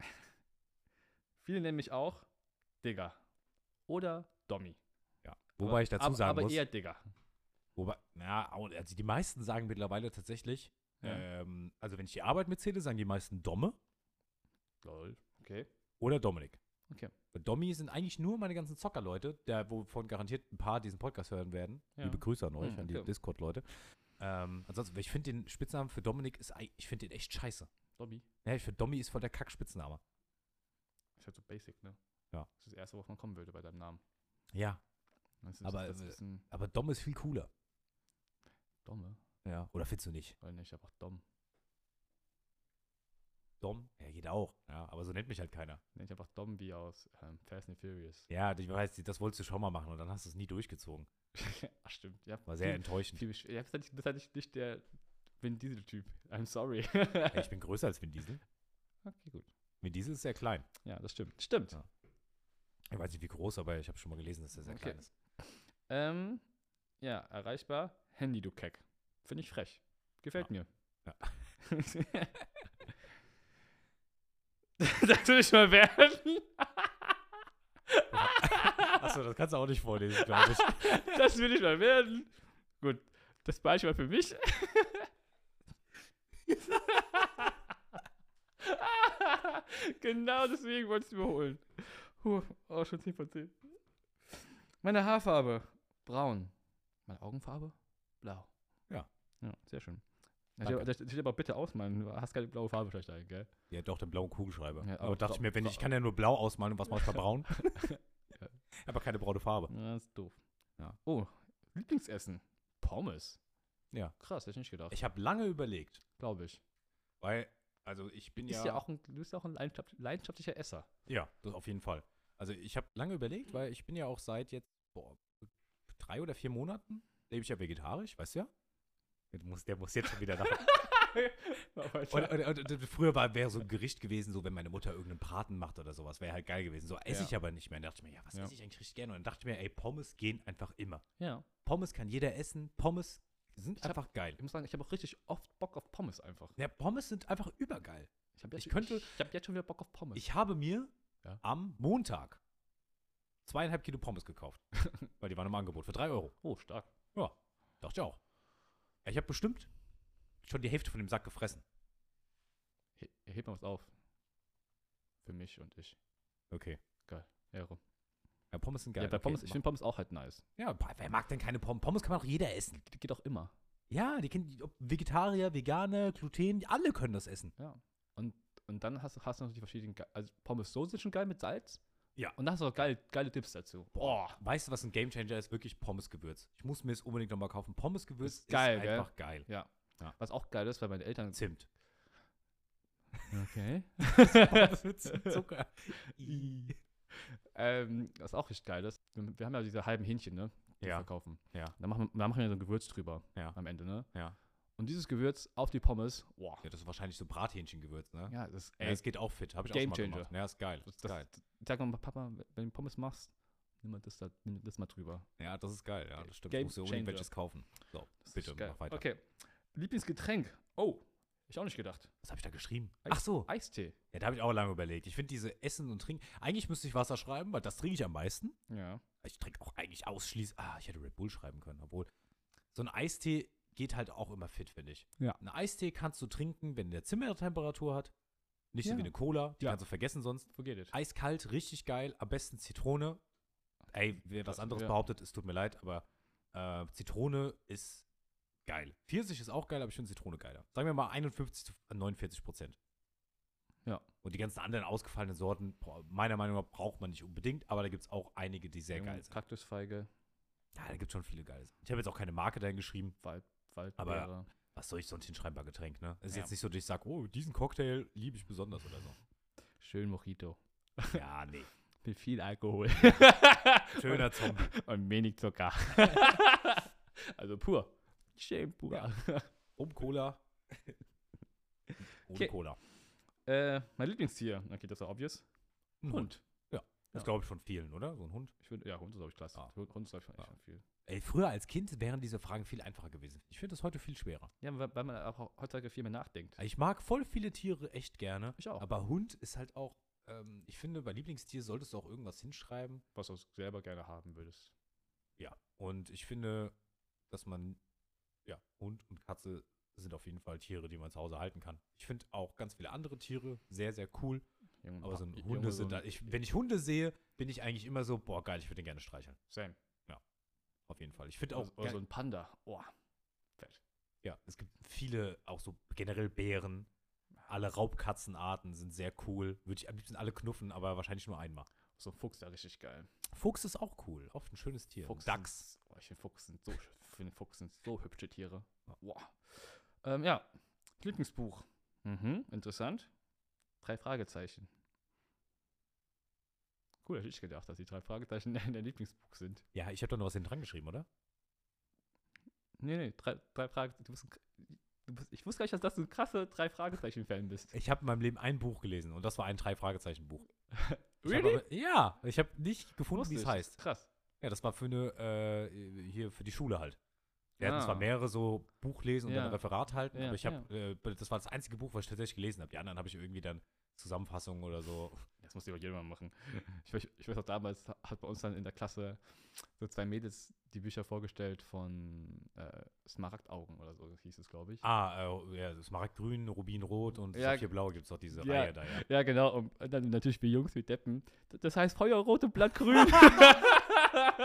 Speaker 1: Viele nennen mich auch Digger. Oder Dommy.
Speaker 2: Ja. Wobei ich dazu
Speaker 1: aber,
Speaker 2: sagen
Speaker 1: aber
Speaker 2: muss,
Speaker 1: eher Digger.
Speaker 2: wobei, na, au- also die meisten sagen mittlerweile tatsächlich,
Speaker 1: Ja.
Speaker 2: ähm, also wenn ich die Arbeit mitzähle, sagen die meisten Domme
Speaker 1: Lol. Okay.
Speaker 2: oder Dominik.
Speaker 1: Okay.
Speaker 2: Und Dommi sind eigentlich nur meine ganzen Zockerleute, der, wovon garantiert ein paar diesen Podcast hören werden.
Speaker 1: Ja.
Speaker 2: Liebe Grüße an euch,
Speaker 1: Hm,
Speaker 2: an die
Speaker 1: okay.
Speaker 2: Discord-Leute. Ähm, ansonsten, ich finde den Spitznamen für Dominik ist, ei- ich finde den echt scheiße.
Speaker 1: Dobby.
Speaker 2: Ja, ich finde Dommi ist voll der Kack-Spitzname.
Speaker 1: Ist halt so basic, ne?
Speaker 2: Ja.
Speaker 1: Das ist das Erste, worauf man kommen würde bei deinem Namen.
Speaker 2: Ja,
Speaker 1: Das ist
Speaker 2: Aber,
Speaker 1: das ist
Speaker 2: äh,
Speaker 1: ein bisschen
Speaker 2: aber Dom ist viel cooler.
Speaker 1: dumme.
Speaker 2: Ja. Oder findest du nicht?
Speaker 1: Weil nicht, aber auch dumm.
Speaker 2: Dom? Ja, geht auch. Ja, aber so nennt mich halt keiner.
Speaker 1: Nenn ich einfach dumm wie aus ähm, Fast and Furious.
Speaker 2: Ja, ich weiß, das wolltest du schon mal machen und dann hast du es nie durchgezogen.
Speaker 1: Ach, stimmt. Ja,
Speaker 2: War sehr
Speaker 1: viel-
Speaker 2: enttäuschend.
Speaker 1: viel besch- Ja, bist halt nicht, bist halt nicht, nicht der Vin Diesel-Typ. I'm sorry.
Speaker 2: Ey, ich bin größer als Vin Diesel.
Speaker 1: okay, gut.
Speaker 2: Vin Diesel ist sehr klein.
Speaker 1: Ja, das stimmt. Stimmt.
Speaker 2: Ja. Ich weiß nicht, wie groß, aber ich habe schon mal gelesen, dass er sehr
Speaker 1: Okay.
Speaker 2: klein ist.
Speaker 1: Ähm, ja, erreichbar. Handy, du Keck. Finde ich frech. Gefällt mir.
Speaker 2: Ja.
Speaker 1: das will ich mal werden.
Speaker 2: Achso, das kannst du auch nicht vorlesen, glaube ich.
Speaker 1: Das will ich mal werden. Gut, das Beispiel war für mich. genau deswegen wollte ich es überholen. Huh, oh, schon 10 von 10. Meine Haarfarbe braun. Meine Augenfarbe blau.
Speaker 2: Ja.
Speaker 1: Ja, sehr schön. Da
Speaker 2: Danke.
Speaker 1: steht, da steht aber bitte ausmalen. Du hast keine blaue Farbe vielleicht eigentlich, gell?
Speaker 2: Ja, doch, den blauen Kugelschreiber.
Speaker 1: Ja,
Speaker 2: aber
Speaker 1: aber
Speaker 2: dachte
Speaker 1: blau-
Speaker 2: ich mir, wenn
Speaker 1: blau-
Speaker 2: ich, ich kann ja nur blau ausmalen, was mache ich bei braun? Aber keine braune Farbe.
Speaker 1: Ja, das ist doof.
Speaker 2: Ja.
Speaker 1: Oh, Lieblingsessen. Pommes.
Speaker 2: Ja.
Speaker 1: Krass, hätte ich nicht gedacht.
Speaker 2: Ich habe lange überlegt,
Speaker 1: Glaube ich.
Speaker 2: weil, also ich bin
Speaker 1: Ist ja auch ein, du bist ja auch ein leidenschaft- leidenschaftlicher Esser.
Speaker 2: Ja, das auf jeden Fall. Also ich habe lange überlegt, weil ich bin ja auch seit jetzt boah, drei oder vier Monaten lebe ich ja vegetarisch, weißt du ja? Der muss, der muss jetzt schon wieder lachen. und, und, und, und früher war- wäre so ein Gericht gewesen, so wenn meine Mutter irgendeinen Braten macht oder sowas, wäre halt geil gewesen. So esse
Speaker 1: Ja.
Speaker 2: ich aber nicht mehr. Dann dachte ich mir, ja, was
Speaker 1: Ja.
Speaker 2: esse ich eigentlich richtig gerne? Und dann dachte ich mir, ey, Pommes gehen einfach immer.
Speaker 1: ja,
Speaker 2: Pommes kann jeder essen. Pommes sind
Speaker 1: Ich hab-
Speaker 2: einfach geil.
Speaker 1: ich muss sagen, ich habe auch richtig oft Bock auf Pommes einfach.
Speaker 2: Ja, Pommes sind einfach übergeil.
Speaker 1: Ich, hab jetzt,
Speaker 2: Ich könnte-
Speaker 1: Ich, habe jetzt schon wieder Bock auf Pommes.
Speaker 2: Ich habe mir
Speaker 1: Ja.
Speaker 2: am Montag zweieinhalb Kilo Pommes gekauft. weil die waren im Angebot für drei Euro.
Speaker 1: oh, stark.
Speaker 2: Ja, dachte ich auch. Ja, ich habe bestimmt schon die Hälfte von dem Sack gefressen.
Speaker 1: He, heb mal was auf. Für mich und ich.
Speaker 2: Okay.
Speaker 1: Ehre.
Speaker 2: Ja, Pommes sind geil.
Speaker 1: ja, bei
Speaker 2: okay.
Speaker 1: Pommes, ich finde Pommes auch halt nice.
Speaker 2: ja, boah, wer mag denn keine Pommes? Pommes kann man auch jeder essen.
Speaker 1: Ge- Geht auch immer.
Speaker 2: Ja, die können, ob Vegetarier, Veganer, Gluten, alle können das essen.
Speaker 1: Und dann hast, du- hast du noch die verschiedenen, ge- also Pommes so sind schon geil mit Salz.
Speaker 2: Ja.
Speaker 1: Und da hast du auch geil, geile Tipps dazu. Boah.
Speaker 2: Weißt du, was ein Gamechanger ist? Wirklich Pommesgewürz. Ich muss mir es unbedingt nochmal kaufen. Pommesgewürz
Speaker 1: Ist
Speaker 2: ist,
Speaker 1: geil, gell?
Speaker 2: einfach geil.
Speaker 1: Was auch geil ist, weil meine Eltern.
Speaker 2: Zimt.
Speaker 1: Okay.
Speaker 2: Pommes mit Zimt, Zucker. I.
Speaker 1: ähm, was auch richtig geil ist. Wir wir haben ja diese halben Hähnchen, ne? die
Speaker 2: Ja.
Speaker 1: verkaufen.
Speaker 2: Ja.
Speaker 1: Da machen, da machen wir so ein Gewürz drüber
Speaker 2: Ja.
Speaker 1: am Ende, ne?
Speaker 2: Ja.
Speaker 1: Und dieses Gewürz auf die Pommes, boah.
Speaker 2: Ja, das ist wahrscheinlich so Brathähnchengewürz, ne?
Speaker 1: Ja, das ist
Speaker 2: Ja,
Speaker 1: ey,
Speaker 2: es geht auch fit. Habe ich auch schon mal
Speaker 1: Gamechanger.
Speaker 2: gemacht. Ja, ist geil.
Speaker 1: das,
Speaker 2: ist geil.
Speaker 1: das, Sag mal, Papa, wenn du Pommes machst, nimm mal das, da, nimm das mal drüber.
Speaker 2: Ja, das ist geil. Ja, das stimmt.
Speaker 1: Game
Speaker 2: Musst du
Speaker 1: Changer.
Speaker 2: unbedingt welches kaufen. So,
Speaker 1: Das
Speaker 2: bitte,
Speaker 1: ist geil.
Speaker 2: mach weiter.
Speaker 1: Okay. Lieblingsgetränk. Oh, ich auch nicht gedacht.
Speaker 2: Was habe ich da geschrieben?
Speaker 1: Eis-
Speaker 2: Ach so.
Speaker 1: Eistee.
Speaker 2: Ja, da habe ich auch lange überlegt. Ich finde diese Essen und Trinken. Eigentlich müsste ich Wasser schreiben, weil das trinke ich am meisten.
Speaker 1: Ja.
Speaker 2: Ich trinke auch eigentlich ausschließlich. Ah, ich hätte Red Bull schreiben können, obwohl. So ein Eistee geht halt auch immer fit, finde ich.
Speaker 1: Ja.
Speaker 2: Ein Eistee kannst du trinken, wenn der Zimmertemperatur hat. Nicht so
Speaker 1: Ja.
Speaker 2: wie eine Cola, die
Speaker 1: Ja.
Speaker 2: kannst du vergessen sonst.
Speaker 1: Forget it.
Speaker 2: Eiskalt, richtig geil. Am besten Zitrone. Ey, wer was
Speaker 1: Ja,
Speaker 2: anderes
Speaker 1: ja.
Speaker 2: behauptet, es tut mir leid, aber äh, Zitrone ist geil. Pfirsich ist auch geil, aber ich finde Zitrone geiler. Sagen wir mal 51 zu 49 Prozent.
Speaker 1: Ja.
Speaker 2: Und die ganzen anderen ausgefallenen Sorten, boah, meiner Meinung nach, braucht man nicht unbedingt, aber da gibt es auch einige, die sehr
Speaker 1: Ähm,
Speaker 2: geil sind.
Speaker 1: Kaktusfeige,
Speaker 2: Ja, da gibt es schon viele geile Sachen. Ich habe jetzt auch keine Marke dahin geschrieben.
Speaker 1: Wald, Waldbeere.
Speaker 2: Aber- Was soll ich sonst hinschreiben bei Getränk, ne? Es ist
Speaker 1: Ja.
Speaker 2: jetzt nicht so, dass ich sage, oh, diesen Cocktail liebe ich besonders oder so.
Speaker 1: Schön Mojito.
Speaker 2: ja, nee.
Speaker 1: Mit viel Alkohol.
Speaker 2: Schöner Zombie.
Speaker 1: Und wenig Zucker. also pur. Schön pur.
Speaker 2: Ja. Um Cola. Ohne
Speaker 1: Okay.
Speaker 2: Cola.
Speaker 1: Äh, mein Lieblingstier. Okay, das war obvious.
Speaker 2: Ein
Speaker 1: Hund.
Speaker 2: Das
Speaker 1: Ja.
Speaker 2: glaube ich von vielen, oder? So ein Hund.
Speaker 1: Ich finde, ja, Hund ist, glaube ich, klasse.
Speaker 2: Ja.
Speaker 1: Hund Hund ist, glaube ich,
Speaker 2: Ja.
Speaker 1: echt schon viel.
Speaker 2: Ey, früher als Kind wären diese Fragen viel einfacher gewesen. Ich finde das heute viel schwerer.
Speaker 1: Ja, weil, weil man auch heutzutage viel mehr nachdenkt.
Speaker 2: Ich mag voll viele Tiere echt gerne.
Speaker 1: Ich auch.
Speaker 2: Aber Hund ist halt auch, ähm, ich finde, bei Lieblingstier solltest du auch irgendwas hinschreiben.
Speaker 1: was du selber gerne haben würdest.
Speaker 2: Ja. Und ich finde, dass man, ja, Hund und Katze sind auf jeden Fall Tiere, die man zu Hause halten kann. Ich finde auch ganz viele andere Tiere sehr, sehr cool.
Speaker 1: Junge,
Speaker 2: Aber so ein
Speaker 1: Junge,
Speaker 2: Hunde
Speaker 1: so
Speaker 2: sind da,
Speaker 1: ein-
Speaker 2: ich, wenn ich Hunde sehe, bin ich eigentlich immer so, boah, geil, ich würde den gerne streicheln.
Speaker 1: Same.
Speaker 2: Auf jeden Fall. Ich finde
Speaker 1: Oder,
Speaker 2: auch,
Speaker 1: so- Also, oder
Speaker 2: ge-
Speaker 1: so ein Panda. Oh.
Speaker 2: ja, Also, es gibt viele, auch so generell Bären. Alle Raubkatzenarten sind sehr cool. Würde ich am liebsten alle knuffen, aber wahrscheinlich nur einmal.
Speaker 1: So ein Fuchs, der richtig geil.
Speaker 2: Fuchs ist auch cool. Oft ein schönes Tier.
Speaker 1: Fuchs
Speaker 2: Dachs.
Speaker 1: Sind, oh, ich finde Fuchs sind so, sch- ich finde Fuchs sind so hübsche Tiere. Wow. Ähm, ja, Lieblingsbuch. Mhm, interessant. Drei Fragezeichen. Cool, hätte ich gedacht, dass die drei Fragezeichen dein Lieblingsbuch sind.
Speaker 2: Ja, ich habe da noch was hinten dran geschrieben, oder?
Speaker 1: Nee, nee, drei, drei Fragezeichen. Du bist, ein kr- du bist, ich wusste gar nicht, dass- dass du ein krasser drei Fragezeichen-Fan bist.
Speaker 2: Ich habe in meinem Leben ein Buch gelesen und das war ein Drei-Fragezeichen-Buch. Ich hab
Speaker 1: Really?
Speaker 2: aber- Ja, ich habe nicht gefunden,
Speaker 1: Wusste
Speaker 2: wie es
Speaker 1: ich.
Speaker 2: heißt.
Speaker 1: Krass.
Speaker 2: Ja, das war für eine, äh, hier für die Schule halt. Wir hatten zwar
Speaker 1: Ah.
Speaker 2: mehrere so Buch lesen und
Speaker 1: Ja.
Speaker 2: dann ein Referat halten,
Speaker 1: Ja,
Speaker 2: aber ich habe, äh, das war das einzige Buch, was ich tatsächlich gelesen habe. Die anderen habe ich irgendwie dann Zusammenfassungen oder so.
Speaker 1: Das muss jeder mal machen. Ich, weiß- ich weiß auch, damals hat bei uns dann in der Klasse so zwei Mädels die Bücher vorgestellt von äh, Smaragdaugen oder so hieß es, glaube ich.
Speaker 2: Ah, äh, ja, Smaragdgrün, Rubinrot und
Speaker 1: Ja,
Speaker 2: Saphirblau gibt es doch diese
Speaker 1: ja.
Speaker 2: Reihe da, ja.
Speaker 1: Ja, genau. Und dann natürlich wir Jungs, wir Deppen. D- Das heißt Feuerrot und Blattgrün.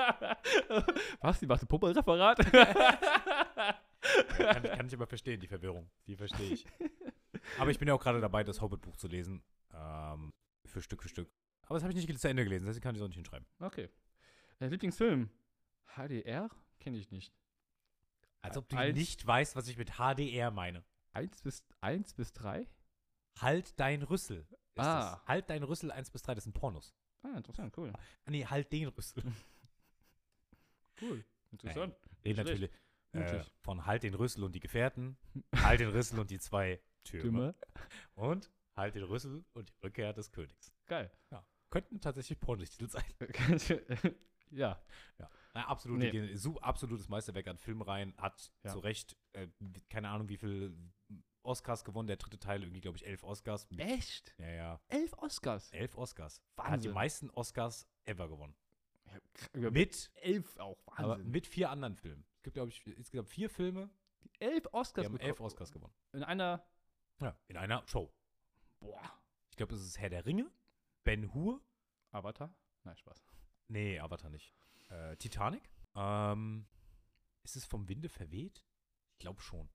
Speaker 1: Was? Die macht ein Puppe-Referat?
Speaker 2: Ja, Kann, kann ich aber verstehen, die Verwirrung. Die verstehe ich. aber ich bin ja auch gerade dabei, das Hobbit-Buch zu lesen. Ähm, für Stück für Stück. Aber das habe ich nicht zu Ende gelesen, deswegen kann ich es auch nicht hinschreiben.
Speaker 1: okay. Äh, Lieblingsfilm? HDR? Kenne ich nicht.
Speaker 2: Als ob du
Speaker 1: Als-
Speaker 2: nicht weißt, was ich mit HDR meine.
Speaker 1: Eins bis, eins bis drei?
Speaker 2: Halt dein Rüssel. Ist
Speaker 1: Ah.
Speaker 2: Das. Halt dein Rüssel 1 bis 3, das sind Pornos.
Speaker 1: Ah, interessant, cool.
Speaker 2: Ah, nee, halt den Rüssel.
Speaker 1: Hm, Cool. Interessant.
Speaker 2: Reden
Speaker 1: Schlecht.
Speaker 2: natürlich äh,
Speaker 1: Mutig.
Speaker 2: von Halt den Rüssel und die Gefährten, Halt den Rüssel und die zwei Türme
Speaker 1: Stimme.
Speaker 2: und Halt den Rüssel und die Rückkehr des Königs.
Speaker 1: Geil.
Speaker 2: Könnten tatsächlich Pornotitel sein.
Speaker 1: ja.
Speaker 2: Na, absolut,
Speaker 1: Nee.
Speaker 2: die- su- absolutes Meisterwerk an Filmreihen, hat
Speaker 1: Ja.
Speaker 2: zu Recht, äh, keine Ahnung, wie viel Oscars gewonnen, der dritte Teil, irgendwie, glaube ich, elf Oscars. Mit-
Speaker 1: Echt?
Speaker 2: Ja, ja,
Speaker 1: Elf Oscars?
Speaker 2: elf Oscars. Hat die
Speaker 1: Wahnsinn.
Speaker 2: meisten Oscars ever gewonnen.
Speaker 1: Ja,
Speaker 2: Mit,
Speaker 1: elf auch.
Speaker 2: aber mit vier anderen Filmen. Es gibt, glaube ich, insgesamt vier Filme,
Speaker 1: elf
Speaker 2: die
Speaker 1: Oscars
Speaker 2: haben elf Oscars gewonnen.
Speaker 1: In einer.
Speaker 2: Ja, in einer Show.
Speaker 1: Boah.
Speaker 2: Ich glaube, es ist Herr der Ringe, Ben Hur.
Speaker 1: Avatar? Nein, Spaß.
Speaker 2: Nee, Avatar nicht. Äh, Titanic. Ähm, ist es vom Winde verweht? Ich glaube schon.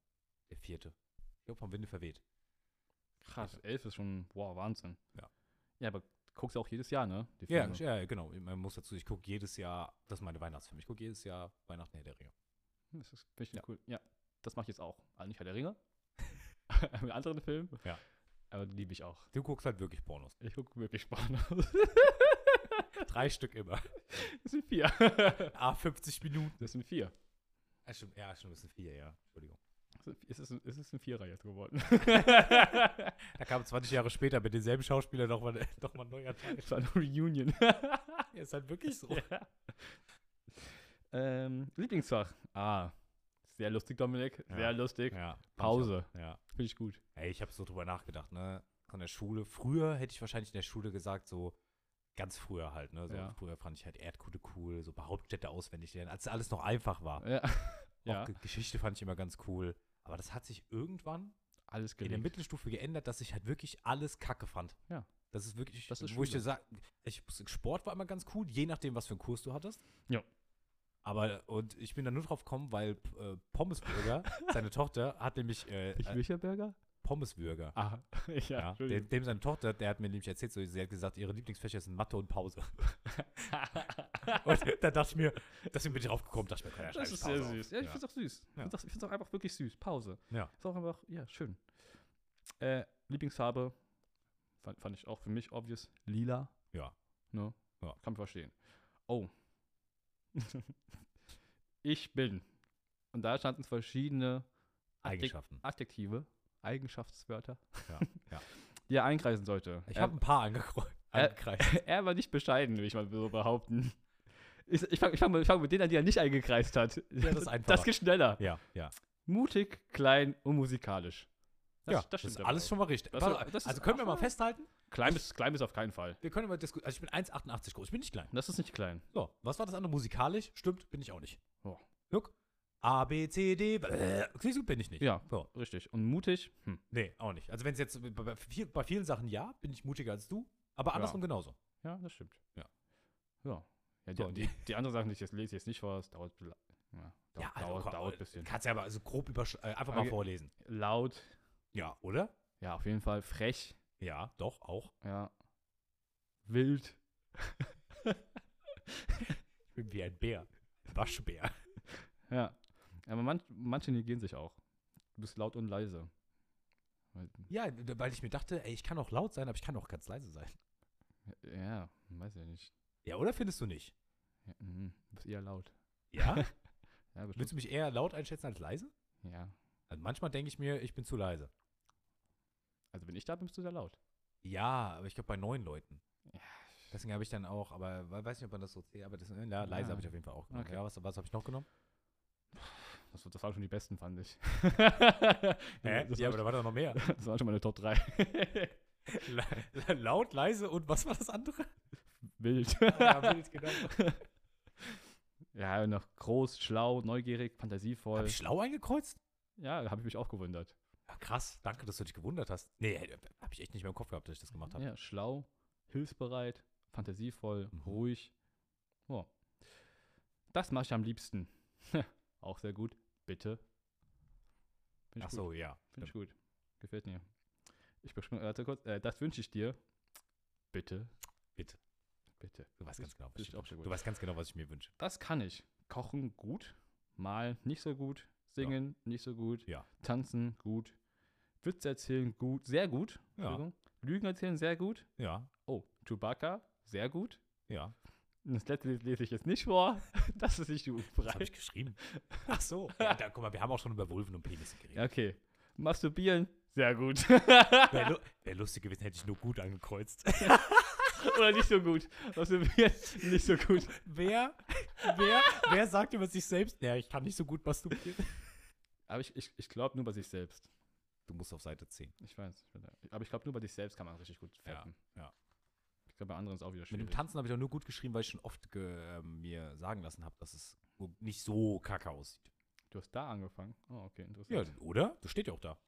Speaker 2: Der vierte. Ich glaube, vom Winde verweht.
Speaker 1: Krass. Elf ist schon. Boah, Wahnsinn.
Speaker 2: Ja.
Speaker 1: Ja, aber guckst du auch jedes Jahr, ne? Die
Speaker 2: Ja,
Speaker 1: Filme.
Speaker 2: ja, genau. Man muss dazu, ich gucke jedes Jahr, das ist meine Weihnachtsfilme, ich gucke jedes Jahr Weihnachten Herr der Ringe.
Speaker 1: Das ist richtig
Speaker 2: Ja.
Speaker 1: cool. Ja, das mache ich jetzt auch. Also nicht Herr der Ringe. mit anderen Filmen.
Speaker 2: Ja.
Speaker 1: Aber die liebe ich auch.
Speaker 2: Du guckst halt wirklich Pornos.
Speaker 1: Ich gucke wirklich spannend aus.
Speaker 2: Drei Stück immer.
Speaker 1: Das sind vier.
Speaker 2: Ah, 50 Minuten.
Speaker 1: Das sind vier.
Speaker 2: Ja, stimmt, Ah, ja, stimmt, das sind vier, ja. Entschuldigung.
Speaker 1: Es ist, es ist ein Vierer jetzt geworden.
Speaker 2: Da kam 20 Jahre später mit denselben Schauspieler nochmal noch mal ein neuer Teil.
Speaker 1: Es war eine Reunion.
Speaker 2: Ja, ist halt wirklich so.
Speaker 1: Ja. Ähm, Lieblingsfach. Ah, sehr lustig, Dominik.
Speaker 2: Ja.
Speaker 1: Sehr lustig.
Speaker 2: Ja,
Speaker 1: Pause.
Speaker 2: Ja.
Speaker 1: Finde ich gut.
Speaker 2: Ey, ich habe so drüber nachgedacht, ne? Von der Schule. Früher hätte ich wahrscheinlich in der Schule gesagt, so ganz früher halt, ne? So
Speaker 1: Ja.
Speaker 2: Früher fand ich halt Erdkunde cool, so ein paar Hauptstädte auswendig lernen, als alles noch einfach war.
Speaker 1: Ja.
Speaker 2: Ah. Auch
Speaker 1: ja.
Speaker 2: Ge- Geschichte fand ich immer ganz cool. Aber das hat sich irgendwann
Speaker 1: Alles
Speaker 2: in der
Speaker 1: gelegt.
Speaker 2: Mittelstufe geändert, dass ich halt wirklich alles kacke fand.
Speaker 1: Ja.
Speaker 2: Das ist wirklich,
Speaker 1: Das ist
Speaker 2: wo ich
Speaker 1: Schule.
Speaker 2: dir sag, ich, Sport war immer ganz cool, je nachdem, was für einen Kurs du hattest.
Speaker 1: Ja.
Speaker 2: Aber, und ich bin da nur drauf gekommen, weil äh, Pommesbürger, seine Tochter, hat nämlich äh,
Speaker 1: Ich
Speaker 2: äh,
Speaker 1: welcher Burger?
Speaker 2: Pommesbürger.
Speaker 1: Ah, ja.
Speaker 2: Ja,
Speaker 1: Entschuldigung.
Speaker 2: dem, dem seine Tochter, der hat mir nämlich erzählt, so, sie hat gesagt, ihre Lieblingsfächer sind Mathe und Pause. und da dachte ich mir, deswegen bin ich drauf gekommen, dachte ich mir, komm, ja, schreib
Speaker 1: Das
Speaker 2: ich
Speaker 1: ist
Speaker 2: Pause
Speaker 1: sehr
Speaker 2: auf.
Speaker 1: süß. Ja, ich
Speaker 2: Ja.
Speaker 1: finde es auch süß. Ich
Speaker 2: Ja.
Speaker 1: finde es auch einfach wirklich süß. Pause.
Speaker 2: Ja.
Speaker 1: Ist auch einfach, ja, schön. Äh, Lieblingsfarbe fand, fand ich auch für mich obvious. Lila.
Speaker 2: Ja.
Speaker 1: Ne?
Speaker 2: Ja.
Speaker 1: Kann man verstehen. Oh. ich bin. Und da standen verschiedene Adjek-
Speaker 2: Eigenschaften.
Speaker 1: Adjektive, Eigenschaftswörter,
Speaker 2: Ja, ja.
Speaker 1: die er einkreisen sollte.
Speaker 2: Ich
Speaker 1: Er-
Speaker 2: habe ein paar angekreuzt.
Speaker 1: Äh,
Speaker 2: angekreist.
Speaker 1: er war nicht bescheiden, will ich mal so behaupten. Ich, ich fange fang, mal- ich fang mit denen an, die er nicht eingekreist hat.
Speaker 2: das ist einfacher.
Speaker 1: das geht schneller.
Speaker 2: ja, ja.
Speaker 1: Mutig, klein und musikalisch.
Speaker 2: ja, das, ist
Speaker 1: stimmt aber
Speaker 2: alles
Speaker 1: auch.
Speaker 2: schon mal richtig.
Speaker 1: Das-
Speaker 2: Warte,
Speaker 1: das ist
Speaker 2: also können wir mal
Speaker 1: aber-
Speaker 2: festhalten,
Speaker 1: Klein ist, klein ist auf keinen Fall.
Speaker 2: wir können mal diskutieren. Also ich bin 1,88 groß, ich bin nicht klein.
Speaker 1: Das ist nicht klein.
Speaker 2: So, was war das andere? Musikalisch? Stimmt, bin ich auch nicht.
Speaker 1: Oh.
Speaker 2: Look. A, B, C, D, bläh, siehst du, bin ich nicht.
Speaker 1: Ja,
Speaker 2: So.
Speaker 1: richtig. Und mutig? Hm.
Speaker 2: Nee, auch nicht. Also wenn es jetzt, bei, bei, viel, bei vielen Sachen ja, bin ich mutiger als du, aber andersrum genauso.
Speaker 1: Ja, das stimmt.
Speaker 2: Ja.
Speaker 1: Ja. ja die,
Speaker 2: So, und
Speaker 1: die, die andere Sachen, die ich jetzt lese, ich jetzt nicht vor, es dauert, la- ja, dauert,
Speaker 2: Ja, also
Speaker 1: dauert,
Speaker 2: komm,
Speaker 1: dauert ein bisschen.
Speaker 2: Kannst ja aber also grob übersch äh, einfach mal
Speaker 1: Okay.
Speaker 2: vorlesen.
Speaker 1: Laut,
Speaker 2: Ja, oder?
Speaker 1: ja, auf jeden Fall. Frech,
Speaker 2: Ja, doch, auch.
Speaker 1: ja. Wild,
Speaker 2: Ich bin wie ein Bär. Ein Waschbär.
Speaker 1: ja. Aber manch, manche negieren sich auch. Du bist laut und leise.
Speaker 2: Ja, d- weil ich mir dachte, ey, ich kann auch laut sein, aber ich kann auch ganz leise sein.
Speaker 1: Ja, weiß ja nicht.
Speaker 2: Ja, oder findest du nicht?
Speaker 1: Ja, mhm. Du bist eher laut. Ja,
Speaker 2: Ja?
Speaker 1: bestimmt.
Speaker 2: Willst du mich eher laut einschätzen als leise?
Speaker 1: Ja.
Speaker 2: Also manchmal denke ich mir, ich bin zu leise.
Speaker 1: Also wenn ich da bin, bist du sehr laut.
Speaker 2: Ja, aber ich glaube bei neun Leuten.
Speaker 1: Ja.
Speaker 2: Deswegen habe ich dann auch, aber we- weiß nicht, ob man das so zählt, aber das, ja, leise
Speaker 1: Ah.
Speaker 2: habe ich auf jeden Fall auch genommen.
Speaker 1: Okay.
Speaker 2: Ja, was, was habe ich noch genommen?
Speaker 1: Das, das waren schon die besten, fand ich.
Speaker 2: Hä?
Speaker 1: Das,
Speaker 2: Äh, Ja,
Speaker 1: war,
Speaker 2: aber da war doch noch mehr.
Speaker 1: das waren schon meine Top 3.
Speaker 2: La- Laut, leise und was war das andere?
Speaker 1: Wild.
Speaker 2: Ja, wild, genau.
Speaker 1: Ja, noch groß, schlau, neugierig, fantasievoll.
Speaker 2: Hab ich schlau eingekreuzt?
Speaker 1: ja, da habe ich mich auch gewundert.
Speaker 2: Ja, krass, danke, dass du dich gewundert hast. Nee, äh, hab ich echt nicht mehr im Kopf gehabt, dass ich das gemacht habe.
Speaker 1: Ja, schlau, hilfsbereit, fantasievoll,
Speaker 2: Mhm.
Speaker 1: ruhig. Ja. Das mache ich am liebsten. auch sehr gut. Bitte. Find ich
Speaker 2: Ach
Speaker 1: gut.
Speaker 2: so, ja.
Speaker 1: Finde ich gut. Gefällt mir. Ich beschreibe, warte kurz. Äh, das wünsche ich dir. Bitte.
Speaker 2: Bitte.
Speaker 1: Bitte.
Speaker 2: Du weißt ganz genau, was
Speaker 1: das
Speaker 2: ich
Speaker 1: ist auch
Speaker 2: wünsche.
Speaker 1: sehr gut.
Speaker 2: Du weißt ganz genau, was ich mir wünsche.
Speaker 1: Das kann ich. Kochen gut. Malen nicht so gut. Singen nicht so gut.
Speaker 2: Ja.
Speaker 1: Tanzen gut. Witze erzählen gut. Sehr gut.
Speaker 2: Ja,
Speaker 1: Entschuldigung. Lügen erzählen sehr gut.
Speaker 2: ja,
Speaker 1: Oh, Chewbacca. Sehr gut.
Speaker 2: ja.
Speaker 1: Und Das letzte lese ich jetzt nicht vor. Das ist nicht die
Speaker 2: Was habe
Speaker 1: Frage.
Speaker 2: ich geschrieben? Ach so. Ja, da, guck mal, wir haben auch schon über Vulven und Penisse geredet.
Speaker 1: Okay. Masturbieren. Sehr gut.
Speaker 2: Wäre lu wär lustig gewesen, hätte ich nur gut angekreuzt.
Speaker 1: Oder nicht so gut. Masturbieren. Nicht so gut.
Speaker 2: wer, wer, wer sagt über sich selbst, ja, ich kann nicht so gut masturbieren?
Speaker 1: Aber ich, ich, ich glaube nur bei sich selbst.
Speaker 2: Du musst auf Seite 10.
Speaker 1: Ich weiß. ich bin da- Aber ich glaube, nur bei dich selbst kann man richtig gut
Speaker 2: Ja,
Speaker 1: fappen.
Speaker 2: ja.
Speaker 1: Ich glaube, bei anderen ist auch wieder
Speaker 2: Mit
Speaker 1: schwierig.
Speaker 2: dem Tanzen habe ich auch nur gut geschrieben, weil ich schon oft ge- ähm, mir sagen lassen habe, dass es so- nicht so kacke aussieht.
Speaker 1: du hast da angefangen. Oh, okay,
Speaker 2: Ja,
Speaker 1: interessant.
Speaker 2: oder? Das steht ja auch da.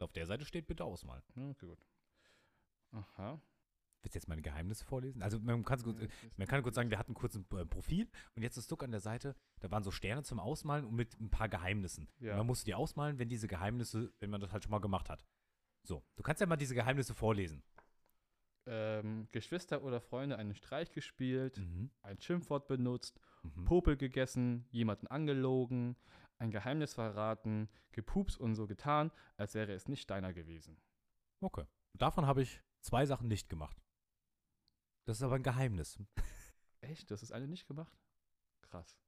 Speaker 2: Auf der Seite steht bitte Auswahl.
Speaker 1: Ja. Okay, gut. Aha.
Speaker 2: Willst du jetzt meine Geheimnisse vorlesen? Also man kann, kurz, man kann kurz sagen, wir hatten kurz ein äh, Profil und jetzt ist Duck an der Seite, da waren so Sterne zum Ausmalen und mit ein paar Geheimnissen.
Speaker 1: Ja.
Speaker 2: Man musste die ausmalen, wenn diese Geheimnisse, wenn man das halt schon mal gemacht hat. So, du kannst ja mal diese Geheimnisse vorlesen.
Speaker 1: ähm, Geschwister oder Freunde einen Streich gespielt,
Speaker 2: Mhm.
Speaker 1: ein Schimpfwort benutzt,
Speaker 2: Mhm.
Speaker 1: Popel gegessen, jemanden angelogen, ein Geheimnis verraten, gepupst und so getan, als wäre es nicht deiner gewesen.
Speaker 2: Okay. Davon habe ich zwei Sachen nicht gemacht. Das ist aber ein Geheimnis.
Speaker 1: Echt? Das ist eine nicht gemacht? Krass.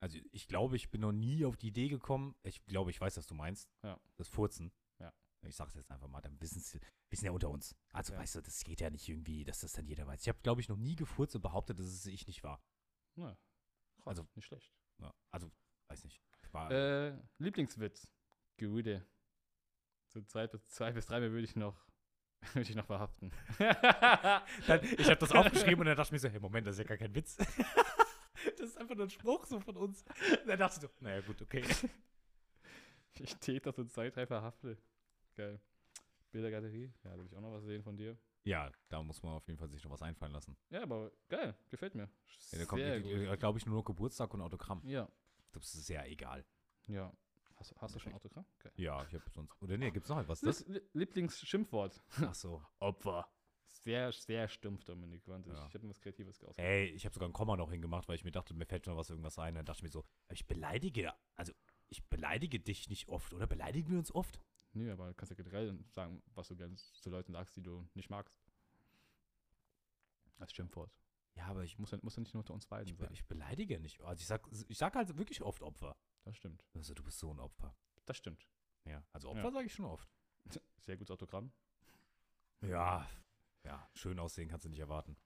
Speaker 2: Also ich glaube, ich bin noch nie auf die Idee gekommen. Ich glaube, ich weiß, was du meinst.
Speaker 1: Ja.
Speaker 2: Das Furzen.
Speaker 1: Ja.
Speaker 2: Ich sag's jetzt einfach mal, dann wissen sie, wissen ja unter uns. Also
Speaker 1: Ja.
Speaker 2: weißt du, das geht ja nicht irgendwie, dass das dann jeder weiß. Ich habe, glaube ich, noch nie gefurzt und behauptet, dass es ich nicht war.
Speaker 1: Na, krass,
Speaker 2: Also-
Speaker 1: nicht schlecht.
Speaker 2: Ja. Also, weiß nicht. Ich war,
Speaker 1: Äh, Lieblingswitz. Gerüde. So zwei bis, zwei bis drei mehr würde ich noch würde ich noch verhaften.
Speaker 2: dann, ich habe das aufgeschrieben und dann dachte ich mir so, hey, Moment, das ist ja gar kein Witz. das ist einfach nur ein Spruch so von uns. Und dann dachte ich so, naja, gut, okay.
Speaker 1: ich täte das so zwei, drei verhafte. Geil. Bildergalerie. Ja, da will ich auch noch was sehen von dir.
Speaker 2: Ja, da muss man auf jeden Fall sich noch was einfallen lassen.
Speaker 1: Ja, aber geil. Gefällt mir.
Speaker 2: Ja, da kommt, glaube ich, nur noch Geburtstag und Autogramm.
Speaker 1: Ja,
Speaker 2: Das ist ja egal.
Speaker 1: ja. Hast, hast du schon Autogramm? Geil.
Speaker 2: Ja, ich habe sonst. Oder nee, gibt's noch etwas?
Speaker 1: Das Li- Lieblingsschimpfwort.
Speaker 2: Ach so.
Speaker 1: Opfer. Sehr, sehr stumpf, Dominik. Wahnsinn.
Speaker 2: Ja.
Speaker 1: Ich habe mir was Kreatives geausgedacht.
Speaker 2: Ey, ich habe sogar ein Komma noch hingemacht, weil ich mir dachte, mir fällt schon was irgendwas ein. Dann dachte ich mir so, ich beleidige, also ich beleidige dich nicht oft, oder? Beleidigen wir uns oft?
Speaker 1: Nö, aber du kannst ja generell sagen, was du gerne zu Leuten sagst, die du nicht magst. Als Schimpfwort.
Speaker 2: Ja, aber ich,
Speaker 1: Ich muss ja, muss ja nicht nur unter uns beiden
Speaker 2: ich, be-
Speaker 1: sein.
Speaker 2: ich beleidige nicht. Also ich sag, ich sag halt wirklich oft Opfer.
Speaker 1: Das stimmt.
Speaker 2: Also du bist so ein Opfer.
Speaker 1: Das stimmt.
Speaker 2: Ja. Also
Speaker 1: Ja.
Speaker 2: Opfer sage ich schon oft.
Speaker 1: Sehr gutes Autogramm.
Speaker 2: Ja. Ja, schön aussehen kannst du nicht erwarten.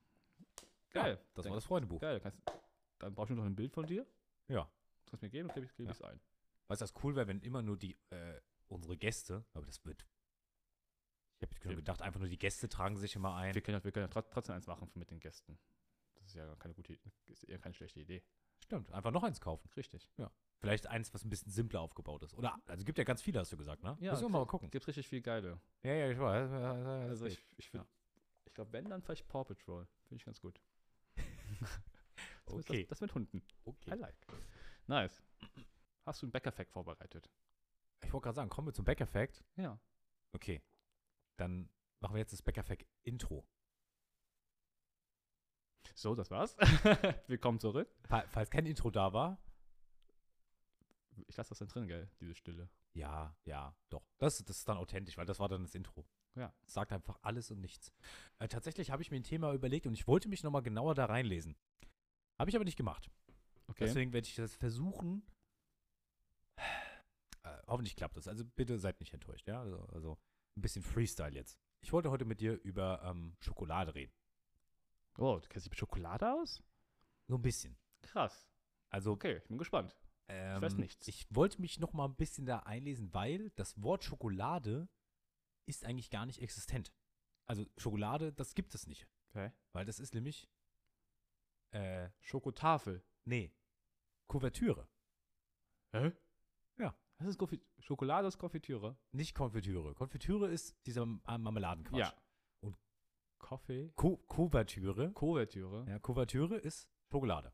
Speaker 1: Geil.
Speaker 2: Ja, das
Speaker 1: Dann-
Speaker 2: war das Freundebuch.
Speaker 1: Geil. Kannst, dann brauchst du noch ein Bild von dir.
Speaker 2: Ja.
Speaker 1: Das kannst du mir geben, dann klebe
Speaker 2: Ja.
Speaker 1: ich es ein.
Speaker 2: Weißt du, was cool wäre, wenn immer nur die, äh, unsere Gäste, aber das wird. Ich habe
Speaker 1: Wir-
Speaker 2: schon gedacht, einfach nur die Gäste tragen sich immer ein.
Speaker 1: Wir können ja, wir können ja trot- trotzdem eins machen mit den Gästen. Das ist ja keine gute, ist eher keine schlechte Idee.
Speaker 2: Stimmt, einfach noch eins kaufen.
Speaker 1: Richtig.
Speaker 2: Vielleicht eins, was ein bisschen simpler aufgebaut ist. Oder, also gibt ja ganz viele, hast du gesagt, ne?
Speaker 1: Ja,
Speaker 2: Müssen wir
Speaker 1: es
Speaker 2: mal gucken.
Speaker 1: Gibt richtig viel geile.
Speaker 2: Ja, ja, ich weiß.
Speaker 1: Also ich, ich,
Speaker 2: Ja.
Speaker 1: würd- ich glaube, wenn, dann vielleicht Paw Patrol. Finde ich ganz gut. Das mit-
Speaker 2: okay.
Speaker 1: Das, das mit Hunden. I
Speaker 2: okay.
Speaker 1: like. Nice. Hast du einen Bäckerfact vorbereitet?
Speaker 2: Ich wollte gerade sagen, kommen wir zum Back-Effekt.
Speaker 1: Ja.
Speaker 2: Okay. Dann machen wir jetzt das Back-Effekt-Intro.
Speaker 1: So, das war's. Willkommen zurück.
Speaker 2: Fa- Falls kein Intro da war,
Speaker 1: Ich lasse das dann drin, gell? Diese Stille.
Speaker 2: ja, ja, doch. Das, das ist dann authentisch, weil das war dann das Intro.
Speaker 1: Ja.
Speaker 2: Sagt einfach alles und nichts. Äh, tatsächlich habe ich mir ein Thema überlegt und ich wollte mich nochmal genauer da reinlesen. Habe ich aber nicht gemacht.
Speaker 1: Okay.
Speaker 2: Deswegen werde ich das versuchen. Äh, hoffentlich klappt das. Also bitte seid nicht enttäuscht, ja? Also, also ein bisschen Freestyle jetzt. Ich wollte heute mit dir über ähm, Schokolade reden.
Speaker 1: Oh, du kennst dich mit Schokolade aus?
Speaker 2: So ein bisschen.
Speaker 1: Krass.
Speaker 2: Also
Speaker 1: Okay, ich bin gespannt.
Speaker 2: Ähm,
Speaker 1: weiß nichts.
Speaker 2: Ich wollte mich noch mal ein bisschen da einlesen, weil das Wort Schokolade ist eigentlich gar nicht existent. Also Schokolade, das gibt es nicht.
Speaker 1: Okay.
Speaker 2: Weil das ist nämlich, äh,
Speaker 1: Schokotafel.
Speaker 2: nee, Kuvertüre.
Speaker 1: Hä?
Speaker 2: Ja.
Speaker 1: Das ist Konfi Schokolade ist Konfitüre.
Speaker 2: Nicht Konfitüre. Konfitüre ist dieser M- äh, Marmeladenquatsch.
Speaker 1: Ja.
Speaker 2: Und-
Speaker 1: Kaffee.
Speaker 2: Ku Kuvertüre.
Speaker 1: Kuvertüre.
Speaker 2: Ja, Kuvertüre ist Schokolade.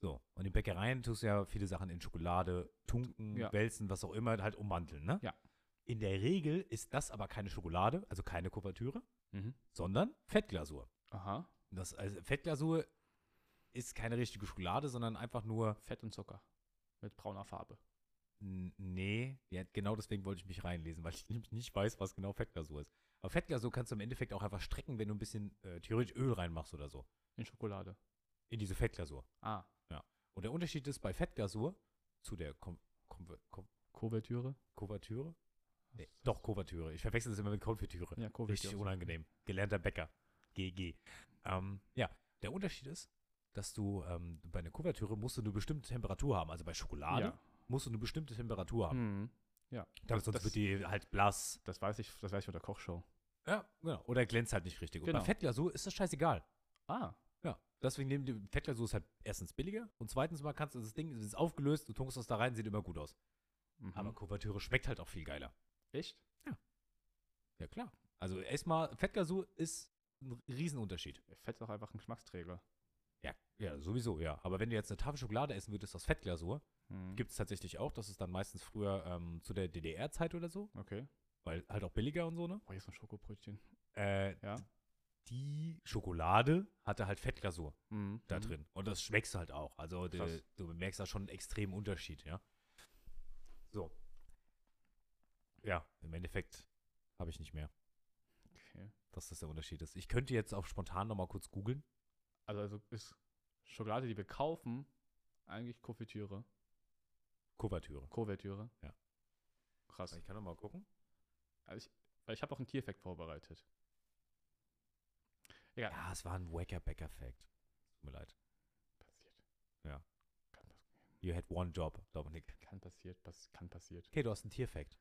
Speaker 2: So, und in Bäckereien tust du ja viele Sachen in Schokolade tunken,
Speaker 1: Ja.
Speaker 2: wälzen, was auch immer, halt umwandeln, ne?
Speaker 1: Ja.
Speaker 2: In der Regel ist das aber keine Schokolade, also keine Kuvertüre,
Speaker 1: Mhm.
Speaker 2: sondern Fettglasur.
Speaker 1: Aha.
Speaker 2: Das, also Fettglasur ist keine richtige Schokolade, sondern einfach nur,
Speaker 1: Fett und Zucker. Mit brauner Farbe.
Speaker 2: n- nee, ja, genau deswegen wollte ich mich reinlesen, weil ich nämlich nicht weiß, was genau Fettglasur ist. Aber Fettglasur kannst du im Endeffekt auch einfach strecken, wenn du ein bisschen äh, theoretisch Öl reinmachst oder so.
Speaker 1: In Schokolade.
Speaker 2: In diese Fettglasur.
Speaker 1: Ah.
Speaker 2: Und der Unterschied ist bei Fettglasur zu der Kom Kom Kom
Speaker 1: Kuvertüre.
Speaker 2: Kuvertüre? Nee, doch, Kuvertüre. Ich verwechsel das immer mit Konfitüre.
Speaker 1: Ja,
Speaker 2: Richtig
Speaker 1: Kuvertüre.
Speaker 2: unangenehm. Gelernter Bäcker. GG. Ähm, ja, der Unterschied ist, dass du ähm, bei einer Kuvertüre musst du eine bestimmte Temperatur haben. Also bei Schokolade
Speaker 1: Ja.
Speaker 2: musst du eine bestimmte Temperatur haben.
Speaker 1: Mhm.
Speaker 2: Damit sonst
Speaker 1: das-
Speaker 2: wird die halt blass.
Speaker 1: Das weiß ich, das weiß ich von der Kochshow.
Speaker 2: Ja, genau. Oder glänzt halt nicht richtig. Und bei
Speaker 1: Genau.
Speaker 2: Fettglasur ist das scheißegal.
Speaker 1: Ah.
Speaker 2: Ja, deswegen nehmen die Fettglasur ist halt erstens billiger und zweitens mal kannst du das Ding, es ist aufgelöst, du tunkst das da rein, sieht immer gut aus.
Speaker 1: Mhm.
Speaker 2: Aber Kuvertüre schmeckt halt auch viel geiler.
Speaker 1: echt?
Speaker 2: Ja, klar. Also erstmal, Fettglasur ist ein Riesenunterschied.
Speaker 1: Fett ist auch einfach ein Geschmacksträger.
Speaker 2: Ja, ja, sowieso, ja. Aber wenn du jetzt eine Tafel Schokolade essen würdest aus Fettglasur,
Speaker 1: Mhm.
Speaker 2: gibt es tatsächlich auch. Das ist dann meistens früher ähm, zu der DDR-Zeit oder so,
Speaker 1: Okay.
Speaker 2: weil halt auch billiger und so, ne?
Speaker 1: Oh, hier ist ein Schokobrötchen.
Speaker 2: Äh,
Speaker 1: Ja.
Speaker 2: d- Die Schokolade hatte halt Fettglasur
Speaker 1: Mhm.
Speaker 2: da
Speaker 1: Mhm.
Speaker 2: drin. Und das schmeckst du halt auch. Also de,
Speaker 1: Krass.
Speaker 2: du merkst da schon einen extremen Unterschied, ja. So. Ja, im Endeffekt habe ich nicht mehr,
Speaker 1: Okay.
Speaker 2: dass das der Unterschied ist. Ich könnte jetzt auch spontan nochmal kurz googeln.
Speaker 1: Also, also ist Schokolade, die wir kaufen, eigentlich Konfitüre.
Speaker 2: Kuvertüre.
Speaker 1: Kuvertüre.
Speaker 2: Ja.
Speaker 1: Krass.
Speaker 2: Ich kann noch mal gucken.
Speaker 1: Also ich, weil ich habe auch einen Tiereffekt vorbereitet. Ja.
Speaker 2: Ja, es war ein wacker bäcker fact Tut mir leid.
Speaker 1: Passiert.
Speaker 2: Ja.
Speaker 1: Kann, pass-
Speaker 2: You had one job, Dominik.
Speaker 1: kann passiert, pass kann passiert.
Speaker 2: Okay, du hast einen Tier-Fact.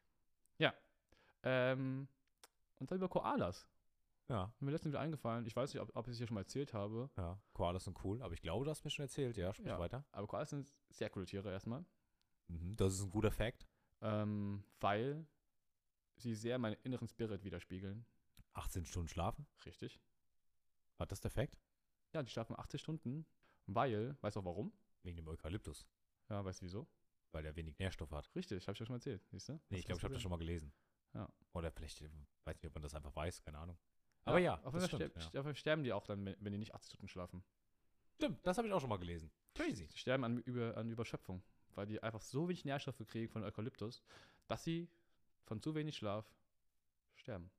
Speaker 1: Ähm, und dann über Koalas.
Speaker 2: Ja,
Speaker 1: Mir letztens wieder eingefallen. Ich weiß nicht, ob, ob ich es hier schon mal erzählt habe,
Speaker 2: ja. Koalas sind cool, aber ich glaube, du hast mir schon erzählt. Ja, sprich
Speaker 1: Ja.
Speaker 2: weiter.
Speaker 1: aber Koalas sind sehr coole Tiere erstmal.
Speaker 2: Mhm, das ist ein guter Fact.
Speaker 1: Ähm, weil sie sehr meinen inneren Spirit widerspiegeln.
Speaker 2: 18 Stunden schlafen.
Speaker 1: Richtig.
Speaker 2: War das der Fact?
Speaker 1: Ja, die schlafen 80 Stunden, weil, weißt du auch warum?
Speaker 2: Wegen dem Eukalyptus,
Speaker 1: Ja, weißt du wieso?
Speaker 2: weil er wenig Nährstoff hat.
Speaker 1: Richtig, habe ich ja schon mal erzählt, siehst du?
Speaker 2: Nee, ich glaube, ich habe das schon mal gelesen.
Speaker 1: Ja.
Speaker 2: Oder vielleicht, äh, weiß nicht, ob man das einfach weiß, keine Ahnung. Aber ja,
Speaker 1: auf
Speaker 2: das
Speaker 1: jeden Fall
Speaker 2: stimmt,
Speaker 1: sterb- auf jeden Fall sterben die auch dann, wenn wenn die nicht 80 Stunden schlafen.
Speaker 2: Stimmt, das habe ich auch schon mal gelesen. Crazy.
Speaker 1: Die sterben an, über, an Überschöpfung, weil die einfach so wenig Nährstoffe kriegen von Eukalyptus, dass sie von zu wenig Schlaf sterben.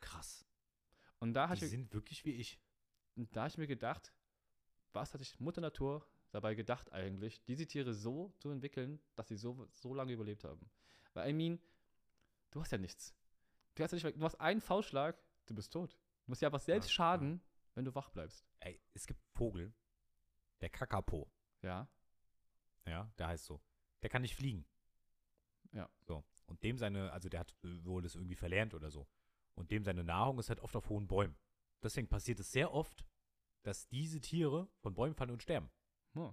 Speaker 2: Krass.
Speaker 1: Und da
Speaker 2: Die
Speaker 1: hatte ich,
Speaker 2: sind wirklich wie ich.
Speaker 1: und da hab ich mir gedacht, was hat sich Mutter Natur dabei gedacht eigentlich, diese Tiere so zu entwickeln, dass sie so, so lange überlebt haben? Weil, I mean, du hast ja nichts. Du hast, ja nicht, du hast einen Faustschlag, du bist tot. Du musst dir einfach selbst
Speaker 2: Ja, ja.
Speaker 1: schaden, wenn du wach bleibst.
Speaker 2: Ey, es gibt einen Vogel, der Kakapo.
Speaker 1: Ja,
Speaker 2: Ja, der heißt so. Der kann nicht fliegen.
Speaker 1: Ja.
Speaker 2: So. Und dem seine, also der hat äh, wohl das irgendwie verlernt oder so. Und dem seine Nahrung ist halt oft auf hohen Bäumen. Deswegen passiert es sehr oft, dass diese Tiere von Bäumen fallen und sterben.
Speaker 1: Oh.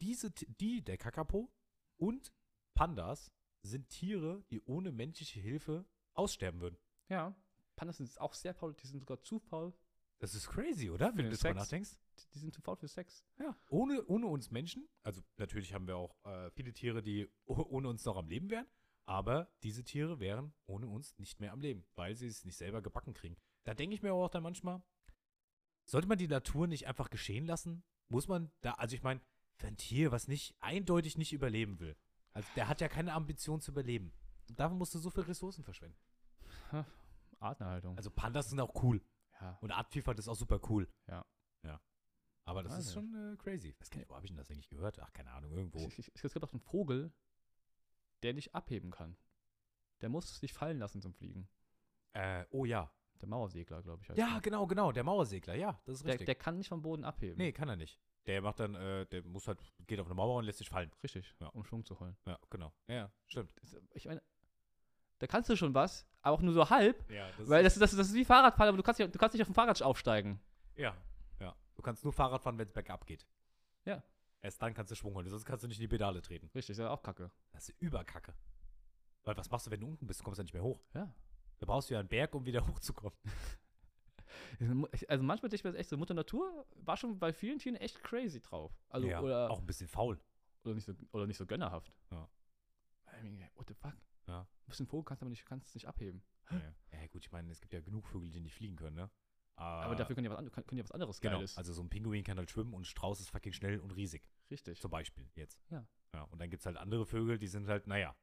Speaker 2: Diese, Ti- die, der Kakapo und Pandas sind Tiere, die ohne menschliche Hilfe aussterben würden.
Speaker 1: ja. Pandas sind auch sehr faul, die sind sogar zu faul,
Speaker 2: Das ist crazy, oder?
Speaker 1: Für
Speaker 2: Wenn
Speaker 1: den
Speaker 2: du das mal
Speaker 1: Sex.
Speaker 2: nachdenkst.
Speaker 1: die- die sind zu faul für Sex.
Speaker 2: Ja. Ohne, ohne uns Menschen, also natürlich haben wir auch äh, viele Tiere, die o- ohne uns noch am Leben wären, aber diese Tiere wären ohne uns nicht mehr am Leben, weil sie es nicht selber gebacken kriegen. Da denke ich mir aber auch dann manchmal, sollte man die Natur nicht einfach geschehen lassen? Muss man da, also ich meine, für ein Tier, was nicht eindeutig nicht überleben will, also der hat ja keine Ambition zu überleben. Dafür musst du so viel Ressourcen verschwenden.
Speaker 1: Artenhaltung.
Speaker 2: Also Pandas sind auch cool
Speaker 1: ja.
Speaker 2: und Artvielfalt ist auch super cool.
Speaker 1: Ja. Ah,
Speaker 2: Ja. Aber das
Speaker 1: Weiß
Speaker 2: ist schon äh, crazy. Weiß gar nicht, wo habe ich denn das eigentlich gehört? Ach, keine Ahnung, irgendwo.
Speaker 1: Es, es, es gibt auch einen Vogel, der nicht abheben kann. Der muss sich fallen lassen zum Fliegen.
Speaker 2: Äh, oh ja,
Speaker 1: Der Mauersegler, glaube ich. heißt
Speaker 2: Ja, genau, genau, der Mauersegler, ja, das ist
Speaker 1: der. Der,
Speaker 2: richtig.
Speaker 1: der kann nicht vom Boden abheben.
Speaker 2: nee, kann er nicht. Der macht dann, äh, der muss halt, geht auf eine Mauer und lässt sich fallen.
Speaker 1: Richtig,
Speaker 2: Ja.
Speaker 1: um Schwung zu holen.
Speaker 2: Ja, genau. Ja, stimmt.
Speaker 1: Das- Ich meine, da kannst du schon was, aber auch nur so halb.
Speaker 2: Ja, das
Speaker 1: Weil das, das, das ist wie Fahrradfahren, aber du kannst, nicht, du kannst nicht auf dem Fahrrad aufsteigen.
Speaker 2: Ja, ja. Du kannst nur Fahrrad fahren, wenn es bergab geht.
Speaker 1: Ja.
Speaker 2: Erst dann kannst du Schwung holen, sonst kannst du nicht in die Pedale treten.
Speaker 1: Richtig, ist ja auch kacke.
Speaker 2: Das ist Überkacke. Weil was machst du, wenn du unten bist? Du kommst ja nicht mehr hoch.
Speaker 1: Ja.
Speaker 2: Da brauchst du ja einen Berg, um wieder hochzukommen.
Speaker 1: Also manchmal denke ich mir das echt so, Mutter Natur war schon bei vielen Tieren echt crazy drauf. Also,
Speaker 2: ja,
Speaker 1: oder,
Speaker 2: auch ein bisschen faul.
Speaker 1: oder, nicht so, oder nicht so gönnerhaft.
Speaker 2: Ja.
Speaker 1: I mean, what the fuck?
Speaker 2: Ja.
Speaker 1: Du bist ein Vogel, kannst aber nicht, kannst nicht abheben.
Speaker 2: Ja. ja, gut, ich meine, es gibt ja genug Vögel, die nicht fliegen können, ne?
Speaker 1: Aber dafür können ja was, an- können, können ja was anderes
Speaker 2: genau.
Speaker 1: Geiles.
Speaker 2: Also so ein Pinguin kann halt schwimmen und ein Strauß ist fucking schnell und riesig.
Speaker 1: Richtig.
Speaker 2: Zum Beispiel jetzt.
Speaker 1: Ja.
Speaker 2: ja und dann gibt es halt andere Vögel, die sind halt, naja,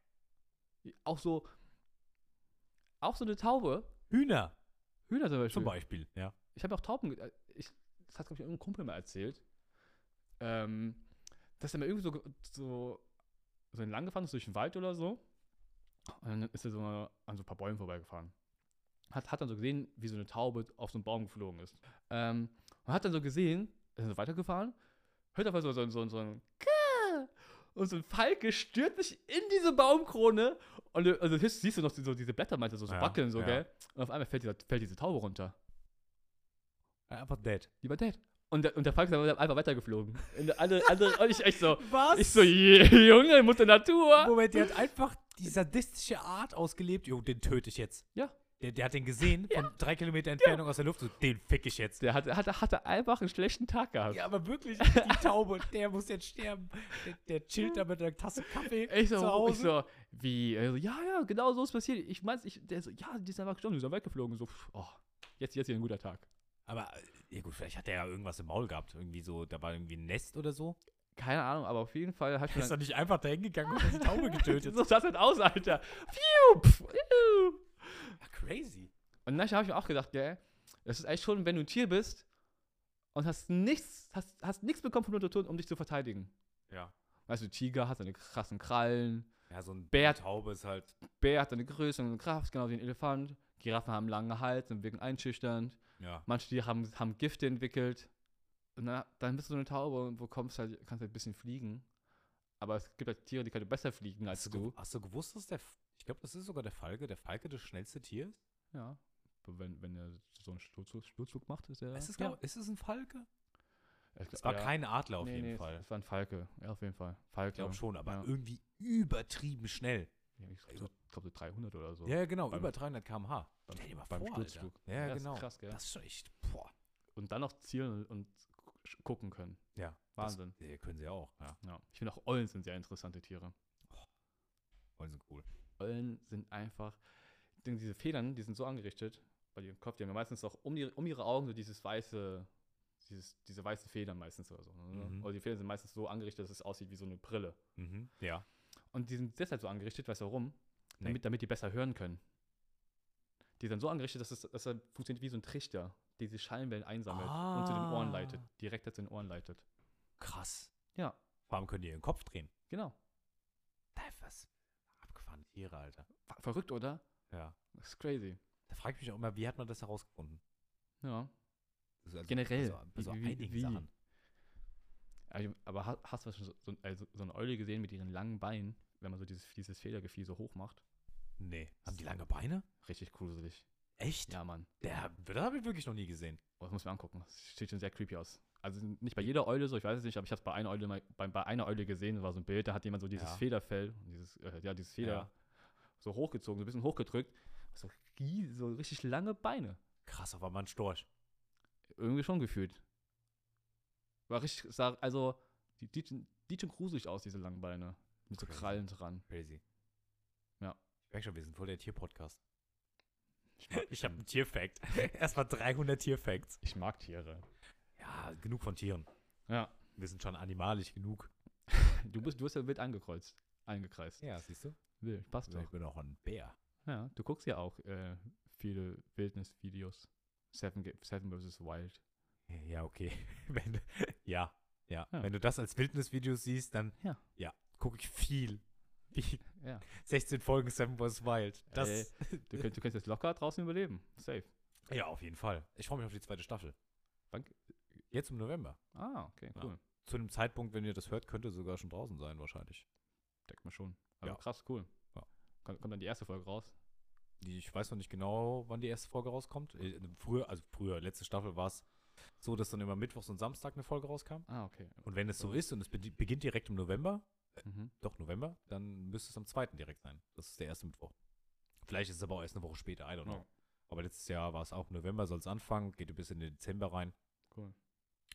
Speaker 1: Auch so, auch so eine Taube.
Speaker 2: Hühner
Speaker 1: Hühner zum Beispiel.
Speaker 2: zum Beispiel. Ja.
Speaker 1: ich habe auch Tauben, ge- äh, ich, das hat, glaube ich, irgendein Kumpel mal erzählt, ähm, dass er mal irgendwie so, ge- so, so entlang gefahren ist durch den Wald oder so. Und dann ist er so mal an so ein paar Bäumen vorbeigefahren. Hat, hat dann so gesehen, wie so eine Taube auf so einen Baum geflogen ist. Ähm, und hat dann so gesehen, ist so weitergefahren, hört auf einmal so, so, so, so ein Kräh. und so ein Falke stürzt sich in diese Baumkrone und du- also siehst siehst du noch die- so diese Blätter meinte so, so
Speaker 2: Ja,
Speaker 1: wackeln so
Speaker 2: ja.
Speaker 1: gell und auf einmal fällt, dieser, fällt diese Taube runter
Speaker 2: Einfach dead.
Speaker 1: die war dead. Und der, und der Falke ist einfach weitergeflogen. In der andere, andere, und ich echt so,
Speaker 2: Was?
Speaker 1: ich so, je- Junge, Mutter Natur.
Speaker 2: Moment, der hat einfach die sadistische Art ausgelebt. Jo, den töte ich jetzt.
Speaker 1: Ja.
Speaker 2: Der, der hat den gesehen, von drei Kilometer Entfernung aus der Luft. So, den fick ich jetzt.
Speaker 1: Der hatte, hatte, hatte einfach einen schlechten Tag gehabt.
Speaker 2: Ja, aber wirklich, die Taube, der muss jetzt sterben. Der, der chillt da mit einer Tasse Kaffee
Speaker 1: Ich
Speaker 2: zu
Speaker 1: so, ich
Speaker 2: Hause.
Speaker 1: so, wie, Er so, ja, ja, genau so ist passiert. Ich mein's, ich, der so, ja, die ist einfach gestorben, die ist einfach weggeflogen. So, pff, oh, jetzt, jetzt hier ein guter Tag.
Speaker 2: Aber, äh, ja gut, vielleicht hat er ja irgendwas im Maul gehabt. Irgendwie so, da war irgendwie ein Nest oder so.
Speaker 1: Keine Ahnung, aber auf jeden Fall hat
Speaker 2: Er
Speaker 1: mir
Speaker 2: ist doch nicht einfach da hingegangen und hat die Taube getötet.
Speaker 1: so sah das aus, Alter. Piu, pf, piu.
Speaker 2: Ja, ah, crazy.
Speaker 1: Und dann habe ich mir auch gedacht, gell, das ist echt schon, wenn du ein Tier bist und hast nichts, hast, hast nichts bekommen von Mutter Natur, um dich zu verteidigen.
Speaker 2: Ja.
Speaker 1: Weißt du, Tiger hat seine krassen Krallen,
Speaker 2: Ja, so ein
Speaker 1: Bär-
Speaker 2: Bär. Taube ist halt.
Speaker 1: Bär hat seine Größe und Kraft, genau wie ein Elefant. Giraffen haben einen langen Hals und wirken einschüchternd.
Speaker 2: Ja.
Speaker 1: Manche Tiere haben, haben Gifte entwickelt. Und dann, dann bist du so eine Taube und wo kommst halt, kannst halt ein bisschen fliegen. Aber es gibt halt Tiere, die können besser fliegen als
Speaker 2: Hast du, gew-
Speaker 1: du.
Speaker 2: hast du gewusst, dass der. F- Ich glaube, das ist sogar der Falke. Der Falke das schnellste Tier ist.
Speaker 1: Ja. Wenn, wenn er so einen Sturzflug, Sturzflug macht, ist er.
Speaker 2: Ist, es,
Speaker 1: ja.
Speaker 2: glaub, ist es ein Falke?
Speaker 1: Ich glaub-
Speaker 2: Es war
Speaker 1: ja.
Speaker 2: kein Adler auf
Speaker 1: Nee,
Speaker 2: jeden
Speaker 1: nee, es-
Speaker 2: Fall.
Speaker 1: Es war ein Falke. Ja, auf jeden Fall.
Speaker 2: Ich
Speaker 1: Falke.
Speaker 2: glaube schon, aber
Speaker 1: Ja.
Speaker 2: irgendwie übertrieben schnell.
Speaker 1: Ja, ich glaube, glaub, so 300 oder so.
Speaker 2: Ja, ja, genau,
Speaker 1: Beim-
Speaker 2: über 300 km/h. Stell dir mal
Speaker 1: beim
Speaker 2: vor, Alter.
Speaker 1: Sturzflug.
Speaker 2: Ja,
Speaker 1: das ist
Speaker 2: genau.
Speaker 1: krass, gell?
Speaker 2: Das ist schon echt. Boah.
Speaker 1: Und dann noch zielen und, und sch- gucken können.
Speaker 2: Ja.
Speaker 1: Wahnsinn.
Speaker 2: Das, ja, können sie auch. Ja.
Speaker 1: Ja. Ich finde auch Eulen sind sehr interessante Tiere.
Speaker 2: Wahnsinn cool.
Speaker 1: Eulen sind einfach, denn diese Federn, die sind so angerichtet, weil die im Kopf, die haben ja meistens auch um, die, um ihre Augen so dieses weiße, dieses, diese weißen Federn meistens oder so. Ne?
Speaker 2: Mhm.
Speaker 1: Oder die Federn sind meistens so angerichtet, dass es aussieht wie so eine Brille.
Speaker 2: Mhm. Ja.
Speaker 1: Und die sind deshalb so angerichtet, weißt du warum?
Speaker 2: Nee.
Speaker 1: Damit, damit die besser hören können. Die sind so angerichtet, dass es dass er funktioniert wie so ein Trichter, der diese Schallwellen einsammelt und zu den Ohren leitet,
Speaker 2: Ah.
Speaker 1: direkt zu den Ohren leitet.
Speaker 2: Krass.
Speaker 1: Ja.
Speaker 2: Vor allem können die ihren Kopf drehen.
Speaker 1: Genau.
Speaker 2: Da, Was? Abgefahrene Tiere, Alter.
Speaker 1: Ver- Verrückt, oder?
Speaker 2: Ja.
Speaker 1: Das ist crazy.
Speaker 2: Da frage ich mich auch immer, wie hat man das herausgefunden?
Speaker 1: Ja.
Speaker 2: Also, also,
Speaker 1: Generell.
Speaker 2: Also, also
Speaker 1: Wie- wie-
Speaker 2: einigen
Speaker 1: wie?
Speaker 2: Sachen.
Speaker 1: Aber, aber ha- hast du schon so, so, also so eine Eule gesehen mit ihren langen Beinen, wenn man so dieses, dieses Federgefieh so hoch macht?
Speaker 2: Nee. Haben die lange Beine?
Speaker 1: Richtig gruselig.
Speaker 2: Echt?
Speaker 1: Ja, Mann.
Speaker 2: Der, das habe ich wirklich noch nie gesehen.
Speaker 1: Oh, das muss ich mir angucken. Das sieht schon sehr creepy aus. Also nicht bei jeder Eule so, ich weiß es nicht, aber ich habe es bei einer Eule mal, bei, bei einer Eule gesehen, war so ein Bild, da hat jemand so dieses
Speaker 2: Ja.
Speaker 1: Federfell, und dieses, äh, ja, dieses Feder
Speaker 2: Ja.
Speaker 1: so hochgezogen, so ein bisschen hochgedrückt. So, rie- so richtig lange Beine.
Speaker 2: Krass, auf einmal ein Storch.
Speaker 1: Irgendwie schon gefühlt. War richtig, sah, also, die, die, die schon gruselig aus, diese langen Beine. Mit so
Speaker 2: Crazy.
Speaker 1: Krallen dran.
Speaker 2: Crazy.
Speaker 1: Ja.
Speaker 2: Ich merke schon, wir sind voll der Tier-Podcast.
Speaker 1: Ich mag,
Speaker 2: Ich habe einen Tier-Fact. Erstmal 300 Tier-Facts.
Speaker 1: ich mag Tiere.
Speaker 2: Ja, genug von Tieren.
Speaker 1: Ja.
Speaker 2: Wir sind schon animalisch genug.
Speaker 1: Du bist, du bist ja wild angekreuzt. Eingekreist.
Speaker 2: Ja, siehst du? Also,
Speaker 1: Wild, passt
Speaker 2: Ich
Speaker 1: doch.
Speaker 2: bin auch ein Bär.
Speaker 1: Ja, du guckst ja auch äh, viele Wildnis-Videos. Seven, Ge- Seven vs. Wild.
Speaker 2: Ja, okay. Wenn, du- ja, ja,
Speaker 1: Ja.
Speaker 2: Wenn du das als Wildnisvideos siehst, dann
Speaker 1: Ja.
Speaker 2: gucke ich viel. Wie-
Speaker 1: Ja.
Speaker 2: 16 Folgen Seven vs. Wild. Das,
Speaker 1: Ey, Du, könnt, du könntest jetzt locker draußen überleben. Safe.
Speaker 2: Ja, auf jeden Fall. Ich freue mich auf die zweite Staffel.
Speaker 1: Wann-
Speaker 2: Jetzt im November.
Speaker 1: Ah, okay,
Speaker 2: Ja.
Speaker 1: cool.
Speaker 2: Zu dem Zeitpunkt, wenn ihr das hört, könnte sogar schon draußen sein, wahrscheinlich.
Speaker 1: Denkt man schon. Aber
Speaker 2: Ja.
Speaker 1: krass, cool.
Speaker 2: Ja.
Speaker 1: Kommt, kommt dann die erste Folge raus.
Speaker 2: Die, ich weiß noch nicht genau, wann die erste Folge rauskommt. Äh, Früher, also früher, letzte Staffel war es so, dass dann immer Mittwochs und Samstag eine Folge rauskam.
Speaker 1: Ah, okay.
Speaker 2: Und wenn es so ist und es be- beginnt direkt im November,
Speaker 1: Mhm.
Speaker 2: doch November, dann müsste es am 2. direkt sein. Das ist der erste Mittwoch. Vielleicht ist es aber auch erst eine Woche später, I don't know.
Speaker 1: Ja.
Speaker 2: Aber letztes Jahr war es auch im November, soll es anfangen, geht bis in den Dezember rein.
Speaker 1: Cool.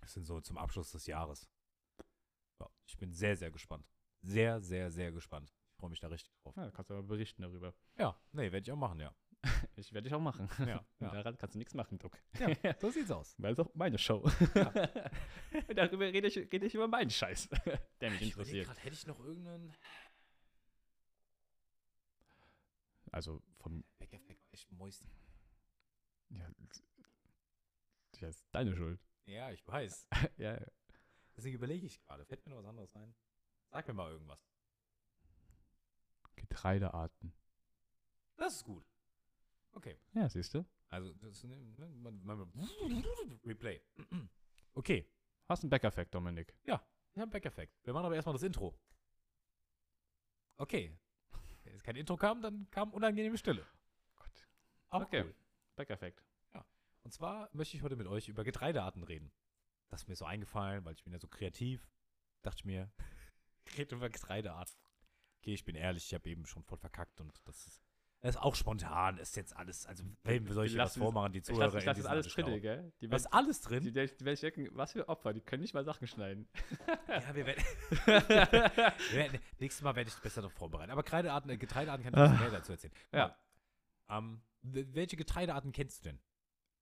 Speaker 2: Das sind so zum Abschluss des Jahres. Ja, ich bin sehr, sehr gespannt. Sehr, sehr, sehr gespannt. Ich freue mich da richtig drauf.
Speaker 1: Ja, da kannst du aber berichten darüber.
Speaker 2: Ja, nee, werde ich auch machen, ja.
Speaker 1: Ich werde ich auch machen.
Speaker 2: Ja, ja.
Speaker 1: Daran kannst du nichts machen, Duck.
Speaker 2: so sieht's aus.
Speaker 1: Weil es auch meine Show. Darüber rede ich, rede ich über meinen Scheiß, der mich interessiert.
Speaker 2: hätte ich noch irgendeinen.
Speaker 1: Also von
Speaker 2: Weg, weg, weg, ich moist.
Speaker 1: ja, das ist deine Schuld.
Speaker 2: Ja, ich weiß.
Speaker 1: Ja, ja.
Speaker 2: Deswegen überlege ich gerade. Fällt mir noch was anderes ein? Sag mir mal irgendwas.
Speaker 1: Getreidearten.
Speaker 2: Das ist gut. Okay.
Speaker 1: Ja, siehst du?
Speaker 2: Also, das, ne, ne, man, man, man, Replay. Okay.
Speaker 1: Hast einen Back-Effekt, Dominik.
Speaker 2: Ich habe Backeffekt. Wir machen aber erstmal das Intro. Okay. Wenn es kein Intro kam, dann kam unangenehme Stille.
Speaker 1: Gott.
Speaker 2: Auch
Speaker 1: Okay.
Speaker 2: cool.
Speaker 1: Back-Effekt.
Speaker 2: Und zwar möchte ich heute mit euch über Getreidearten reden. Das ist mir so eingefallen, weil ich bin ja so kreativ. Dachte ich mir, rede über Getreidearten. Okay, ich bin ehrlich, ich habe eben schon voll verkackt und das ist, das ist auch spontan. Ist jetzt alles, also wem soll ich
Speaker 1: Wir
Speaker 2: hier was
Speaker 1: lassen es-
Speaker 2: vormachen, die
Speaker 1: Ich lasse
Speaker 2: Zuhörer?
Speaker 1: lass das alles drin,
Speaker 2: drin.
Speaker 1: gell? Die,
Speaker 2: Da ist
Speaker 1: was,
Speaker 2: alles drin.
Speaker 1: die, die, die werde ich denken, was für Opfer, die können nicht mal Sachen schneiden.
Speaker 2: Ja, wir werden. wir werden ne, nächstes Mal werde ich besser noch vorbereiten. Aber Getreidearten, äh, Getreidearten kann ich ein bisschen mehr dazu erzählen. Guck
Speaker 1: Ja.
Speaker 2: mal, Ähm, w- welche Getreidearten kennst du denn?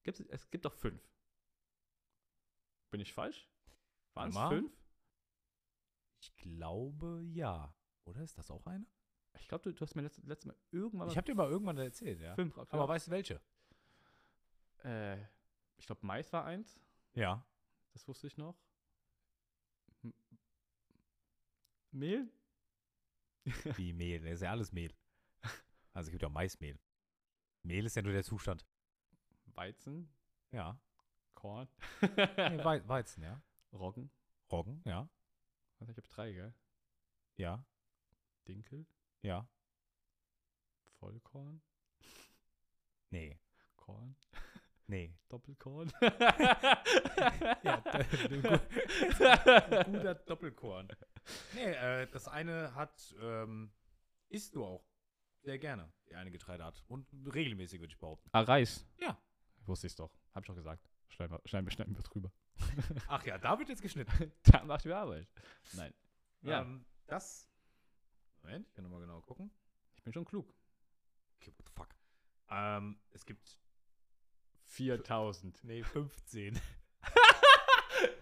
Speaker 1: Gibt's, es gibt doch fünf. Bin ich falsch? Waren
Speaker 2: Warte
Speaker 1: es
Speaker 2: mal.
Speaker 1: fünf?
Speaker 2: Ich glaube ja. Oder ist das auch eine?
Speaker 1: Ich glaube, du, du hast mir letztes letztes Mal irgendwann
Speaker 2: Ich habe dir mal irgendwann erzählt, ja.
Speaker 1: fünf.
Speaker 2: Aber weißt du welche?
Speaker 1: äh, ich glaube, Mais war eins.
Speaker 2: Ja.
Speaker 1: Das wusste ich noch. M Mehl?
Speaker 2: Wie Mehl. Das ist ja alles Mehl. Also es gibt ja auch Maismehl. Mehl ist ja nur der Zustand.
Speaker 1: Weizen?
Speaker 2: Ja.
Speaker 1: Korn?
Speaker 2: Nee, Wei- Weizen, ja.
Speaker 1: Roggen?
Speaker 2: Roggen, ja.
Speaker 1: Warte, ich habe drei, gell?
Speaker 2: Ja.
Speaker 1: Dinkel?
Speaker 2: Ja.
Speaker 1: Vollkorn?
Speaker 2: Nee.
Speaker 1: Korn?
Speaker 2: Nee.
Speaker 1: Doppelkorn?
Speaker 2: Ja, ein guter Doppelkorn. Nee, äh, das eine hat, ähm, isst du auch sehr gerne, die eine Getreideart. Und regelmäßig, würde ich behaupten.
Speaker 1: ah, Reis?
Speaker 2: Ja.
Speaker 1: Wusste ich doch. Hab ich doch gesagt. Schneiden wir, schneiden wir, schneiden wir drüber.
Speaker 2: Ach ja, da wird jetzt geschnitten.
Speaker 1: da macht wir Arbeit. Nein. Ja,
Speaker 2: Ähm, das. Moment, ich kann nochmal genau gucken.
Speaker 1: ich bin schon klug.
Speaker 2: Okay, what the fuck. Ähm, es gibt.
Speaker 1: 4000.
Speaker 2: Nee, 15.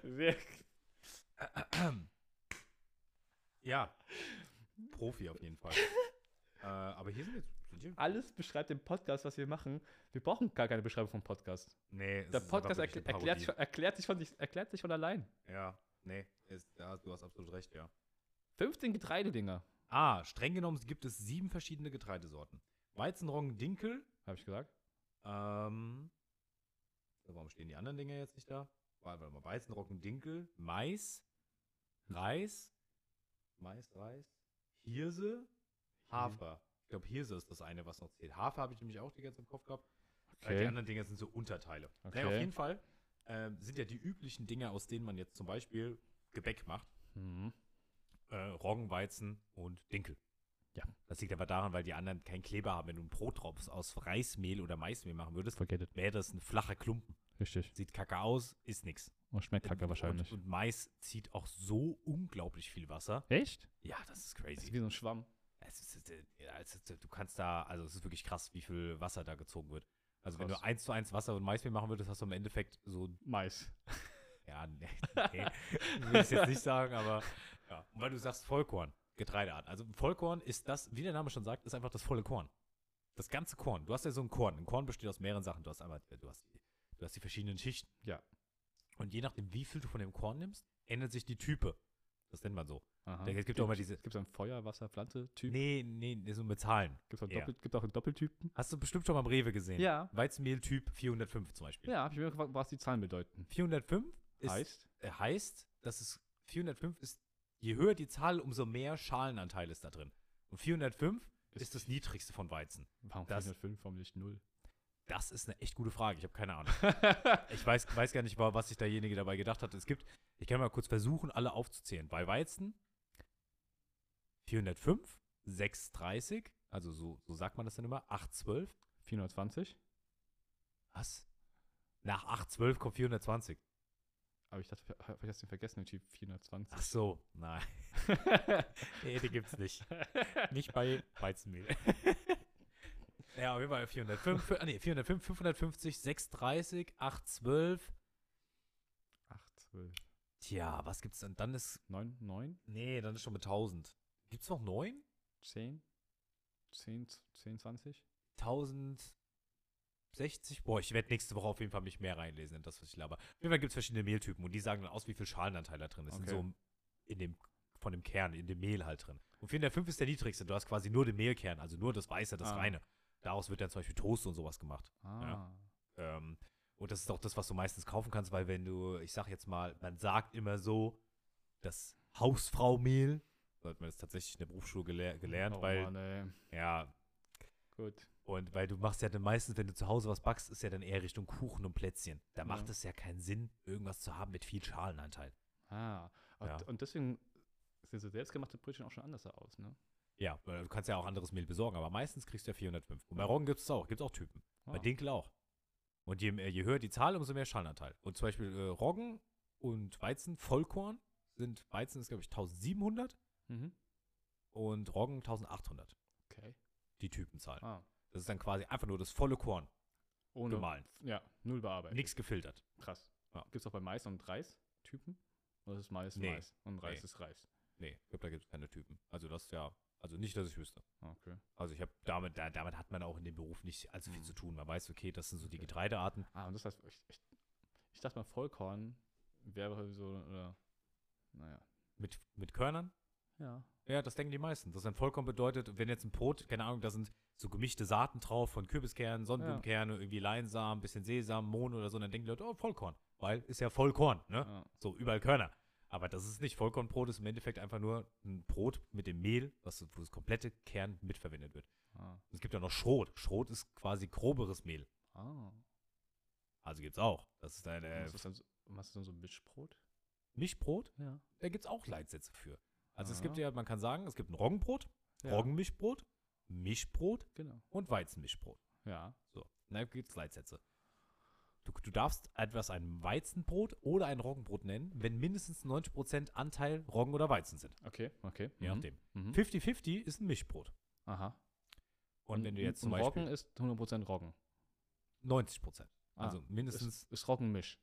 Speaker 1: Sehr
Speaker 2: ja. Profi auf jeden Fall. äh, aber hier sind jetzt. Sind hier?
Speaker 1: alles beschreibt den Podcast, was wir machen. Wir brauchen gar keine Beschreibung vom Podcast.
Speaker 2: Nee, es
Speaker 1: Der
Speaker 2: ist einfach
Speaker 1: Podcast
Speaker 2: wirklich
Speaker 1: erkl
Speaker 2: eine
Speaker 1: erklärt, sich, erklärt,
Speaker 2: Parodie.
Speaker 1: sich von sich, erklärt sich von allein.
Speaker 2: Ja, nee, ist, ja, du hast absolut recht, ja.
Speaker 1: 15 Getreidedinger,
Speaker 2: Ah, streng genommen gibt es sieben verschiedene Getreidesorten. Weizen, Roggen, Dinkel.
Speaker 1: habe ich gesagt.
Speaker 2: Ähm, warum stehen die anderen Dinge jetzt nicht da? Warte, warte mal. Weizen, Roggen, Dinkel, Mais, Reis, Mais, Reis, Hirse, Hafer. Ich glaube, Hirse ist das eine, was noch zählt. Hafer habe ich nämlich auch die ganze Zeit im Kopf gehabt. Äh, Die anderen Dinge sind so Unterteile. Okay.
Speaker 1: Okay.
Speaker 2: auf jeden Fall ähm, sind ja die üblichen Dinge, aus denen man jetzt zum Beispiel Gebäck macht.
Speaker 1: Mhm.
Speaker 2: äh, Roggen, Weizen und Dinkel.
Speaker 1: Ja.
Speaker 2: Das liegt aber daran, weil die anderen keinen Kleber haben. Wenn du einen Brottropf aus Reismehl oder Maismehl machen würdest,
Speaker 1: Forget it.
Speaker 2: wäre das ein flacher Klumpen.
Speaker 1: Richtig.
Speaker 2: Sieht kacke aus, ist nix.
Speaker 1: Äh, Und schmeckt kacke wahrscheinlich.
Speaker 2: Und, und Mais zieht auch so unglaublich viel Wasser.
Speaker 1: Echt?
Speaker 2: Ja, das ist
Speaker 1: Das ist
Speaker 2: crazy.
Speaker 1: wie so ein Schwamm.
Speaker 2: Es ist, äh, ja, es ist, äh, du kannst da, also es ist wirklich krass, wie viel Wasser da gezogen wird. Also wenn
Speaker 1: Krass.
Speaker 2: du eins zu eins Wasser und Maismehl machen würdest, hast du im Endeffekt so
Speaker 1: Mais.
Speaker 2: Ja, nee, nee will ich jetzt nicht sagen, aber ja. Und weil du sagst Vollkorn, Getreideart. Also Vollkorn ist das, wie der Name schon sagt, ist einfach das volle Korn. Das ganze Korn. Du hast ja so ein Korn. Ein Korn besteht aus mehreren Sachen. Du hast einmal, äh, du hast, die- du hast die verschiedenen Schichten.
Speaker 1: Ja.
Speaker 2: Und je nachdem, wie viel du von dem Korn nimmst, ändert sich die Type. Das nennt man so.
Speaker 1: Aha.
Speaker 2: Es gibt auch mal diese.
Speaker 1: Gibt es einen Feuer, Wasser, Pflanze, Typ?
Speaker 2: Nee, nee, nee, so mit Zahlen.
Speaker 1: Gibt's auch
Speaker 2: ja.
Speaker 1: Doppel, Gibt es auch einen Doppeltypen?
Speaker 2: Hast du bestimmt schon mal im Rewe gesehen.
Speaker 1: Ja.
Speaker 2: Weizenmehl-Typ 405 zum Beispiel.
Speaker 1: Ja, habe ich mir gefragt, was die Zahlen bedeuten.
Speaker 2: 405 ist,
Speaker 1: heißt?
Speaker 2: äh, heißt, dass es 405 ist, je höher die Zahl, umso mehr Schalenanteil ist da drin. Und 405 ist, das niedrigste von Weizen.
Speaker 1: Warum
Speaker 2: das-
Speaker 1: 405, warum nicht 0?
Speaker 2: Das ist eine echt gute Frage. Ich habe keine Ahnung. ich weiß, weiß gar nicht, wa- was sich derjenige dabei gedacht hat. Es gibt, ich kann mal kurz versuchen, alle aufzuzählen. Bei Weizen 405, 630, also so, so sagt man das dann immer, 812.
Speaker 1: 420?
Speaker 2: Was? Nach 812 kommt 420.
Speaker 1: Aber ich dachte, hab ich hast den vergessen, den Typ 420.
Speaker 2: Ach so, nein. nee, die gibt's nicht. Nicht bei Weizenmehl. ja, auf jeden Fall 405, fü- ah, nee, 405, 550, 630, 812.
Speaker 1: 8, 12,
Speaker 2: Tja, was gibt's denn? Dann ist,
Speaker 1: 9, 9,
Speaker 2: nee, dann ist schon mit 1000. Gibt's noch 9?
Speaker 1: 10, 10, 10, 20?
Speaker 2: 1060? Boah, ich werde nächste Woche auf jeden Fall mich mehr reinlesen in das, was ich laber. Auf jeden Fall gibt es verschiedene Mehltypen und die sagen dann aus, wie viel Schalenanteil da drin ist. In
Speaker 1: Okay.
Speaker 2: so einem- in dem, von dem Kern, in dem Mehl halt drin. Und 405 ist der niedrigste. Du hast quasi nur den Mehlkern, also nur das Weiße, das
Speaker 1: Ah.
Speaker 2: Reine. Daraus wird dann zum Beispiel Toast und sowas gemacht.
Speaker 1: Ah.
Speaker 2: Ähm, und das ist auch das, was du meistens kaufen kannst, weil wenn du, ich sag jetzt mal, man sagt immer so, das Hausfraumehl, so hat man das tatsächlich in der Berufsschule gelehr gelernt,
Speaker 1: oh,
Speaker 2: weil,
Speaker 1: Mann, ey.
Speaker 2: ja,
Speaker 1: Gut.
Speaker 2: und weil du machst ja dann meistens, wenn du zu Hause was backst, ist ja dann eher Richtung Kuchen und Plätzchen. Da
Speaker 1: Ja.
Speaker 2: macht es ja keinen Sinn, irgendwas zu haben mit viel Schalenanteil.
Speaker 1: Ah. Und,
Speaker 2: Ja.
Speaker 1: und deswegen sehen so selbstgemachte Brötchen auch schon anders aus, ne?
Speaker 2: Ja, weil du kannst ja auch anderes Mehl besorgen, aber meistens kriegst du ja 405. Und bei Roggen gibt es auch, gibt's auch Typen. Bei
Speaker 1: Ah.
Speaker 2: Dinkel auch. Und je, mehr- je höher die Zahl, umso mehr Schalenanteil. Und zum Beispiel äh, Roggen und Weizen, Vollkorn, sind Weizen ist, glaube ich, 1700
Speaker 1: Mhm.
Speaker 2: und Roggen 1800.
Speaker 1: Okay.
Speaker 2: Die Typenzahl.
Speaker 1: Ah.
Speaker 2: Das ist dann quasi einfach nur das volle Korn,
Speaker 1: Ohne.
Speaker 2: Gemahlen.
Speaker 1: Ja, null bearbeitet.
Speaker 2: nichts gefiltert.
Speaker 1: Krass.
Speaker 2: Ja.
Speaker 1: Gibt es auch bei Mais und Reis Typen? Oder ist Mais
Speaker 2: Nee.
Speaker 1: Mais und Reis
Speaker 2: Nee.
Speaker 1: ist Reis?
Speaker 2: Nee, ich glaube, da gibt es keine Typen. Also das ist ja, also nicht, dass ich wüsste.
Speaker 1: Okay.
Speaker 2: Also ich habe damit, da, damit hat man auch in dem Beruf nicht allzu viel
Speaker 1: Mhm.
Speaker 2: zu tun. Man weiß, okay, das sind so die
Speaker 1: Okay.
Speaker 2: Getreidearten.
Speaker 1: Ah, und das heißt, ich, ich, ich dachte mal, Vollkorn wäre so, oder, naja.
Speaker 2: Mit, mit Körnern?
Speaker 1: Ja.
Speaker 2: Ja, das denken die meisten. Das dann vollkommen bedeutet, wenn jetzt ein Brot, keine Ahnung, da sind so gemischte Saaten drauf von Kürbiskernen, Sonnenblumenkerne, irgendwie Leinsamen, bisschen Sesam, Mohn oder so, dann denken die Leute, oh, Vollkorn. Weil ist ja Vollkorn, ne?
Speaker 1: ja.
Speaker 2: So, überall Körner. Aber das ist nicht Vollkornbrot, ist im Endeffekt einfach nur ein Brot mit dem Mehl, was, wo das komplette Kern mitverwendet wird.
Speaker 1: Ah.
Speaker 2: Es gibt ja noch Schrot. Schrot ist quasi groberes Mehl.
Speaker 1: ah.
Speaker 2: Also gibt's auch. Das ist ein äh,
Speaker 1: was, ist dann so, was ist dann so ein Mischbrot?
Speaker 2: Mischbrot.
Speaker 1: Ja.
Speaker 2: Da gibt's auch Leitsätze für. Also es gibt
Speaker 1: Ah.
Speaker 2: ja, man kann sagen, es gibt ein Roggenbrot, Roggenmischbrot, Mischbrot
Speaker 1: Genau.
Speaker 2: und Weizenmischbrot.
Speaker 1: Ja.
Speaker 2: So, da gibt's Leitsätze. Du, du darfst etwas ein Weizenbrot oder ein Roggenbrot nennen, wenn mindestens 90% Anteil Roggen oder Weizen sind.
Speaker 1: Okay, okay.
Speaker 2: Je
Speaker 1: mhm,
Speaker 2: nachdem.
Speaker 1: Mhm.
Speaker 2: 50-50 ist ein Mischbrot.
Speaker 1: Aha.
Speaker 2: Und, wenn du jetzt zum
Speaker 1: Mhm. und Roggen
Speaker 2: Beispiel
Speaker 1: ist 100% Roggen.
Speaker 2: 90%.
Speaker 1: Ah,
Speaker 2: Also mindestens.
Speaker 1: Ist, ist Roggenmisch.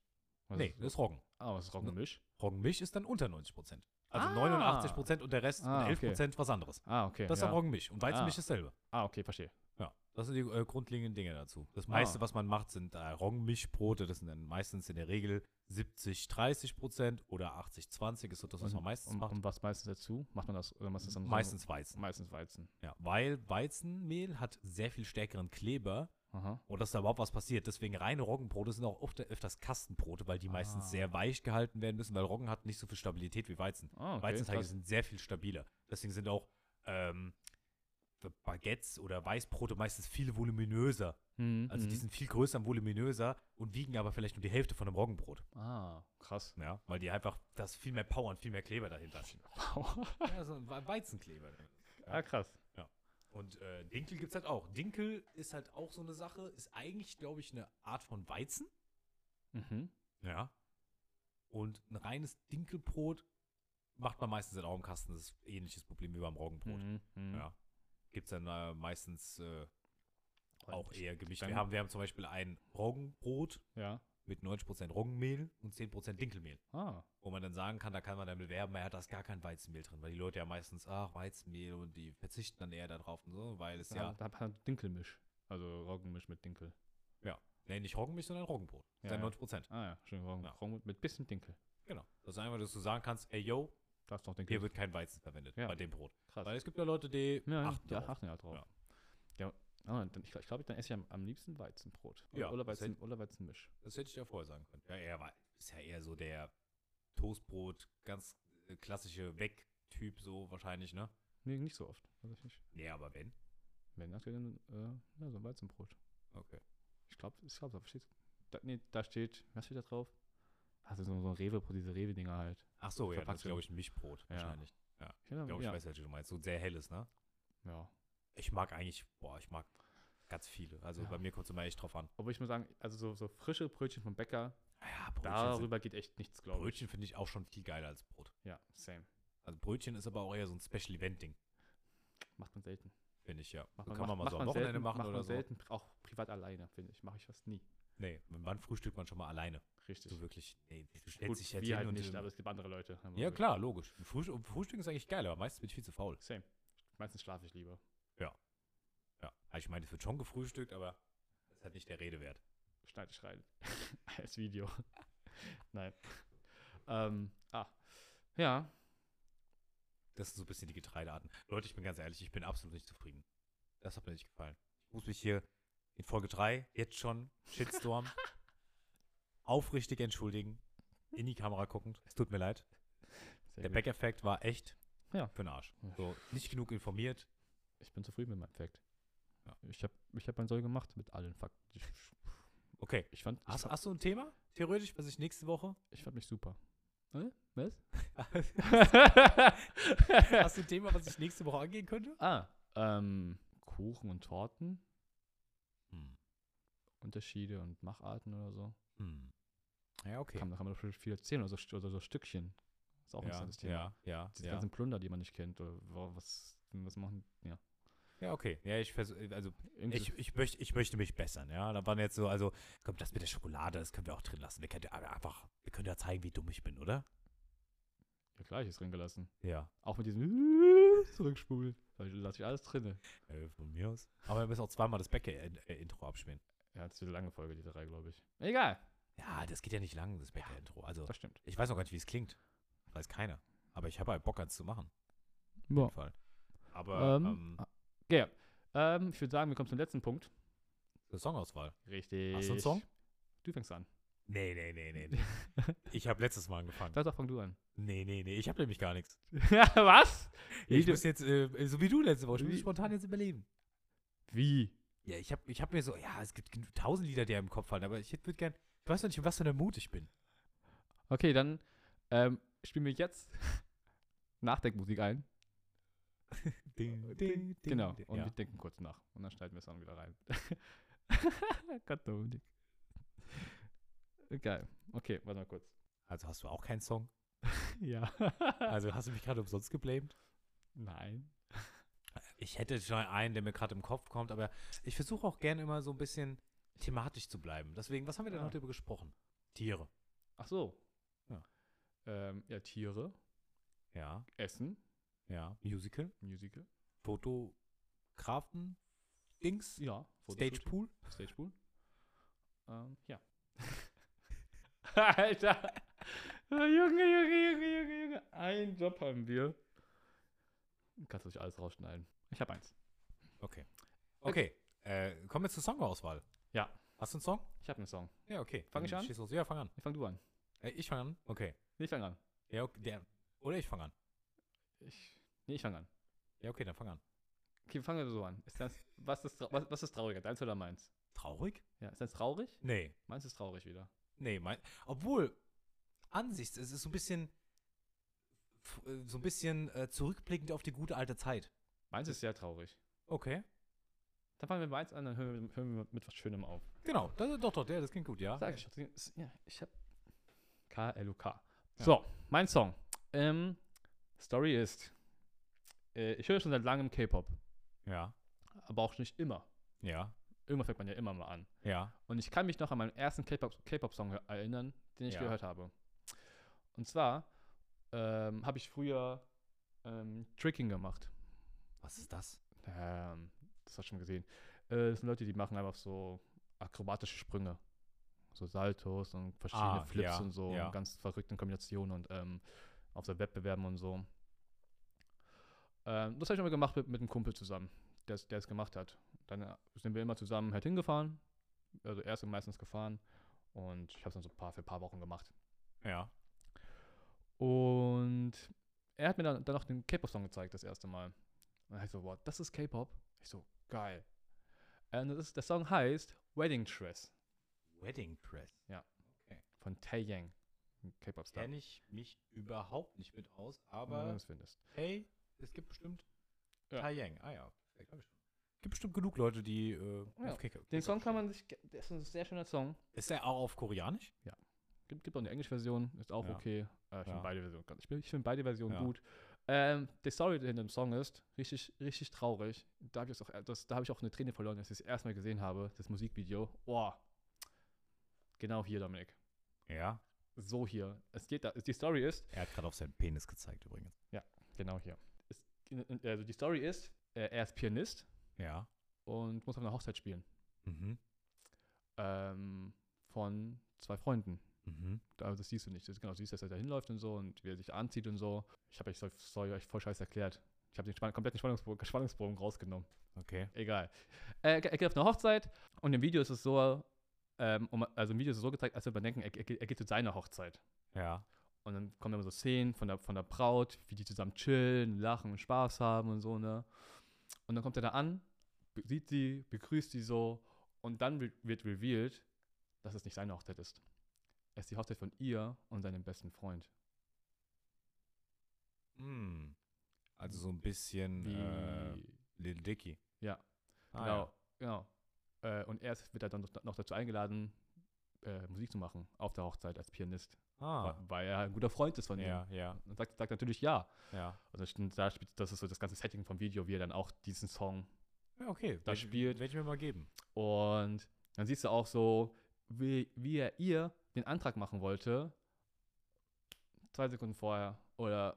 Speaker 1: Was
Speaker 2: nee,
Speaker 1: ist-
Speaker 2: das ist Roggen.
Speaker 1: Ah, was ist Roggenmisch?
Speaker 2: Roggenmisch ist dann unter 90%. Also
Speaker 1: Ah.
Speaker 2: 89% und der Rest
Speaker 1: Ah, okay.
Speaker 2: und 11% was anderes.
Speaker 1: Ah, okay.
Speaker 2: Das ist
Speaker 1: ja.
Speaker 2: dann Roggenmisch. Und Weizenmisch
Speaker 1: Ah.
Speaker 2: ist dasselbe.
Speaker 1: Ah, okay, verstehe.
Speaker 2: Ja, das sind die äh, grundlegenden Dinge dazu. Das meiste,
Speaker 1: Ah.
Speaker 2: was man macht, sind äh, Roggenmischbrote. Das sind dann meistens in der Regel 70, 30 Prozent oder 80, 20 ist so das, was man meistens
Speaker 1: und,
Speaker 2: macht.
Speaker 1: Und was meistens dazu? Macht man das? Oder macht das dann so-
Speaker 2: meistens Weizen.
Speaker 1: Meistens Weizen.
Speaker 2: Ja, weil Weizenmehl hat sehr viel stärkeren Kleber
Speaker 1: Aha.
Speaker 2: und dass da überhaupt was passiert. Deswegen reine Roggenbrote sind auch oft, öfters Kastenbrote, weil die
Speaker 1: Ah.
Speaker 2: meistens sehr weich gehalten werden müssen, weil Roggen hat nicht so viel Stabilität wie Weizen.
Speaker 1: Ah, okay,
Speaker 2: Weizenteige
Speaker 1: krass.
Speaker 2: sind sehr viel stabiler. Deswegen sind auch ähm, Baguettes oder Weißbrote meistens viel voluminöser
Speaker 1: Mhm,
Speaker 2: Also die
Speaker 1: mhm.
Speaker 2: sind viel größer und voluminöser und wiegen aber vielleicht nur die Hälfte von einem Roggenbrot.
Speaker 1: Ah, krass.
Speaker 2: Ja. Weil die einfach, da ist viel mehr Power und viel mehr Kleber dahinter. ja, so ein We- Weizenkleber. Ja.
Speaker 1: ah, krass.
Speaker 2: Und äh, Dinkel gibt's halt auch. Dinkel ist halt auch so eine Sache, ist eigentlich, glaube ich, eine Art von Weizen.
Speaker 1: Mhm.
Speaker 2: Ja. Und ein reines Dinkelbrot macht man meistens in Augenkasten. Das ist ein ähnliches Problem wie beim Roggenbrot.
Speaker 1: Mhm, mhm.
Speaker 2: Ja. Gibt's dann äh, meistens äh, auch eher gemischt. Wir
Speaker 1: dann-
Speaker 2: haben, wir haben zum Beispiel ein Roggenbrot
Speaker 1: Ja.
Speaker 2: mit 90% Roggenmehl und 10% Dinkelmehl.
Speaker 1: Ah,
Speaker 2: Wo man dann sagen kann, da kann man dann bewerben, er hat das gar kein Weizenmehl drin, weil die Leute ja meistens, ach, Weizenmehl und die verzichten dann eher darauf und so, weil es
Speaker 1: da ja.
Speaker 2: ja,
Speaker 1: hat hat man halt Dinkelmisch. Also Roggenmisch mit Dinkel.
Speaker 2: nee, nicht Roggenmilch, sondern Roggenbrot.
Speaker 1: Ja,
Speaker 2: Ja,
Speaker 1: ja.
Speaker 2: 90%.
Speaker 1: Ah ja, schön Roggen,
Speaker 2: Ja.
Speaker 1: Roggen mit bisschen Dinkel.
Speaker 2: Genau. Das ist einfach, dass du sagen kannst, ey, yo,
Speaker 1: darfst noch den
Speaker 2: Hier wird kein Weizen verwendet
Speaker 1: Ja.
Speaker 2: bei dem Brot.
Speaker 1: Krass.
Speaker 2: Weil es gibt ja Leute, die
Speaker 1: ja,
Speaker 2: achten
Speaker 1: ja,
Speaker 2: drauf.
Speaker 1: achten ja drauf. Ja. ah, dann, ich glaube, ich glaub, dann esse ich am, am liebsten Weizenbrot.
Speaker 2: Ja,
Speaker 1: Oder,
Speaker 2: das
Speaker 1: Weizen, oder Weizenmisch.
Speaker 2: Das hätte ich ja vorher sagen können. Ja, er war, ist ja eher so der Toastbrot, ganz äh, klassische Weg-Typ so wahrscheinlich, ne?
Speaker 1: Nee, nicht so oft. Also ich nicht.
Speaker 2: Nee, aber wenn.
Speaker 1: Wenn aktuell dann, äh, ja, so ein Weizenbrot.
Speaker 2: Okay.
Speaker 1: Ich glaube, ich glaub, da steht. Da, nee, da steht, was steht da drauf? Also so, so ein rewe diese Rewe-Dinger halt.
Speaker 2: Ach so, ja, das ist,
Speaker 1: Verpackung.
Speaker 2: glaube ich, ein Mischbrot
Speaker 1: Ja.
Speaker 2: wahrscheinlich.
Speaker 1: Ich glaub,
Speaker 2: Ich glaube, ich
Speaker 1: ja.
Speaker 2: weiß, welches du meinst. So ein sehr helles, ne?
Speaker 1: ja.
Speaker 2: Ich mag eigentlich, boah, ich mag ganz viele. Also
Speaker 1: Ja.
Speaker 2: bei mir kommt es immer echt drauf an.
Speaker 1: Obwohl ich muss sagen, also so, so frische Brötchen vom Bäcker,
Speaker 2: Ah Ja, Brötchen, sind-
Speaker 1: darüber geht echt nichts, glaube ich.
Speaker 2: Brötchen finde ich auch schon viel geiler als Brot.
Speaker 1: Ja, same.
Speaker 2: Also Brötchen ist aber auch eher so ein Special-Event-Ding,
Speaker 1: Macht man selten.
Speaker 2: finde ich, ja.
Speaker 1: Macht
Speaker 2: Kann man mal so am Wochenende
Speaker 1: selten,
Speaker 2: machen
Speaker 1: macht
Speaker 2: oder
Speaker 1: man
Speaker 2: so.
Speaker 1: selten, auch privat alleine, finde ich. Mache ich fast nie.
Speaker 2: Nee, wann frühstückt man schon mal alleine?
Speaker 1: Richtig.
Speaker 2: So wirklich, nee, du
Speaker 1: Gut,
Speaker 2: stellst dich jetzt
Speaker 1: wir
Speaker 2: hin
Speaker 1: halt
Speaker 2: und
Speaker 1: nicht,
Speaker 2: ähm,
Speaker 1: aber es gibt andere Leute. aber
Speaker 2: Ja,
Speaker 1: gut.
Speaker 2: klar, logisch. Ein Frühst und Frühstück ist eigentlich geil, aber meistens bin ich viel zu faul.
Speaker 1: Same. Meistens schlafe ich lieber.
Speaker 2: Ja. Also Ich meine, es wird schon gefrühstückt, aber das ist halt nicht der Rede wert.
Speaker 1: Schneide ich rein. Als Video. Nein. Ähm, ah. Ja.
Speaker 2: Das sind so ein bisschen die Getreidearten. Leute, ich bin ganz ehrlich, ich bin absolut nicht zufrieden. Das hat mir nicht gefallen. Ich muss mich hier in Folge 3 jetzt schon, Shitstorm, aufrichtig entschuldigen. In die Kamera guckend. Es tut mir leid.
Speaker 1: Sehr
Speaker 2: der
Speaker 1: gut.
Speaker 2: Back-Effekt war echt
Speaker 1: Ja.
Speaker 2: für den Arsch.
Speaker 1: Ja.
Speaker 2: So, nicht genug informiert.
Speaker 1: Ich bin zufrieden mit meinem Fact.
Speaker 2: Ja.
Speaker 1: Ich habe ich hab mein Soll gemacht mit allen Fakten. Ich,
Speaker 2: Okay.
Speaker 1: ich, fand, ich,
Speaker 2: Hast,
Speaker 1: fand,
Speaker 2: hast du ein Thema? Theoretisch, was ich nächste Woche.
Speaker 1: ich fand mich super. Äh? Was?
Speaker 2: hast du ein Thema, was ich nächste Woche angehen könnte?
Speaker 1: Ah, ähm, Kuchen und Torten,
Speaker 2: Hm.
Speaker 1: Unterschiede und Macharten oder so.
Speaker 2: Hm. Ja, okay.
Speaker 1: Kann, da kann man doch viel erzählen oder so, St- oder so Stückchen. Ist auch ein
Speaker 2: ja,
Speaker 1: interessantes Thema.
Speaker 2: ja, ja,
Speaker 1: Diese
Speaker 2: ja.
Speaker 1: ganzen Plunder, die man nicht kennt. Oder wa- was, was machen, ja.
Speaker 2: Ja, okay. Ja, ich versuche, also
Speaker 1: Irgendwie so-
Speaker 2: Ich, ich, möchte, ich möchte mich bessern, ja. Da waren jetzt so, also, komm, das mit der Schokolade, das können wir auch drin lassen. Wir können ja einfach, wir können ja zeigen, wie dumm ich bin, oder?
Speaker 1: ja, Gleiches drin gelassen.
Speaker 2: Ja.
Speaker 1: Auch mit diesem Zurückspulen. Da lasse ich alles drinne.
Speaker 2: Äh, von mir aus. Aber wir müssen auch zweimal das Bäcker-Intro abspielen.
Speaker 1: Ja, das ist eine lange Folge, die drei, glaube ich. Egal.
Speaker 2: Ja, das geht ja nicht lang, das Bäcker-Intro. Also,
Speaker 1: Das stimmt.
Speaker 2: ich weiß noch gar nicht, wie es klingt. Weiß keiner. Aber ich habe halt Bock, eins zu machen. Auf
Speaker 1: Boah.
Speaker 2: jeden Fall. Aber,
Speaker 1: Ähm,
Speaker 2: ähm,
Speaker 1: ah, Ja. Ähm, ich würde sagen, wir kommen zum letzten Punkt.
Speaker 2: zur Songauswahl.
Speaker 1: Richtig.
Speaker 2: Hast du einen Song?
Speaker 1: Du fängst an.
Speaker 2: Nee, nee, nee, nee. nee. ich habe letztes Mal angefangen.
Speaker 1: Das auch fang du an.
Speaker 2: Nee, nee, nee, ich habe nämlich gar nichts.
Speaker 1: Ja, was?
Speaker 2: Ich
Speaker 1: Jede-
Speaker 2: muss jetzt, äh, so wie du letzte Woche, ich muss
Speaker 1: Wie-
Speaker 2: spontan jetzt überleben.
Speaker 1: Wie?
Speaker 2: Ja, ich hab, ich hab mir so, ja, es gibt genü- tausend Lieder, die einem im Kopf fallen, aber ich würde gern, ich weiß noch nicht, in was für einer Mut ich bin.
Speaker 1: Okay, dann ähm, spielen wir jetzt Nachdenkmusik ein.
Speaker 2: Äh,
Speaker 1: genau. Und wir
Speaker 2: ja.
Speaker 1: denken kurz nach. Und dann schneiden wir es dann wieder rein. Gott, Dominik. Geil. Okay, warte mal kurz.
Speaker 2: Also hast du auch keinen Song?
Speaker 1: Ja.
Speaker 2: Also hast du mich gerade umsonst geblamed?
Speaker 1: Nein.
Speaker 2: Ich hätte schon einen, der mir gerade im Kopf kommt, aber ich versuche auch gerne immer so ein bisschen thematisch zu bleiben. Deswegen, was haben wir denn
Speaker 1: Ah.
Speaker 2: heute über gesprochen? Tiere.
Speaker 1: Ach so.
Speaker 2: Ja.
Speaker 1: Ähm, ja, Tiere,
Speaker 2: Ja,
Speaker 1: Essen,
Speaker 2: ja. Musical,
Speaker 1: Musical.
Speaker 2: Fotografen, Dings,
Speaker 1: Ja. Fotoshooting,
Speaker 2: Stagepool.
Speaker 1: Stagepool. Ähm, ja. Alter. Ah, Junge, Junge, Junge, Junge, Junge. Einen Job haben wir. Kannst du nicht alles rausschneiden. Ich habe eins.
Speaker 2: Okay. Okay, äh, kommen wir zur Songauswahl.
Speaker 1: Ja.
Speaker 2: Hast du einen Song?
Speaker 1: Ich habe einen Song.
Speaker 2: Ja, okay.
Speaker 1: Fang
Speaker 2: Dann
Speaker 1: ich an?
Speaker 2: schieß Los. Ja, fang an.
Speaker 1: Ich fang du an.
Speaker 2: Äh, ich fange an. Okay.
Speaker 1: Nee, ich fang an.
Speaker 2: Ja, okay, der, oder ich fange an.
Speaker 1: Ich, nee, ich fang an.
Speaker 2: Ja, okay, dann fang an.
Speaker 1: Okay, fangen wir so an. Ist das, was, ist, trau- was, was ist trauriger, deins oder meins?
Speaker 2: Traurig?
Speaker 1: Ja, ist das traurig?
Speaker 2: Nee.
Speaker 1: Meins ist traurig wieder.
Speaker 2: Nee, mein, obwohl, Ansichts, es ist so ein bisschen, f- äh, so ein bisschen äh, zurückblickend auf die gute alte Zeit.
Speaker 1: Meins ist sehr traurig.
Speaker 2: Okay.
Speaker 1: Dann fangen wir mit eins an, dann hören wir, hören wir mit was Schönem auf.
Speaker 2: Genau, das, doch, doch, der, das klingt gut, ja.
Speaker 1: Sag ich. doch, das- Ja, ich hab K-L-U-K. So, mein Song. Ähm, Story ist, äh, ich höre schon seit langem K-Pop,
Speaker 2: Ja,
Speaker 1: aber auch nicht immer.
Speaker 2: ja,
Speaker 1: Irgendwann fängt man ja immer mal an.
Speaker 2: ja.
Speaker 1: Und ich kann mich noch an meinen ersten K-Pop- K-Pop-Song erinnern, den ich
Speaker 2: Ja.
Speaker 1: gehört habe. Und zwar ähm, habe ich früher ähm, Tricking gemacht.
Speaker 2: Was ist das?
Speaker 1: Ähm, das hast du schon gesehen. Äh, das sind Leute, die machen einfach so akrobatische Sprünge. So Saltos und verschiedene
Speaker 2: Ah,
Speaker 1: Flips
Speaker 2: ja,
Speaker 1: und so.
Speaker 2: ja.
Speaker 1: Und ganz verrückten Kombinationen. Und ähm, auf so Wettbewerben und so. Ähm, das habe ich immer gemacht mit, mit einem Kumpel zusammen, der es gemacht hat. Dann äh, sind wir immer zusammen halt hingefahren. Also er ist meistens gefahren und ich habe es dann so ein paar, für ein paar Wochen gemacht.
Speaker 2: Ja.
Speaker 1: Und er hat mir dann, dann auch den K-Pop-Song gezeigt, das erste Mal. Und dann hab ich so, wow, das ist K-Pop? Ich so, geil. Und das ist, der Song heißt Wedding Dress
Speaker 2: Wedding Dress.
Speaker 1: von Taeyang, ein K-Pop-Star.
Speaker 2: Kenne ich mich überhaupt nicht mit aus,
Speaker 1: Wenn du
Speaker 2: aber
Speaker 1: das findest.
Speaker 2: hey, es gibt bestimmt
Speaker 1: Ja.
Speaker 2: Taiyang. Ah ja, ja, glaub ich schon. Gibt bestimmt genug Leute, die äh,
Speaker 1: Ja.
Speaker 2: auf Kick.
Speaker 1: Den Song kann man sich, das ist ein sehr schöner Song.
Speaker 2: Ist der auch auf Koreanisch?
Speaker 1: Gibt, gibt auch eine Englischversion, ist auch
Speaker 2: Ja.
Speaker 1: okay. Äh, ich
Speaker 2: Ja.
Speaker 1: finde beide Versionen, ganz- ich, bin- ich finde beide Versionen
Speaker 2: Ja.
Speaker 1: gut. Ähm, die Story hinter dem Song ist richtig, richtig traurig. Da habe ich, jetzt auch- äh, das- da hab ich auch eine Träne verloren, als ich das erste Mal gesehen habe, das Musikvideo. Boah. Genau hier, Dominik.
Speaker 2: Ja.
Speaker 1: So hier. Es geht da, die Story ist,
Speaker 2: Er hat gerade auf seinen Penis gezeigt übrigens.
Speaker 1: genau hier. Es, also die Story ist, äh, er ist Pianist
Speaker 2: Ja.
Speaker 1: und muss auf einer Hochzeit spielen.
Speaker 2: Mhm.
Speaker 1: Ähm, von zwei Freunden.
Speaker 2: Mhm.
Speaker 1: Also das siehst du nicht. Das, genau, du siehst, dass er da hinläuft und so und wie er sich anzieht und so. Ich habe euch, soll- soll euch voll scheiß erklärt. Ich habe den Spann kompletten Spannungsbogen, Spannungsbogen rausgenommen.
Speaker 2: Okay.
Speaker 1: Egal. Er, er geht auf eine Hochzeit und im Video ist es so, ähm, um, also im Video ist es so gezeigt, als würde man denken, er, er, geht- er geht zu seiner Hochzeit.
Speaker 2: Ja.
Speaker 1: Und dann kommen immer so Szenen von der, von der Braut, wie die zusammen chillen, lachen, Spaß haben und so, ne? Und dann kommt er da an, be- sieht sie, begrüßt sie so und dann re- wird revealed, dass es nicht seine Hochzeit ist. Es ist die Hochzeit von ihr und seinem besten Freund.
Speaker 2: Mm. Also so ein bisschen
Speaker 1: Wie,
Speaker 2: äh, Little Dicky.
Speaker 1: Ja.
Speaker 2: Ah,
Speaker 1: genau,
Speaker 2: ja.
Speaker 1: genau. Äh, und er ist- wird dann noch- noch dazu eingeladen, äh, Musik zu machen auf der Hochzeit als Pianist,
Speaker 2: Ah.
Speaker 1: wa- weil er ein guter Freund ist von
Speaker 2: Ja, ja,
Speaker 1: ihm. Und sagt, sagt natürlich ja.
Speaker 2: ja.
Speaker 1: Also stimmt, da spielt, das ist so das ganze Setting vom Video, wie er dann auch diesen Song
Speaker 2: Ja, okay.
Speaker 1: Das spielt-
Speaker 2: Werde ich mir mal geben.
Speaker 1: Und dann siehst du auch so, wie, wie er ihr den Antrag machen wollte. Zwei Sekunden vorher. Oder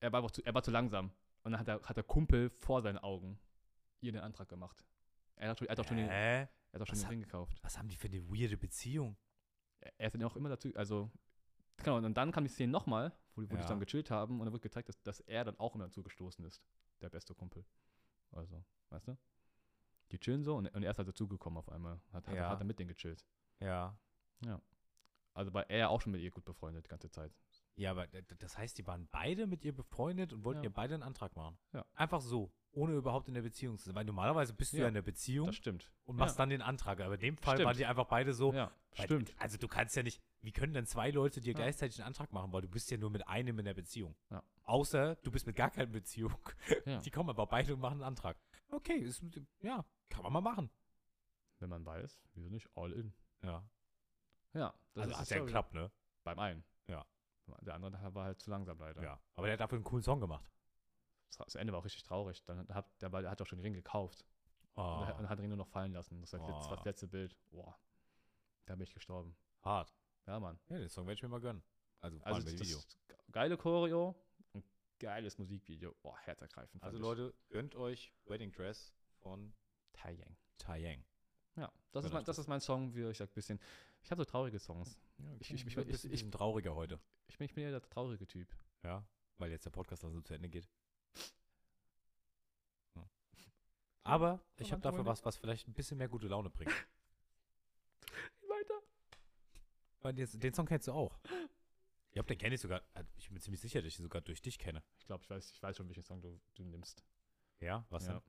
Speaker 1: er war, einfach zu, er war zu langsam. Und dann hat der, hat der Kumpel vor seinen Augen ihr den Antrag gemacht. Er hat, schon- er hat auch schon, den, er
Speaker 2: Hä?
Speaker 1: hat auch schon
Speaker 2: Was
Speaker 1: den
Speaker 2: hat-
Speaker 1: Ring gekauft.
Speaker 2: Was haben die für eine weirde Beziehung?
Speaker 1: Er- Er ist dann auch immer dazu. Also, genau. Und dann kam die Szene nochmal, wo, die- wo die
Speaker 2: Ja.
Speaker 1: dann gechillt haben. Und dann wird gezeigt, dass, dass er dann auch immer dazu gestoßen ist. Der beste Kumpel. Also, weißt du? Die chillen so und, und er ist halt dazugekommen auf einmal. Hat, hat,
Speaker 2: Ja.
Speaker 1: hat er mit denen gechillt.
Speaker 2: Ja.
Speaker 1: Also war er ja auch schon mit ihr gut befreundet die ganze Zeit.
Speaker 2: Ja, aber d- d- das heißt, die waren beide mit ihr befreundet und wollten
Speaker 1: Ja.
Speaker 2: ihr beide einen Antrag machen.
Speaker 1: Ja.
Speaker 2: Einfach so, ohne überhaupt in der Beziehung zu sein. Weil normalerweise bist du ja,
Speaker 1: Ja,
Speaker 2: in der Beziehung
Speaker 1: Das stimmt.
Speaker 2: und machst
Speaker 1: ja.
Speaker 2: dann den Antrag. Aber in dem Fall
Speaker 1: Stimmt.
Speaker 2: waren die einfach beide so.
Speaker 1: ja,
Speaker 2: weil-
Speaker 1: stimmt.
Speaker 2: Also du kannst ja nicht, wie können denn zwei Leute dir
Speaker 1: Ja.
Speaker 2: gleichzeitig einen Antrag machen, weil du bist ja nur mit einem in der Beziehung.
Speaker 1: Ja.
Speaker 2: Außer du bist mit gar keiner Beziehung.
Speaker 1: Ja.
Speaker 2: Die kommen aber beide und machen einen Antrag. Okay, ist, ja, kann man mal machen.
Speaker 1: Wenn man weiß, wieso nicht all in.
Speaker 2: Ja.
Speaker 1: Ja,
Speaker 2: Das also
Speaker 1: die
Speaker 2: hat ja
Speaker 1: Story.
Speaker 2: geklappt, ne?
Speaker 1: Beim einen.
Speaker 2: Ja.
Speaker 1: Der andere war halt zu langsam leider.
Speaker 2: ne? Ja. Aber der hat dafür einen coolen Song gemacht.
Speaker 1: Das- Das Ende war auch richtig traurig. Dann hat der, war- der hat auch schon den Ring gekauft
Speaker 2: Oh,
Speaker 1: und, hat, und hat den Ring nur noch fallen lassen. Das war das letzte-
Speaker 2: Oh.
Speaker 1: das letzte Bild. Boah. Da bin ich gestorben.
Speaker 2: hart.
Speaker 1: Ja, Mann.
Speaker 2: Ja, den Song werde ich mir mal gönnen. Also, vor
Speaker 1: Also
Speaker 2: allem
Speaker 1: das
Speaker 2: das Video.
Speaker 1: ge- geile Choreo und geiles Musikvideo. Boah, herzergreifend.
Speaker 2: Also
Speaker 1: fand
Speaker 2: Leute, gönnt euch Wedding Dress von
Speaker 1: ich. Tai Yang.
Speaker 2: Taiyang.
Speaker 1: Ja, das ist,
Speaker 2: Genau.
Speaker 1: mein, das ist mein Song, wie ich sag, bisschen. Ich habe so traurige Songs.
Speaker 2: Ich,
Speaker 1: okay.
Speaker 2: ich, ich,
Speaker 1: Du bist ein
Speaker 2: ich, ich
Speaker 1: bisschen
Speaker 2: bin trauriger heute.
Speaker 1: Ich bin, ich bin ja der traurige Typ.
Speaker 2: Ja, weil jetzt der Podcast langsam zu Ende geht. Ja. Aber ich
Speaker 1: manchmal
Speaker 2: habe dafür
Speaker 1: nicht.
Speaker 2: was, was vielleicht ein bisschen mehr gute Laune bringt.
Speaker 1: Weiter.
Speaker 2: Weil den, den Song kennst du auch. Ich glaube, den kenne ich sogar. also Ich bin mir ziemlich sicher, dass ich ihn sogar durch dich kenne.
Speaker 1: Ich glaube, ich weiß, ich weiß schon, welchen Song du, du nimmst.
Speaker 2: Ja, was
Speaker 1: ja.
Speaker 2: denn?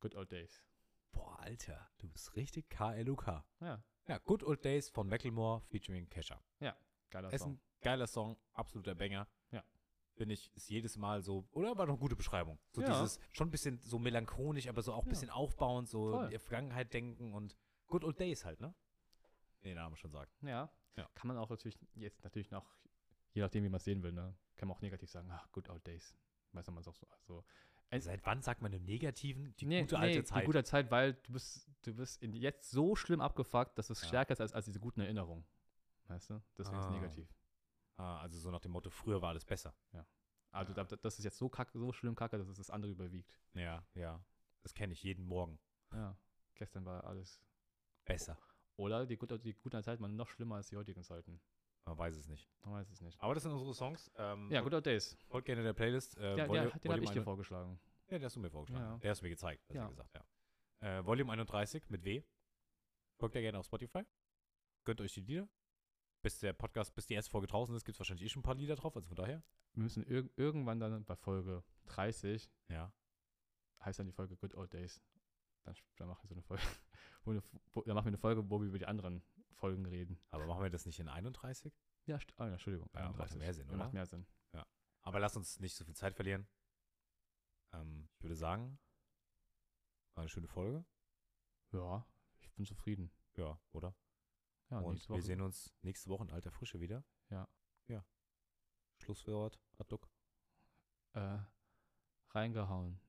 Speaker 1: Good Old Days.
Speaker 2: Boah, Alter, du bist richtig KLUK.
Speaker 1: Ja,
Speaker 2: Ja, Good Old Days von Macklemore featuring Kesha.
Speaker 1: geiler
Speaker 2: ist
Speaker 1: Song.
Speaker 2: ein geiler Song, absoluter Banger.
Speaker 1: Ja.
Speaker 2: Finde ich, ist jedes Mal so, oder war noch eine gute Beschreibung. So
Speaker 1: Ja.
Speaker 2: dieses, schon ein bisschen so melancholisch, aber so auch ein
Speaker 1: Ja.
Speaker 2: bisschen aufbauend, so
Speaker 1: Voll.
Speaker 2: in die Vergangenheit denken und Good Old Days halt, ne? Wie der Name schon sagt.
Speaker 1: Ja.
Speaker 2: Ja.
Speaker 1: Kann man auch natürlich jetzt natürlich noch, je nachdem, wie man es sehen will, ne, kann man auch negativ sagen, ach, Good Old Days. Weiß man es auch so. Also, Es-
Speaker 2: Seit wann sagt man im Negativen die gute alte Zeit?
Speaker 1: Die gute Zeit, weil du bist, du bist in jetzt so schlimm abgefuckt, dass es
Speaker 2: Ja.
Speaker 1: stärker ist als, als diese guten Erinnerungen. Weißt du? Deswegen ist es
Speaker 2: Ah.
Speaker 1: negativ.
Speaker 2: ah, also so nach dem Motto, früher war alles besser.
Speaker 1: Also
Speaker 2: Ja.
Speaker 1: da, das ist jetzt so kacke, so schlimm kacke, dass es das andere überwiegt.
Speaker 2: Ja, ja. Das kenne ich jeden Morgen.
Speaker 1: Ja. Gestern war alles.
Speaker 2: Besser.
Speaker 1: Oder die, gute, die guten Zeiten waren noch schlimmer als die heutigen Zeiten.
Speaker 2: Man weiß es nicht.
Speaker 1: Man weiß es nicht.
Speaker 2: Aber das sind unsere Songs. Ähm,
Speaker 1: Ja, Good Old Days.
Speaker 2: Folgt gerne der Playlist. Äh,
Speaker 1: Ja, der,
Speaker 2: Volume-
Speaker 1: den habe
Speaker 2: Volume
Speaker 1: ich dir
Speaker 2: 1
Speaker 1: vorgeschlagen.
Speaker 2: Ja, der hast du mir vorgeschlagen.
Speaker 1: Ja.
Speaker 2: Der hast du mir gezeigt, besser
Speaker 1: Ja.
Speaker 2: gesagt, ja. Äh, Volume 31 mit W. Folgt ihr gerne auf Spotify. Gönnt euch die Lieder. Bis der Podcast, bis die erste Folge draußen ist, gibt es wahrscheinlich eh schon ein paar Lieder drauf, also von daher.
Speaker 1: Wir müssen irg irgendwann dann bei Folge 30,
Speaker 2: Ja.
Speaker 1: heißt dann die Folge Good Old Days. Dann, sp- dann machen wir so eine Folge. Wo eine, F- wo, dann machen wir eine Folge, wo wir über die anderen Folgen reden.
Speaker 2: Aber machen wir das nicht in 31?
Speaker 1: Ja, st- ah, ja, Entschuldigung.
Speaker 2: Ja, macht
Speaker 1: 31.
Speaker 2: mehr Sinn,
Speaker 1: Ja,
Speaker 2: oder?
Speaker 1: Macht mehr Sinn.
Speaker 2: Aber lasst uns nicht so viel Zeit verlieren. Ähm, ich würde sagen, war eine schöne Folge.
Speaker 1: Ja, ich bin zufrieden.
Speaker 2: Ja, oder?
Speaker 1: Ja,
Speaker 2: Und
Speaker 1: nächste
Speaker 2: wir
Speaker 1: Woche.
Speaker 2: sehen uns nächste Woche in alter Frische wieder.
Speaker 1: Ja.
Speaker 2: Ja. Schlusswort, Adluck.
Speaker 1: Äh, reingehauen.